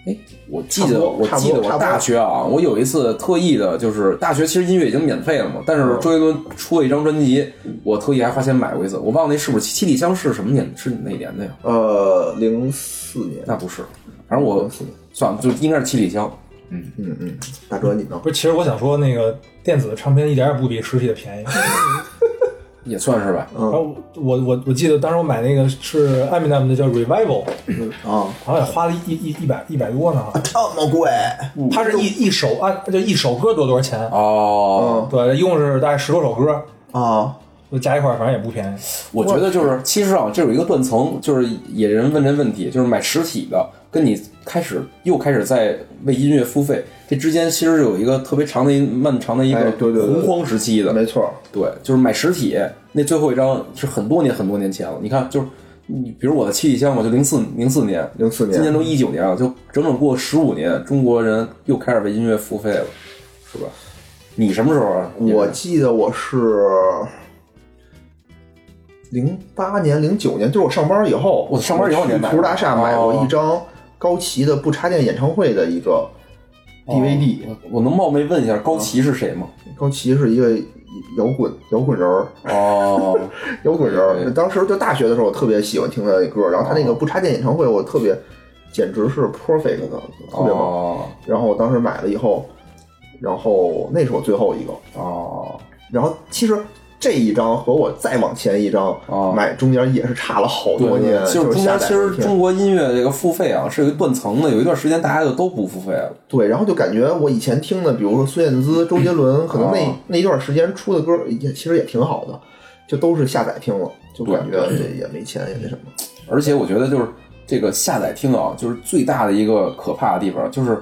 [SPEAKER 1] 哎，我记得，我
[SPEAKER 2] 差不多
[SPEAKER 1] 记得我
[SPEAKER 2] 差不多
[SPEAKER 1] 大学啊，我有一次特意的，就是大学其实音乐已经免费了嘛，但是
[SPEAKER 2] 嗯
[SPEAKER 1] 周杰伦出了一张专辑，我特意还花钱买过一次，我忘了那是不是七七里香是什么年，是哪年的呀？
[SPEAKER 2] 呃，零四年，
[SPEAKER 1] 那不是，反正我
[SPEAKER 2] 04年
[SPEAKER 1] 算了，就应该是七里香。
[SPEAKER 2] 嗯嗯，大哲你呢？
[SPEAKER 3] 不是，其实我想说，那个电子的唱片一点也不比实体的 便宜。
[SPEAKER 1] 也算是吧，
[SPEAKER 3] 然后我我我记得当时我买那个是 Eminem 的叫 Revival，
[SPEAKER 2] 啊，
[SPEAKER 3] 好像也花了一一一百一百多呢。
[SPEAKER 2] 这么贵？
[SPEAKER 3] 它是一一首按就一首歌多多少钱？
[SPEAKER 2] 嗯
[SPEAKER 1] 哦，
[SPEAKER 3] 对，一共是大概十多首歌，
[SPEAKER 2] 啊，
[SPEAKER 3] 就加一块儿反正也不便宜。
[SPEAKER 1] 我觉得就是，其实啊，这有一个断层，就是也人问这问题，就是买实体的跟你开始又开始在为音乐付费，这之间其实有一个特别长的一漫长的一
[SPEAKER 2] 哎
[SPEAKER 1] 个
[SPEAKER 2] 对对对
[SPEAKER 1] 洪荒时期的，
[SPEAKER 2] 没错，
[SPEAKER 1] 对，就是买实体那最后一张是很多年很多年前了。你看，就是你比如我的七里香吧，就零四零四年，
[SPEAKER 2] 04年
[SPEAKER 1] 今年都一九年了，就整整过十五年，中国人又开始为音乐付费了，是吧？你什么时候啊？
[SPEAKER 2] 我记得我是零八年、零九年，就是我上班以后，
[SPEAKER 1] 我上班以后你
[SPEAKER 2] 去
[SPEAKER 1] 还买
[SPEAKER 2] 图书大厦买
[SPEAKER 1] 哦
[SPEAKER 2] 过一张高旗的不插电演唱会的一个
[SPEAKER 1] 哦
[SPEAKER 2] DVD。
[SPEAKER 1] 我我能冒昧问一下，高旗是谁吗？
[SPEAKER 2] 高旗是一个摇滚摇滚人儿，
[SPEAKER 1] 哦，
[SPEAKER 2] 摇滚人
[SPEAKER 1] 对哦
[SPEAKER 2] 儿。当时就大学的时候，我特别喜欢听他的歌，然后他那个不插电演唱会，我特别简直是 perfect 的，特别棒。
[SPEAKER 1] 哦
[SPEAKER 2] 然后我当时买了以后，然后那是我最后一个，
[SPEAKER 1] 哦，
[SPEAKER 2] 然后其实这一张和我再往前一张、
[SPEAKER 1] 哦
[SPEAKER 2] 买中间也是差了好
[SPEAKER 1] 对
[SPEAKER 2] 多
[SPEAKER 1] 对
[SPEAKER 2] 年，
[SPEAKER 1] 对，就是
[SPEAKER 2] 是
[SPEAKER 1] 中
[SPEAKER 2] 下
[SPEAKER 1] 间
[SPEAKER 2] 载
[SPEAKER 1] 其实
[SPEAKER 2] 了一天
[SPEAKER 1] 中国音乐这个付费啊是有一个断层的，有一段时间大家就都不付费了。
[SPEAKER 2] 对，然后就感觉我以前听的，比如说孙燕姿、周杰伦，可能那、
[SPEAKER 1] 哦
[SPEAKER 2] 那一段时间出的歌也其实也挺好的，就都是下载听了，就
[SPEAKER 1] 对
[SPEAKER 2] 感觉也也没钱也那什么。
[SPEAKER 1] 而且我觉得就是这个下载听啊，就是最大的一个可怕的地方，就是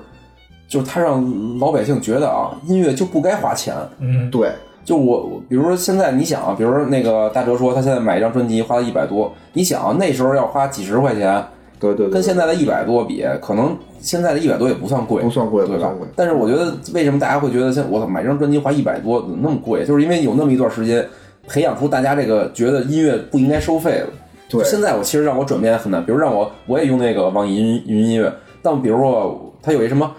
[SPEAKER 1] 就是它让老百姓觉得啊，音乐就不该花钱。
[SPEAKER 3] 嗯，
[SPEAKER 2] 对，
[SPEAKER 1] 就我，我比如说现在你想啊，比如说那个大哲说他现在买一张专辑花了一百多，你想啊，那时候要花几十块钱，
[SPEAKER 2] 对对对，
[SPEAKER 1] 跟现在的一百多比，可能现在的一百多也不算贵，
[SPEAKER 2] 不算贵
[SPEAKER 1] 对
[SPEAKER 2] 不
[SPEAKER 1] 吧
[SPEAKER 2] 算贵？
[SPEAKER 1] 但是我觉得为什么大家会觉得像我操买张专辑花一百多怎么那么贵，就是因为有那么一段时间培养出大家这个觉得音乐不应该收费了。
[SPEAKER 2] 对
[SPEAKER 1] 现在我其实让我转变很难，比如让我我也用那个网易云云音乐，但比如说它有一什么。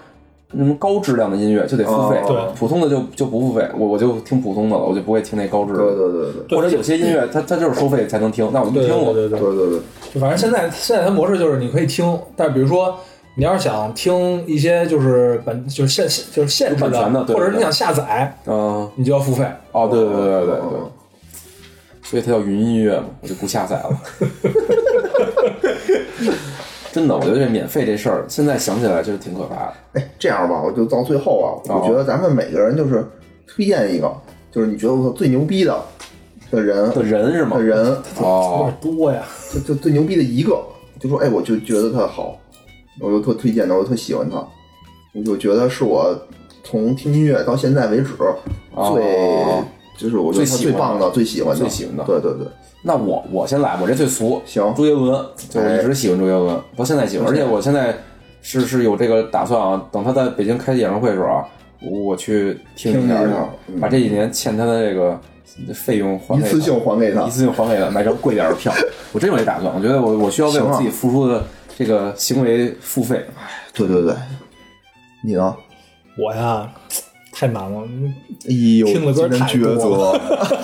[SPEAKER 1] 嗯，高质量的音乐就得付费，
[SPEAKER 2] 哦
[SPEAKER 3] 对
[SPEAKER 1] 普通的就就不付费，我我就听普通的了，我就不会听那高质
[SPEAKER 2] 对
[SPEAKER 1] 量的。
[SPEAKER 2] 对对对
[SPEAKER 1] 或者有些音乐它它就是收费才能听，那我就不
[SPEAKER 3] 对
[SPEAKER 1] 听
[SPEAKER 3] 对
[SPEAKER 1] 我。
[SPEAKER 3] 对对
[SPEAKER 2] 对，对对，
[SPEAKER 3] 就反正现在现在它模式就是你可以听，但是比如说你要是想听一些就是本就是现就是限制
[SPEAKER 1] 有版权的对
[SPEAKER 3] 或者
[SPEAKER 1] 对
[SPEAKER 3] 你想下载，
[SPEAKER 1] 嗯，
[SPEAKER 3] 你就要付费。
[SPEAKER 1] 哦，对对对对对对
[SPEAKER 2] 嗯。
[SPEAKER 1] 所以它叫云音乐嘛，我就不下载了。 真的，我觉得这免费这事儿，现在想起来就是挺可怕的。
[SPEAKER 2] 哎，这样吧，我就到最后啊，我觉得咱们每个人就是推荐一个，就是你觉得我最牛逼的的人
[SPEAKER 1] 的人是吗
[SPEAKER 2] 的？人，
[SPEAKER 3] 有
[SPEAKER 1] 哦
[SPEAKER 3] 点多呀，
[SPEAKER 2] 就就最牛逼的一个，就说哎，我就觉得他好，我就特推荐他，我就特喜欢他，我就觉得是我从听音乐到现在为止最、
[SPEAKER 1] 哦
[SPEAKER 2] 就是我觉得他
[SPEAKER 1] 最喜
[SPEAKER 2] 最
[SPEAKER 1] 欢
[SPEAKER 2] 棒的、最喜欢的、
[SPEAKER 1] 最喜欢的
[SPEAKER 2] 对对对，
[SPEAKER 1] 那我我先来，我这最俗。
[SPEAKER 2] 行哎
[SPEAKER 1] 周杰伦，就我一直喜欢周杰伦，到现在喜欢，而且我现在是是有这个打算啊，等他在北京开演唱会的时候啊，我去听一
[SPEAKER 2] 听
[SPEAKER 1] 下
[SPEAKER 2] 一下嗯
[SPEAKER 1] 把这几年欠他的这个费用还
[SPEAKER 2] 一
[SPEAKER 1] 给他
[SPEAKER 2] 次性还给他
[SPEAKER 1] 一。次性还给他，买张贵点儿的 票。我真有这打算，我觉得我我需要为
[SPEAKER 2] 啊
[SPEAKER 1] 我自己付出的这个行为付费。
[SPEAKER 2] 对对对，你呢？
[SPEAKER 3] 我呀，太难了，
[SPEAKER 2] 哎呦，
[SPEAKER 3] 听的歌
[SPEAKER 2] 今天
[SPEAKER 3] 太多
[SPEAKER 2] 抉择。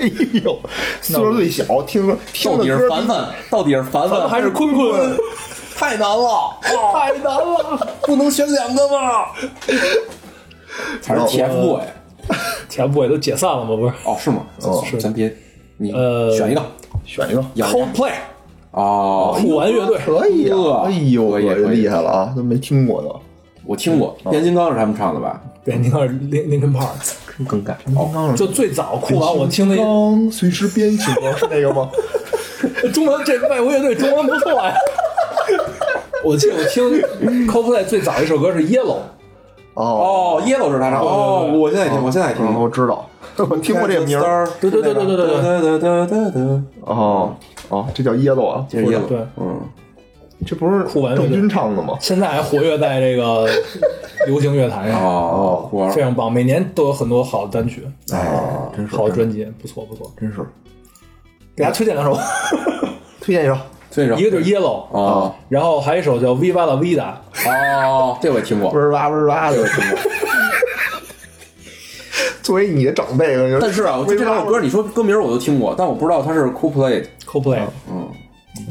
[SPEAKER 2] 哎呦，岁数最小，听着听
[SPEAKER 1] 到
[SPEAKER 2] 的
[SPEAKER 1] 底是
[SPEAKER 2] 歌
[SPEAKER 1] 凡凡，到底是凡凡
[SPEAKER 3] 还是坤坤，
[SPEAKER 1] 太难了，
[SPEAKER 3] 太难了，
[SPEAKER 1] 不能选两个 吗？还是 TFBOY
[SPEAKER 3] 前不也都解散了吗？不是
[SPEAKER 1] 哦，是吗？
[SPEAKER 3] 是
[SPEAKER 1] 咱别，你
[SPEAKER 3] 呃
[SPEAKER 1] 选一个
[SPEAKER 2] 选一个，
[SPEAKER 1] 养羊
[SPEAKER 3] ，Coldplay
[SPEAKER 1] 哦。
[SPEAKER 3] 酷玩乐队，
[SPEAKER 2] 可以啊！
[SPEAKER 1] 呃
[SPEAKER 2] 哎呦，
[SPEAKER 1] 可以
[SPEAKER 2] 我这
[SPEAKER 1] 可以
[SPEAKER 2] 厉害了啊，都没听过的。
[SPEAKER 1] 我听过，变形金刚是他们唱的吧？
[SPEAKER 3] 对，你看林林肯帕尔，
[SPEAKER 1] 更改
[SPEAKER 2] 刚
[SPEAKER 1] 哦，
[SPEAKER 2] 刚
[SPEAKER 3] 就最早酷玩我听的
[SPEAKER 2] 刚随时编曲是那个吗？
[SPEAKER 3] 中文这外国乐队中文不错呀。 我记得我听 Coldplay 最早一首歌是 Yellow，
[SPEAKER 2] 哦，
[SPEAKER 1] 哦，Yellow 是他唱的哦，我现在也听，我现在也听
[SPEAKER 2] 嗯，我知道，我听过这名儿。
[SPEAKER 1] 儿，
[SPEAKER 3] 对对对对对对
[SPEAKER 1] 对对对对对，
[SPEAKER 2] 哦哦，这叫椰子啊，
[SPEAKER 1] 这是 Yellow，
[SPEAKER 3] 对
[SPEAKER 1] 嗯，
[SPEAKER 2] 这不是
[SPEAKER 3] 酷玩乐队
[SPEAKER 2] 郑钧唱的吗？
[SPEAKER 3] 现在还活跃在这个流行乐坛上，
[SPEAKER 1] 哦，酷玩
[SPEAKER 3] 非常棒，每年都有很多好的单曲、
[SPEAKER 2] 哎，真是
[SPEAKER 3] 好的专辑，不错不错。
[SPEAKER 2] 真是，
[SPEAKER 3] 给大家推荐两首，
[SPEAKER 2] 推荐一首。
[SPEAKER 1] 这是
[SPEAKER 3] 一个就是 Yellow，
[SPEAKER 1] 哦
[SPEAKER 3] 然后还有一首叫 Viva la Vida，
[SPEAKER 1] 哦，这我也听过
[SPEAKER 2] 不，是吧，不是吧，我听过。作为你的长辈，我觉得
[SPEAKER 1] 但是啊，我
[SPEAKER 2] 为
[SPEAKER 1] 这两首歌你说歌名我都听过，但我不知道它是 Coldplay。
[SPEAKER 3] Coldplay，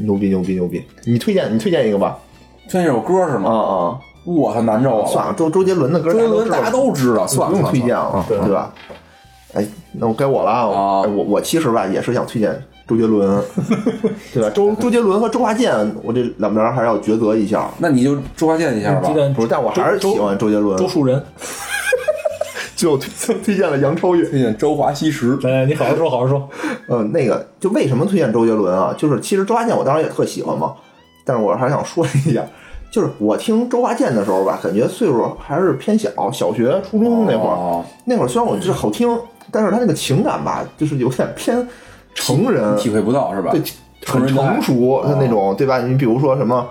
[SPEAKER 2] 牛逼牛逼牛逼！你推荐你推荐一个吧。
[SPEAKER 1] 推荐一首歌是
[SPEAKER 2] 啊
[SPEAKER 1] 吗？
[SPEAKER 2] 啊，
[SPEAKER 1] 我操，难着我
[SPEAKER 2] 算
[SPEAKER 1] 了。
[SPEAKER 2] 了，周周杰伦的歌，
[SPEAKER 1] 周杰伦大家
[SPEAKER 2] 知道
[SPEAKER 1] 都知道，算
[SPEAKER 2] 不
[SPEAKER 1] 了，算
[SPEAKER 2] 用
[SPEAKER 1] 了
[SPEAKER 2] 推荐啊，对吧？哎，那我该我了啊！
[SPEAKER 1] 啊
[SPEAKER 2] 哎我我其实吧也是想推荐周杰 伦，对吧？周周杰伦和周华健，我这两边还是要抉择一下。
[SPEAKER 1] 那你就周华健一下吧
[SPEAKER 3] 鸡。蛋
[SPEAKER 2] 不是，但我还是喜欢周杰伦
[SPEAKER 3] 周，树人，
[SPEAKER 2] 最后推推荐了杨超越。
[SPEAKER 1] 推荐周华西石。
[SPEAKER 3] 来来，你好好说，好好说。
[SPEAKER 2] 嗯，那个就为什么推荐周杰伦啊？就是其实周华健我当时也特喜欢嘛，但是我还想说一下，就是我听周华健的时候吧，感觉岁数还是偏小，小学、初中那会儿，
[SPEAKER 1] 哦
[SPEAKER 2] 那会儿虽然我就是好听，但是他那个情感吧，就是有点偏成人，
[SPEAKER 1] 体会不到是吧？
[SPEAKER 2] 对，很成熟的哦那种，对吧？你比如说什么。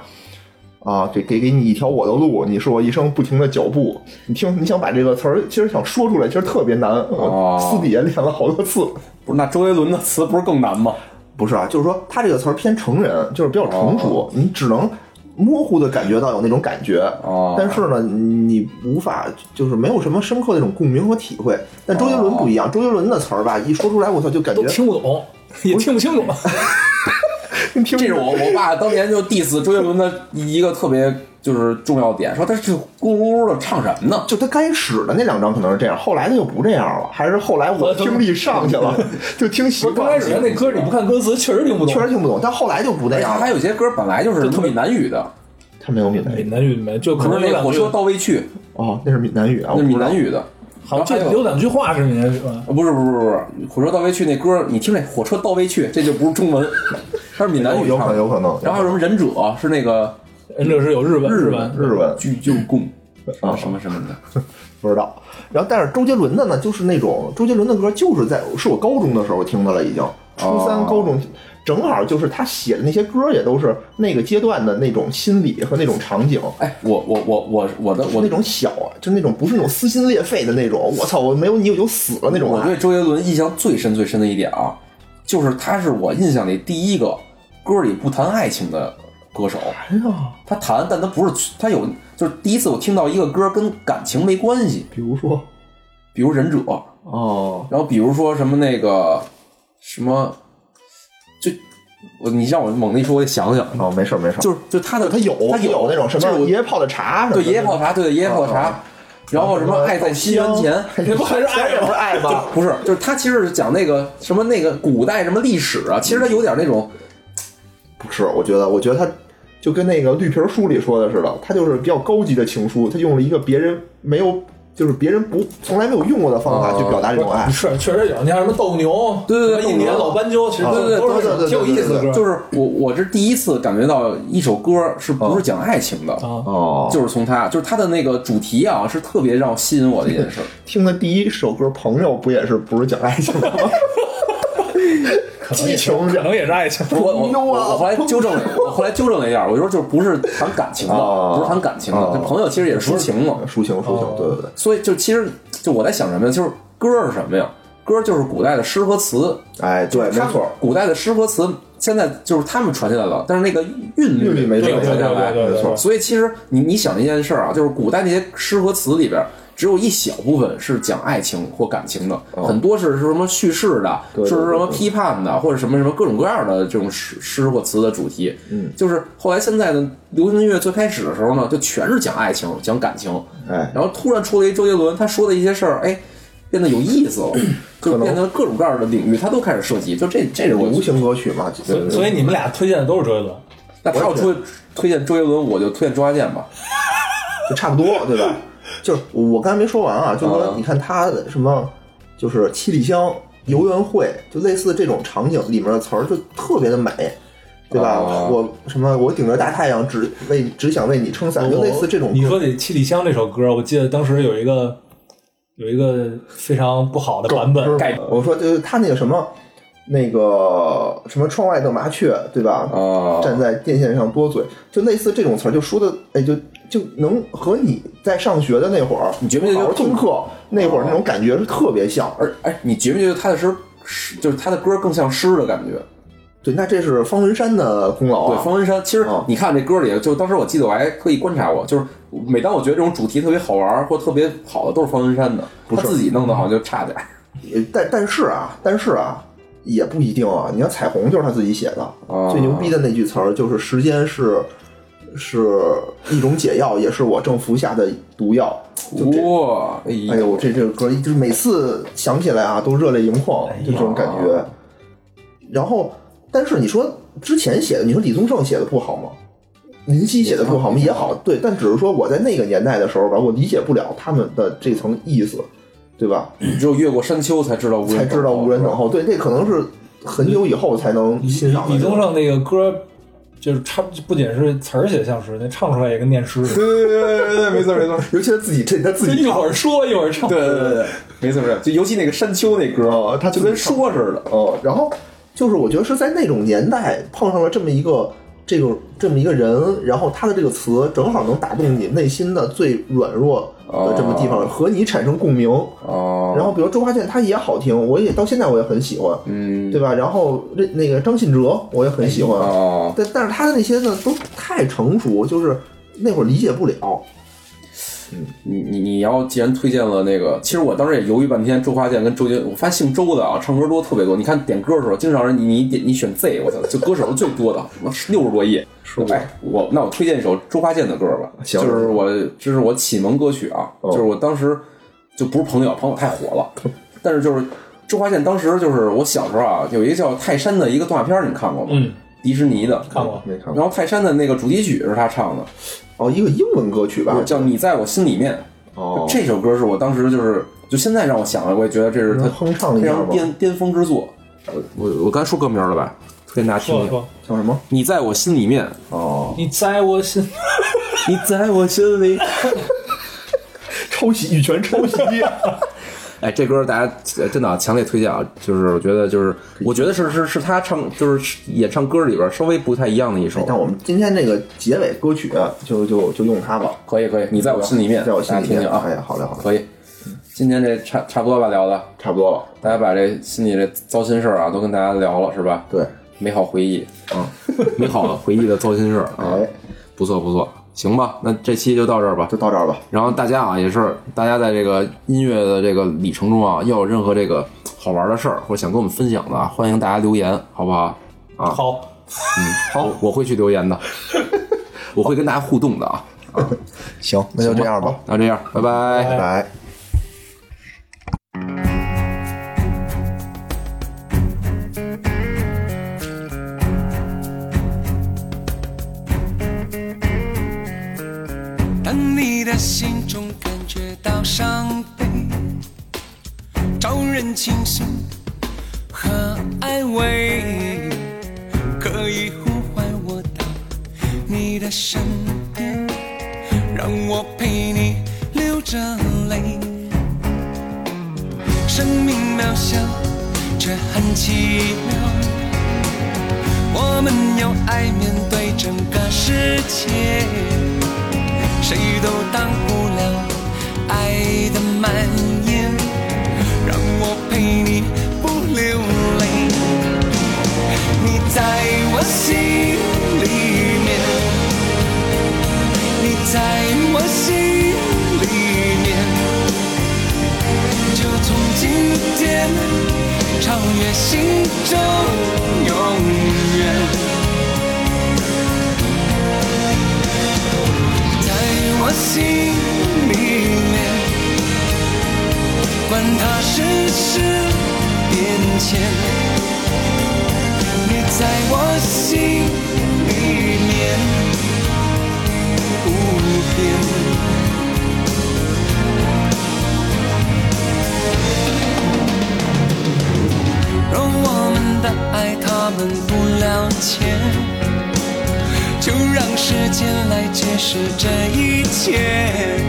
[SPEAKER 2] 啊，给给给你一条我的路，你是我一生不停的脚步。你听，你想把这个词儿，其实想说出来，其实特别难。我
[SPEAKER 1] 哦
[SPEAKER 2] 私底下练了好多次。
[SPEAKER 1] 不是，那周杰伦的词不是更难吗？
[SPEAKER 2] 不是啊，就是说他这个词儿偏成人，就是比较成熟，你只能模糊的感觉到有那种感觉，
[SPEAKER 1] 哦
[SPEAKER 2] 但是呢，你无法就是没有什么深刻的那种共鸣和体会。但周杰伦不一样，周杰伦的词儿吧，一说出来我操就感
[SPEAKER 3] 都
[SPEAKER 2] 觉
[SPEAKER 3] 听不懂，也听不清楚。
[SPEAKER 2] 听 听
[SPEAKER 1] 这 是我我爸当年就 diss 周杰伦的一个特别就是重要点，说他是咕噜咕噜的唱什么呢？
[SPEAKER 2] 就他开始的那两张可能是这样，后来他就不这样了，还是后来我听力上去了， 就听习
[SPEAKER 3] 刚
[SPEAKER 2] 惯
[SPEAKER 3] 开
[SPEAKER 2] 了，
[SPEAKER 3] 始那歌你不看歌词，确实听不懂
[SPEAKER 2] 确。实听不懂，但后来就不那
[SPEAKER 1] 而且
[SPEAKER 2] 样
[SPEAKER 1] 他
[SPEAKER 2] 了。
[SPEAKER 1] 有些歌本来就是闽南语的，
[SPEAKER 2] 他没有闽南
[SPEAKER 3] 闽
[SPEAKER 2] 语
[SPEAKER 3] 南语没，就可
[SPEAKER 1] 可
[SPEAKER 3] 能
[SPEAKER 1] 是
[SPEAKER 3] 有
[SPEAKER 1] 那个
[SPEAKER 3] 两
[SPEAKER 1] 火
[SPEAKER 3] 句
[SPEAKER 1] 车，到未去，
[SPEAKER 2] 哦，那是闽南语啊，
[SPEAKER 1] 那
[SPEAKER 2] 我
[SPEAKER 1] 是
[SPEAKER 2] 不知
[SPEAKER 1] 闽
[SPEAKER 2] 道
[SPEAKER 1] 南语的。
[SPEAKER 3] 好像
[SPEAKER 1] 然后还有
[SPEAKER 3] 就有两句话是闽南语吧？
[SPEAKER 1] 不是不是不是不是，火车到未去那歌，你听这火车到未去，这就不是中文， 它是闽南语
[SPEAKER 2] 有可
[SPEAKER 1] 唱
[SPEAKER 2] 能
[SPEAKER 1] 的。
[SPEAKER 2] 有可能。
[SPEAKER 1] 然后还有什么忍者是那个
[SPEAKER 3] 忍者是有日本，
[SPEAKER 1] 日
[SPEAKER 3] 本
[SPEAKER 2] 日文
[SPEAKER 1] 聚就共啊什么什么的，
[SPEAKER 2] 不知道。然后，但是周杰伦的呢，就是那种周杰伦的歌，就是在是我高中的时候听的了，已经啊初三、高中，正好就是他写的那些歌，也都是那个阶段的那种心理和那种场景，
[SPEAKER 1] 哎，我我我我我的我
[SPEAKER 2] 那种小啊，就那种不是那种撕心裂肺的那种，我操，我没有你我就死了那种
[SPEAKER 1] 我
[SPEAKER 2] 啊。
[SPEAKER 1] 对周杰伦印象最深最深的一点啊，就是他是我印象里第一个歌里不谈爱情的歌手。
[SPEAKER 2] 哎呀，
[SPEAKER 1] 他谈，但他不是他有，就是第一次我听到一个歌跟感情没关系，
[SPEAKER 2] 比如说，
[SPEAKER 1] 比如忍者，
[SPEAKER 2] 哦，
[SPEAKER 1] 然后比如说什么那个什么，就我你让我猛地一说，我得想想，
[SPEAKER 2] 哦，没事儿没事儿，
[SPEAKER 1] 就是就他的
[SPEAKER 2] 他有
[SPEAKER 1] 他
[SPEAKER 2] 啊有那种什啊
[SPEAKER 1] 就是
[SPEAKER 2] 么
[SPEAKER 1] 我
[SPEAKER 2] 爷爷泡的茶什么
[SPEAKER 1] 对
[SPEAKER 2] 的，
[SPEAKER 1] 爷爷泡茶，对爷爷泡茶，然后什
[SPEAKER 2] 啊
[SPEAKER 1] 么爱在西元前。
[SPEAKER 2] 那 不还 是爱不是爱
[SPEAKER 3] 啊
[SPEAKER 2] 吗？
[SPEAKER 1] 不是，就是他其实是讲那个什么那个古代什么历史啊，其实他有点那种
[SPEAKER 2] 不是，我觉得，我觉得他就跟那个绿皮书里说的似的，他就是比较高级的情书，他用了一个别人没有，就是别人不从来没有用过的方法
[SPEAKER 3] 哦
[SPEAKER 1] 啊
[SPEAKER 2] 去表达这种哎爱。
[SPEAKER 3] 是确实有。你像什么斗牛，
[SPEAKER 1] 对对对
[SPEAKER 3] 什么印第安老斑鸠，其
[SPEAKER 2] 啊
[SPEAKER 3] 实
[SPEAKER 1] 对对对
[SPEAKER 3] 都
[SPEAKER 2] 对对
[SPEAKER 3] 是
[SPEAKER 2] 对
[SPEAKER 3] 挺有意思的
[SPEAKER 2] 对
[SPEAKER 3] 歌。
[SPEAKER 1] 就是我我这第一次感觉到一首歌是不是讲爱情的，
[SPEAKER 3] 啊，
[SPEAKER 2] 哦
[SPEAKER 1] 就是从他，就是他的那个主题啊，是特别让吸引我的一件 事儿。
[SPEAKER 2] 听的第一首歌《朋友》不也是不是讲爱情的吗？
[SPEAKER 3] 能也
[SPEAKER 2] 激
[SPEAKER 3] 是
[SPEAKER 2] 情
[SPEAKER 3] 可能也是爱 情。
[SPEAKER 1] 我我
[SPEAKER 2] 朋友啊
[SPEAKER 1] 我我后来纠正了，我后来纠正了一下，我就说就是不是谈感情的，
[SPEAKER 2] 啊
[SPEAKER 1] 不是谈感情的，
[SPEAKER 2] 啊
[SPEAKER 1] 这朋友其实也是抒情嘛。
[SPEAKER 2] 抒情抒
[SPEAKER 3] 哦
[SPEAKER 2] 情，对对对，
[SPEAKER 1] 所以就其实就我在想什么呀？就是歌是什么呀？歌就是古代的诗和词，
[SPEAKER 2] 哎，对，没
[SPEAKER 1] 他们
[SPEAKER 2] 错，
[SPEAKER 1] 古代的诗和词现在就是他们传下来了，但是那个韵律
[SPEAKER 2] 韵律没
[SPEAKER 1] 有
[SPEAKER 2] 对
[SPEAKER 1] 传下来。
[SPEAKER 3] 对对对对对
[SPEAKER 1] 没错所以其实你你想一件事儿啊，就是古代那些诗和词里边。只有一小部分是讲爱情或感情的，很多是是什么叙事的，
[SPEAKER 2] 哦对对
[SPEAKER 1] 是什么
[SPEAKER 2] 对对
[SPEAKER 1] 批判的，或者什么什么各种各样的这种诗诗或词的主题。嗯，就是后来现在的流行音乐最开始的时候呢，就全是讲爱情、讲感情，
[SPEAKER 2] 哎，
[SPEAKER 1] 然后突然出了一周杰伦，他说的一些事儿，哎，变得有意思了， 就变成各种各样的领域，他都开始涉及。就这，这是我
[SPEAKER 2] 流行歌曲嘛，对对对
[SPEAKER 3] 所以你们俩推荐的都是周杰伦，
[SPEAKER 1] 那他要推推荐周杰伦，我就推荐周华健吧。
[SPEAKER 2] 就差不多，对吧？就是我刚才没说完啊，就说
[SPEAKER 1] 啊
[SPEAKER 2] 你看他什么，就是七里香、游园会，就类似这种场景里面的词儿，就特别的美，对吧？
[SPEAKER 1] 啊
[SPEAKER 2] 我什么，我顶着大太阳只为只想为你撑伞，就类似这种
[SPEAKER 3] 哦你
[SPEAKER 2] 歌。
[SPEAKER 3] 说起《七里香》这首歌，我记得当时有一个有一个非常不好的版本改
[SPEAKER 2] 我说就是他那个什么，那个什么窗外的麻雀，对吧？
[SPEAKER 1] 啊
[SPEAKER 2] 站在电线上多嘴，就类似这种词儿，就说的，哎，就就能和你在上学的那会儿，
[SPEAKER 1] 你觉不觉得
[SPEAKER 2] 好好听课那会儿那种感觉是特别像？
[SPEAKER 1] 而哎，你觉不觉得他的诗诗，就是他的歌更像诗的感觉？
[SPEAKER 2] 对，那这是方文山的功劳
[SPEAKER 1] 对
[SPEAKER 2] 啊。，
[SPEAKER 1] 方文山，其实
[SPEAKER 2] 啊
[SPEAKER 1] 你看这歌里，就当时我记得我还特意观察过，就是每当我觉得这种主题特别好玩儿或特别好的，都是方文山的，他自己弄的好像就差点儿。
[SPEAKER 2] 呃但但是啊，但是啊，也不一定啊。你看彩虹就是他自己写的，
[SPEAKER 1] 啊
[SPEAKER 2] 嗯最牛逼的那句词儿就是“时间是是一种解药，也是我正服下的毒药”。就这，
[SPEAKER 1] 哇，哎
[SPEAKER 2] 哎呦，这这个歌就是每次想起来啊，都热泪盈眶，就这种感觉。然后，但是你说之前写的，你说李宗盛写的不好吗？林夕写的不好吗？也好，对，但只是说我在那个年代的时候吧，我理解不了他们的这层意思，对吧？
[SPEAKER 1] 只有越过山丘才知道无人
[SPEAKER 2] 才知道无人等候。对，这可能是很久以后才能欣赏的。
[SPEAKER 3] 李宗，盛那个歌，就是唱不仅是词儿写得像诗，那唱出来也跟 念诗似的，
[SPEAKER 1] 对对对对对，没错没 错。
[SPEAKER 2] 尤其他自己这他自
[SPEAKER 3] 就
[SPEAKER 2] 己
[SPEAKER 3] 一会儿说一会儿唱。
[SPEAKER 1] 对对对，对，没错没错，就尤其那个山丘那歌，
[SPEAKER 2] 哦他
[SPEAKER 1] 就跟说似的。
[SPEAKER 2] 哦，然后就是我觉得是在那种年代碰上了这么一个这个这么一个人，然后他的这个词正好能打动你内心的最软弱的这么地方，和你产生共鸣。
[SPEAKER 1] 哦，
[SPEAKER 2] 然后比如周华健他也好听，我也到现在我也很喜欢，
[SPEAKER 1] 嗯，
[SPEAKER 2] 对吧？然后那那个张信哲我也很喜欢，
[SPEAKER 1] 哦，
[SPEAKER 2] 但但是他的那些呢都太成熟，就是那会儿理解不了。
[SPEAKER 1] 你你你要既然推荐了那个，其实我当时也犹豫半天，周华健跟周杰，我发现姓周的啊，唱歌多特别多。你看点歌的时候，经常人你你点你选 Z，我操，就歌手是最多的，六十多亿。是哎，我那我推荐一首周华健的歌吧，
[SPEAKER 2] 行
[SPEAKER 1] 就是我这是我启蒙歌曲啊，就是我当时就不是朋友，朋友太火了，但是就是周华健当时就是我小时候啊，有一个叫泰山的一个动画片儿，你们看过吗？
[SPEAKER 3] 嗯，
[SPEAKER 1] 迪士尼的，
[SPEAKER 3] 看过
[SPEAKER 2] 没看过
[SPEAKER 1] 然后泰山的那个主题曲是他唱的，
[SPEAKER 2] 哦，一个英文歌曲吧，
[SPEAKER 1] 叫《你在我心里面》。
[SPEAKER 2] 哦，
[SPEAKER 1] 这首歌是我当时就是，就现在让我想了，我也觉得这是他
[SPEAKER 2] 能哦哼嗯唱一
[SPEAKER 1] 非
[SPEAKER 2] 下
[SPEAKER 1] 常
[SPEAKER 2] 吗？
[SPEAKER 1] 巅巅峰之作。我我刚才说歌名了吧？推荐大家听
[SPEAKER 3] 说
[SPEAKER 1] 听。
[SPEAKER 3] 说，
[SPEAKER 2] 叫什么？
[SPEAKER 1] 你在我心里 面，
[SPEAKER 2] 哦，
[SPEAKER 3] 你在我心，
[SPEAKER 1] 你在我心里。
[SPEAKER 2] 抄袭，羽泉抄袭。
[SPEAKER 1] 哎，这歌大家呃真的啊强烈推荐啊！就是我觉得就是，我觉得是是是他唱就是演唱歌里边稍微不太一样的一首。
[SPEAKER 2] 那我们今天这个结尾歌曲啊就就就用它吧，
[SPEAKER 1] 可以可以，你在我心里面，
[SPEAKER 2] 嗯在我心
[SPEAKER 1] 大家
[SPEAKER 2] 里
[SPEAKER 1] 听
[SPEAKER 2] 面
[SPEAKER 1] 听啊，
[SPEAKER 2] 哎，好嘞好嘞，
[SPEAKER 1] 可以。今天这差差不多吧，聊的，
[SPEAKER 2] 差不多了。
[SPEAKER 1] 大家把这心里这糟心事儿啊都跟大家聊了是吧？
[SPEAKER 2] 对，
[SPEAKER 1] 美好回忆，
[SPEAKER 4] 嗯美好的回忆的糟心事儿啊，
[SPEAKER 2] 哎，
[SPEAKER 4] 不错不错，行吧，那这期就到这儿吧。
[SPEAKER 2] 就到这儿吧。
[SPEAKER 4] 然后大家啊，也是大家在这个音乐的这个里程中啊，要有任何这个好玩的事儿或者想跟我们分享的啊，欢迎大家留言，好不好？啊，
[SPEAKER 3] 好，
[SPEAKER 4] 好，我会去留言的，我会跟大家互动的啊。
[SPEAKER 2] 行，那就这样吧，
[SPEAKER 4] 那这样，拜拜
[SPEAKER 2] 拜拜。
[SPEAKER 5] 当你的心中感觉到伤悲，找人倾诉和安慰，可以呼唤我到你的身边，让我陪你流着泪。生命渺小，却很奇妙，爱面对整个世界，谁都挡不了爱的蔓延。让我陪你不流泪，你在我心里面，你在我心里面，就从今天超越心中永远。在我心里面，管他世事变迁，你在我心里面无边。若我们的爱他们不了解，就让时间来解释这一切。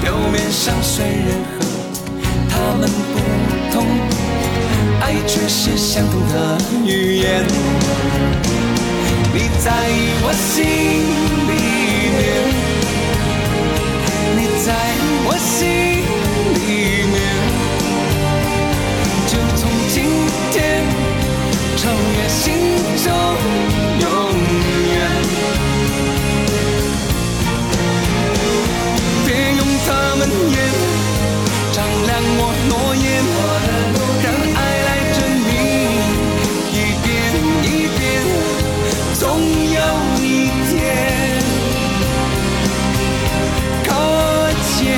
[SPEAKER 5] 表面上虽然和他们不同，爱却是相同的语言。你在我心里面，你在我心里面。就从今天超越心中永远。别用他们言丈量我诺言，让爱来证明，一遍一遍，总有一天可见。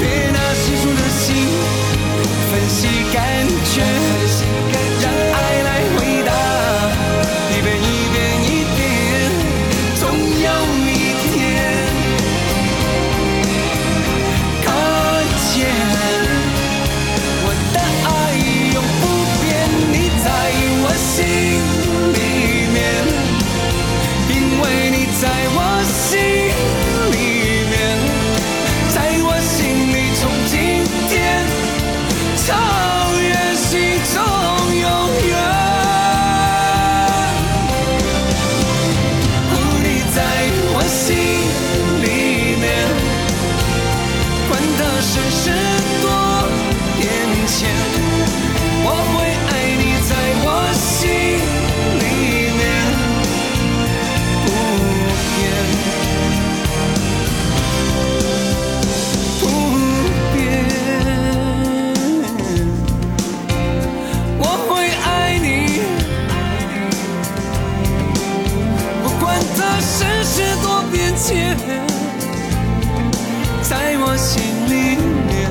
[SPEAKER 5] 别拿世俗的心分析感觉，让爱来回答，一遍一遍一遍，总有一天可见，我的爱永不变，你在我心里面，因为你在我心里面。在我心里，从今天超越心中永远。哦你在我心里面，管他世事多变迁，我会爱你，在我心里面不变。不变，我会爱你，不管它世事多变迁，在我心里面，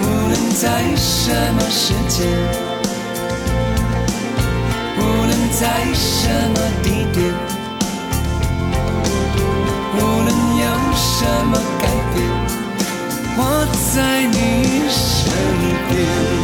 [SPEAKER 5] 无论在什么时间，无论在什么地点。无论有什么改变，我在你身边。